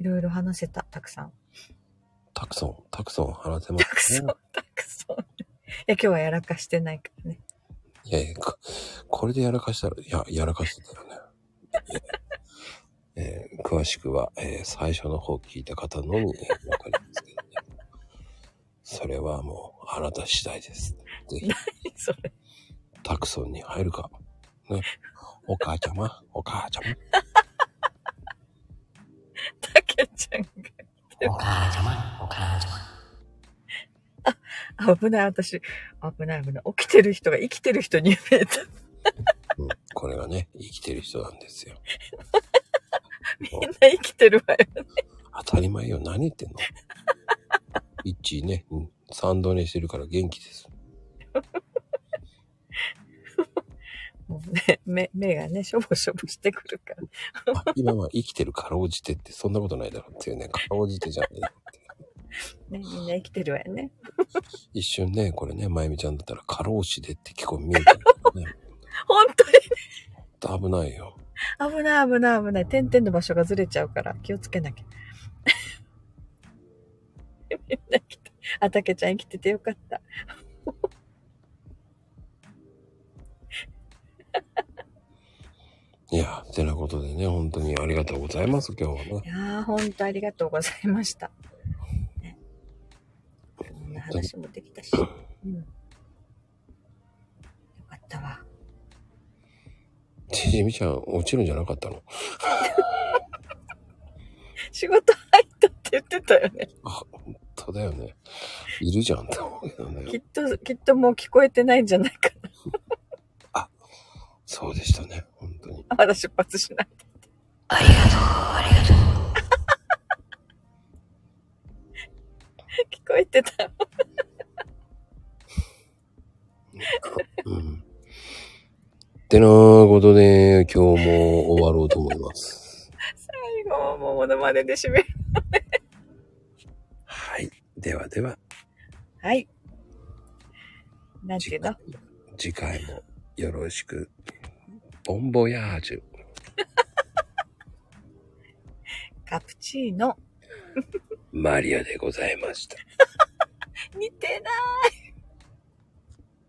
いろいろ話せた、たくさん。
たくさん、たくさん話せま
たく
す
さん
ね。、
たくさん。いや、今日はやらかしてないからね。 *laughs*
いやいや、ここれでやらかしたら、いや、やらかしてたよね。えー *laughs* 詳しくは、えー最初の方聞いた方のみえーわかりますけどね。それはもう、あなた次第です。ぜひ。
それ。
タクソンに入るか。ね。お母ちゃま、お母ちゃ
たけちゃん
お母ちゃま、お母ちゃま。
が。危ない、私。危ない、危ない。起きてる人が生きてる人に見えた。
ま。うん、これがね、生きてる人なんですよ。
みんな生きてるわよ。
当たり前よ、何言ってんの一ね、うん、三度寝してるから元気です。
もうね、目、目がね、しょぼしょぼしてくるから。
あ今は生きてるかろうじてってそんなことないだろうっていうね、かろうじてじゃねえよ *laughs* って。
ね、みんな生きてるわよね。
一瞬ね、これね、まゆみちゃんだったらかろうしでって聞こえ見えたからね。
本当
危ないよ。
に危ない、危ない、危ない。点々の場所がずれちゃうから気をつけなきゃ。 *laughs* みんな生きて、あ、たけちゃん生きててよかった。
いや、てなことでね、本当にありがとうございます、今日はね。
いやー、ほんとありがとうございました。ねこんな話もできたし。うん。よかったわ。
ちじみちゃん、落ちるんじゃなかったの
仕事入ったって言ってたよね。
あ、本当だよね。いるじゃんって思うけど
き
ね。
っと、きっともう聞こえてないんじゃないかな。
そうでしたね。本当に。
*laughs* まだ出発しない。
ありがとう、ありがとう。
聞こえてた。
うん。ってなことで、今日も終わろうと思います。
最後はもうモノマネで締める。
ではでは、
はい。なんてい
次
うの
回次回もよろしく。ボンボヤージュ。
カプチーノ。
マリアでございました。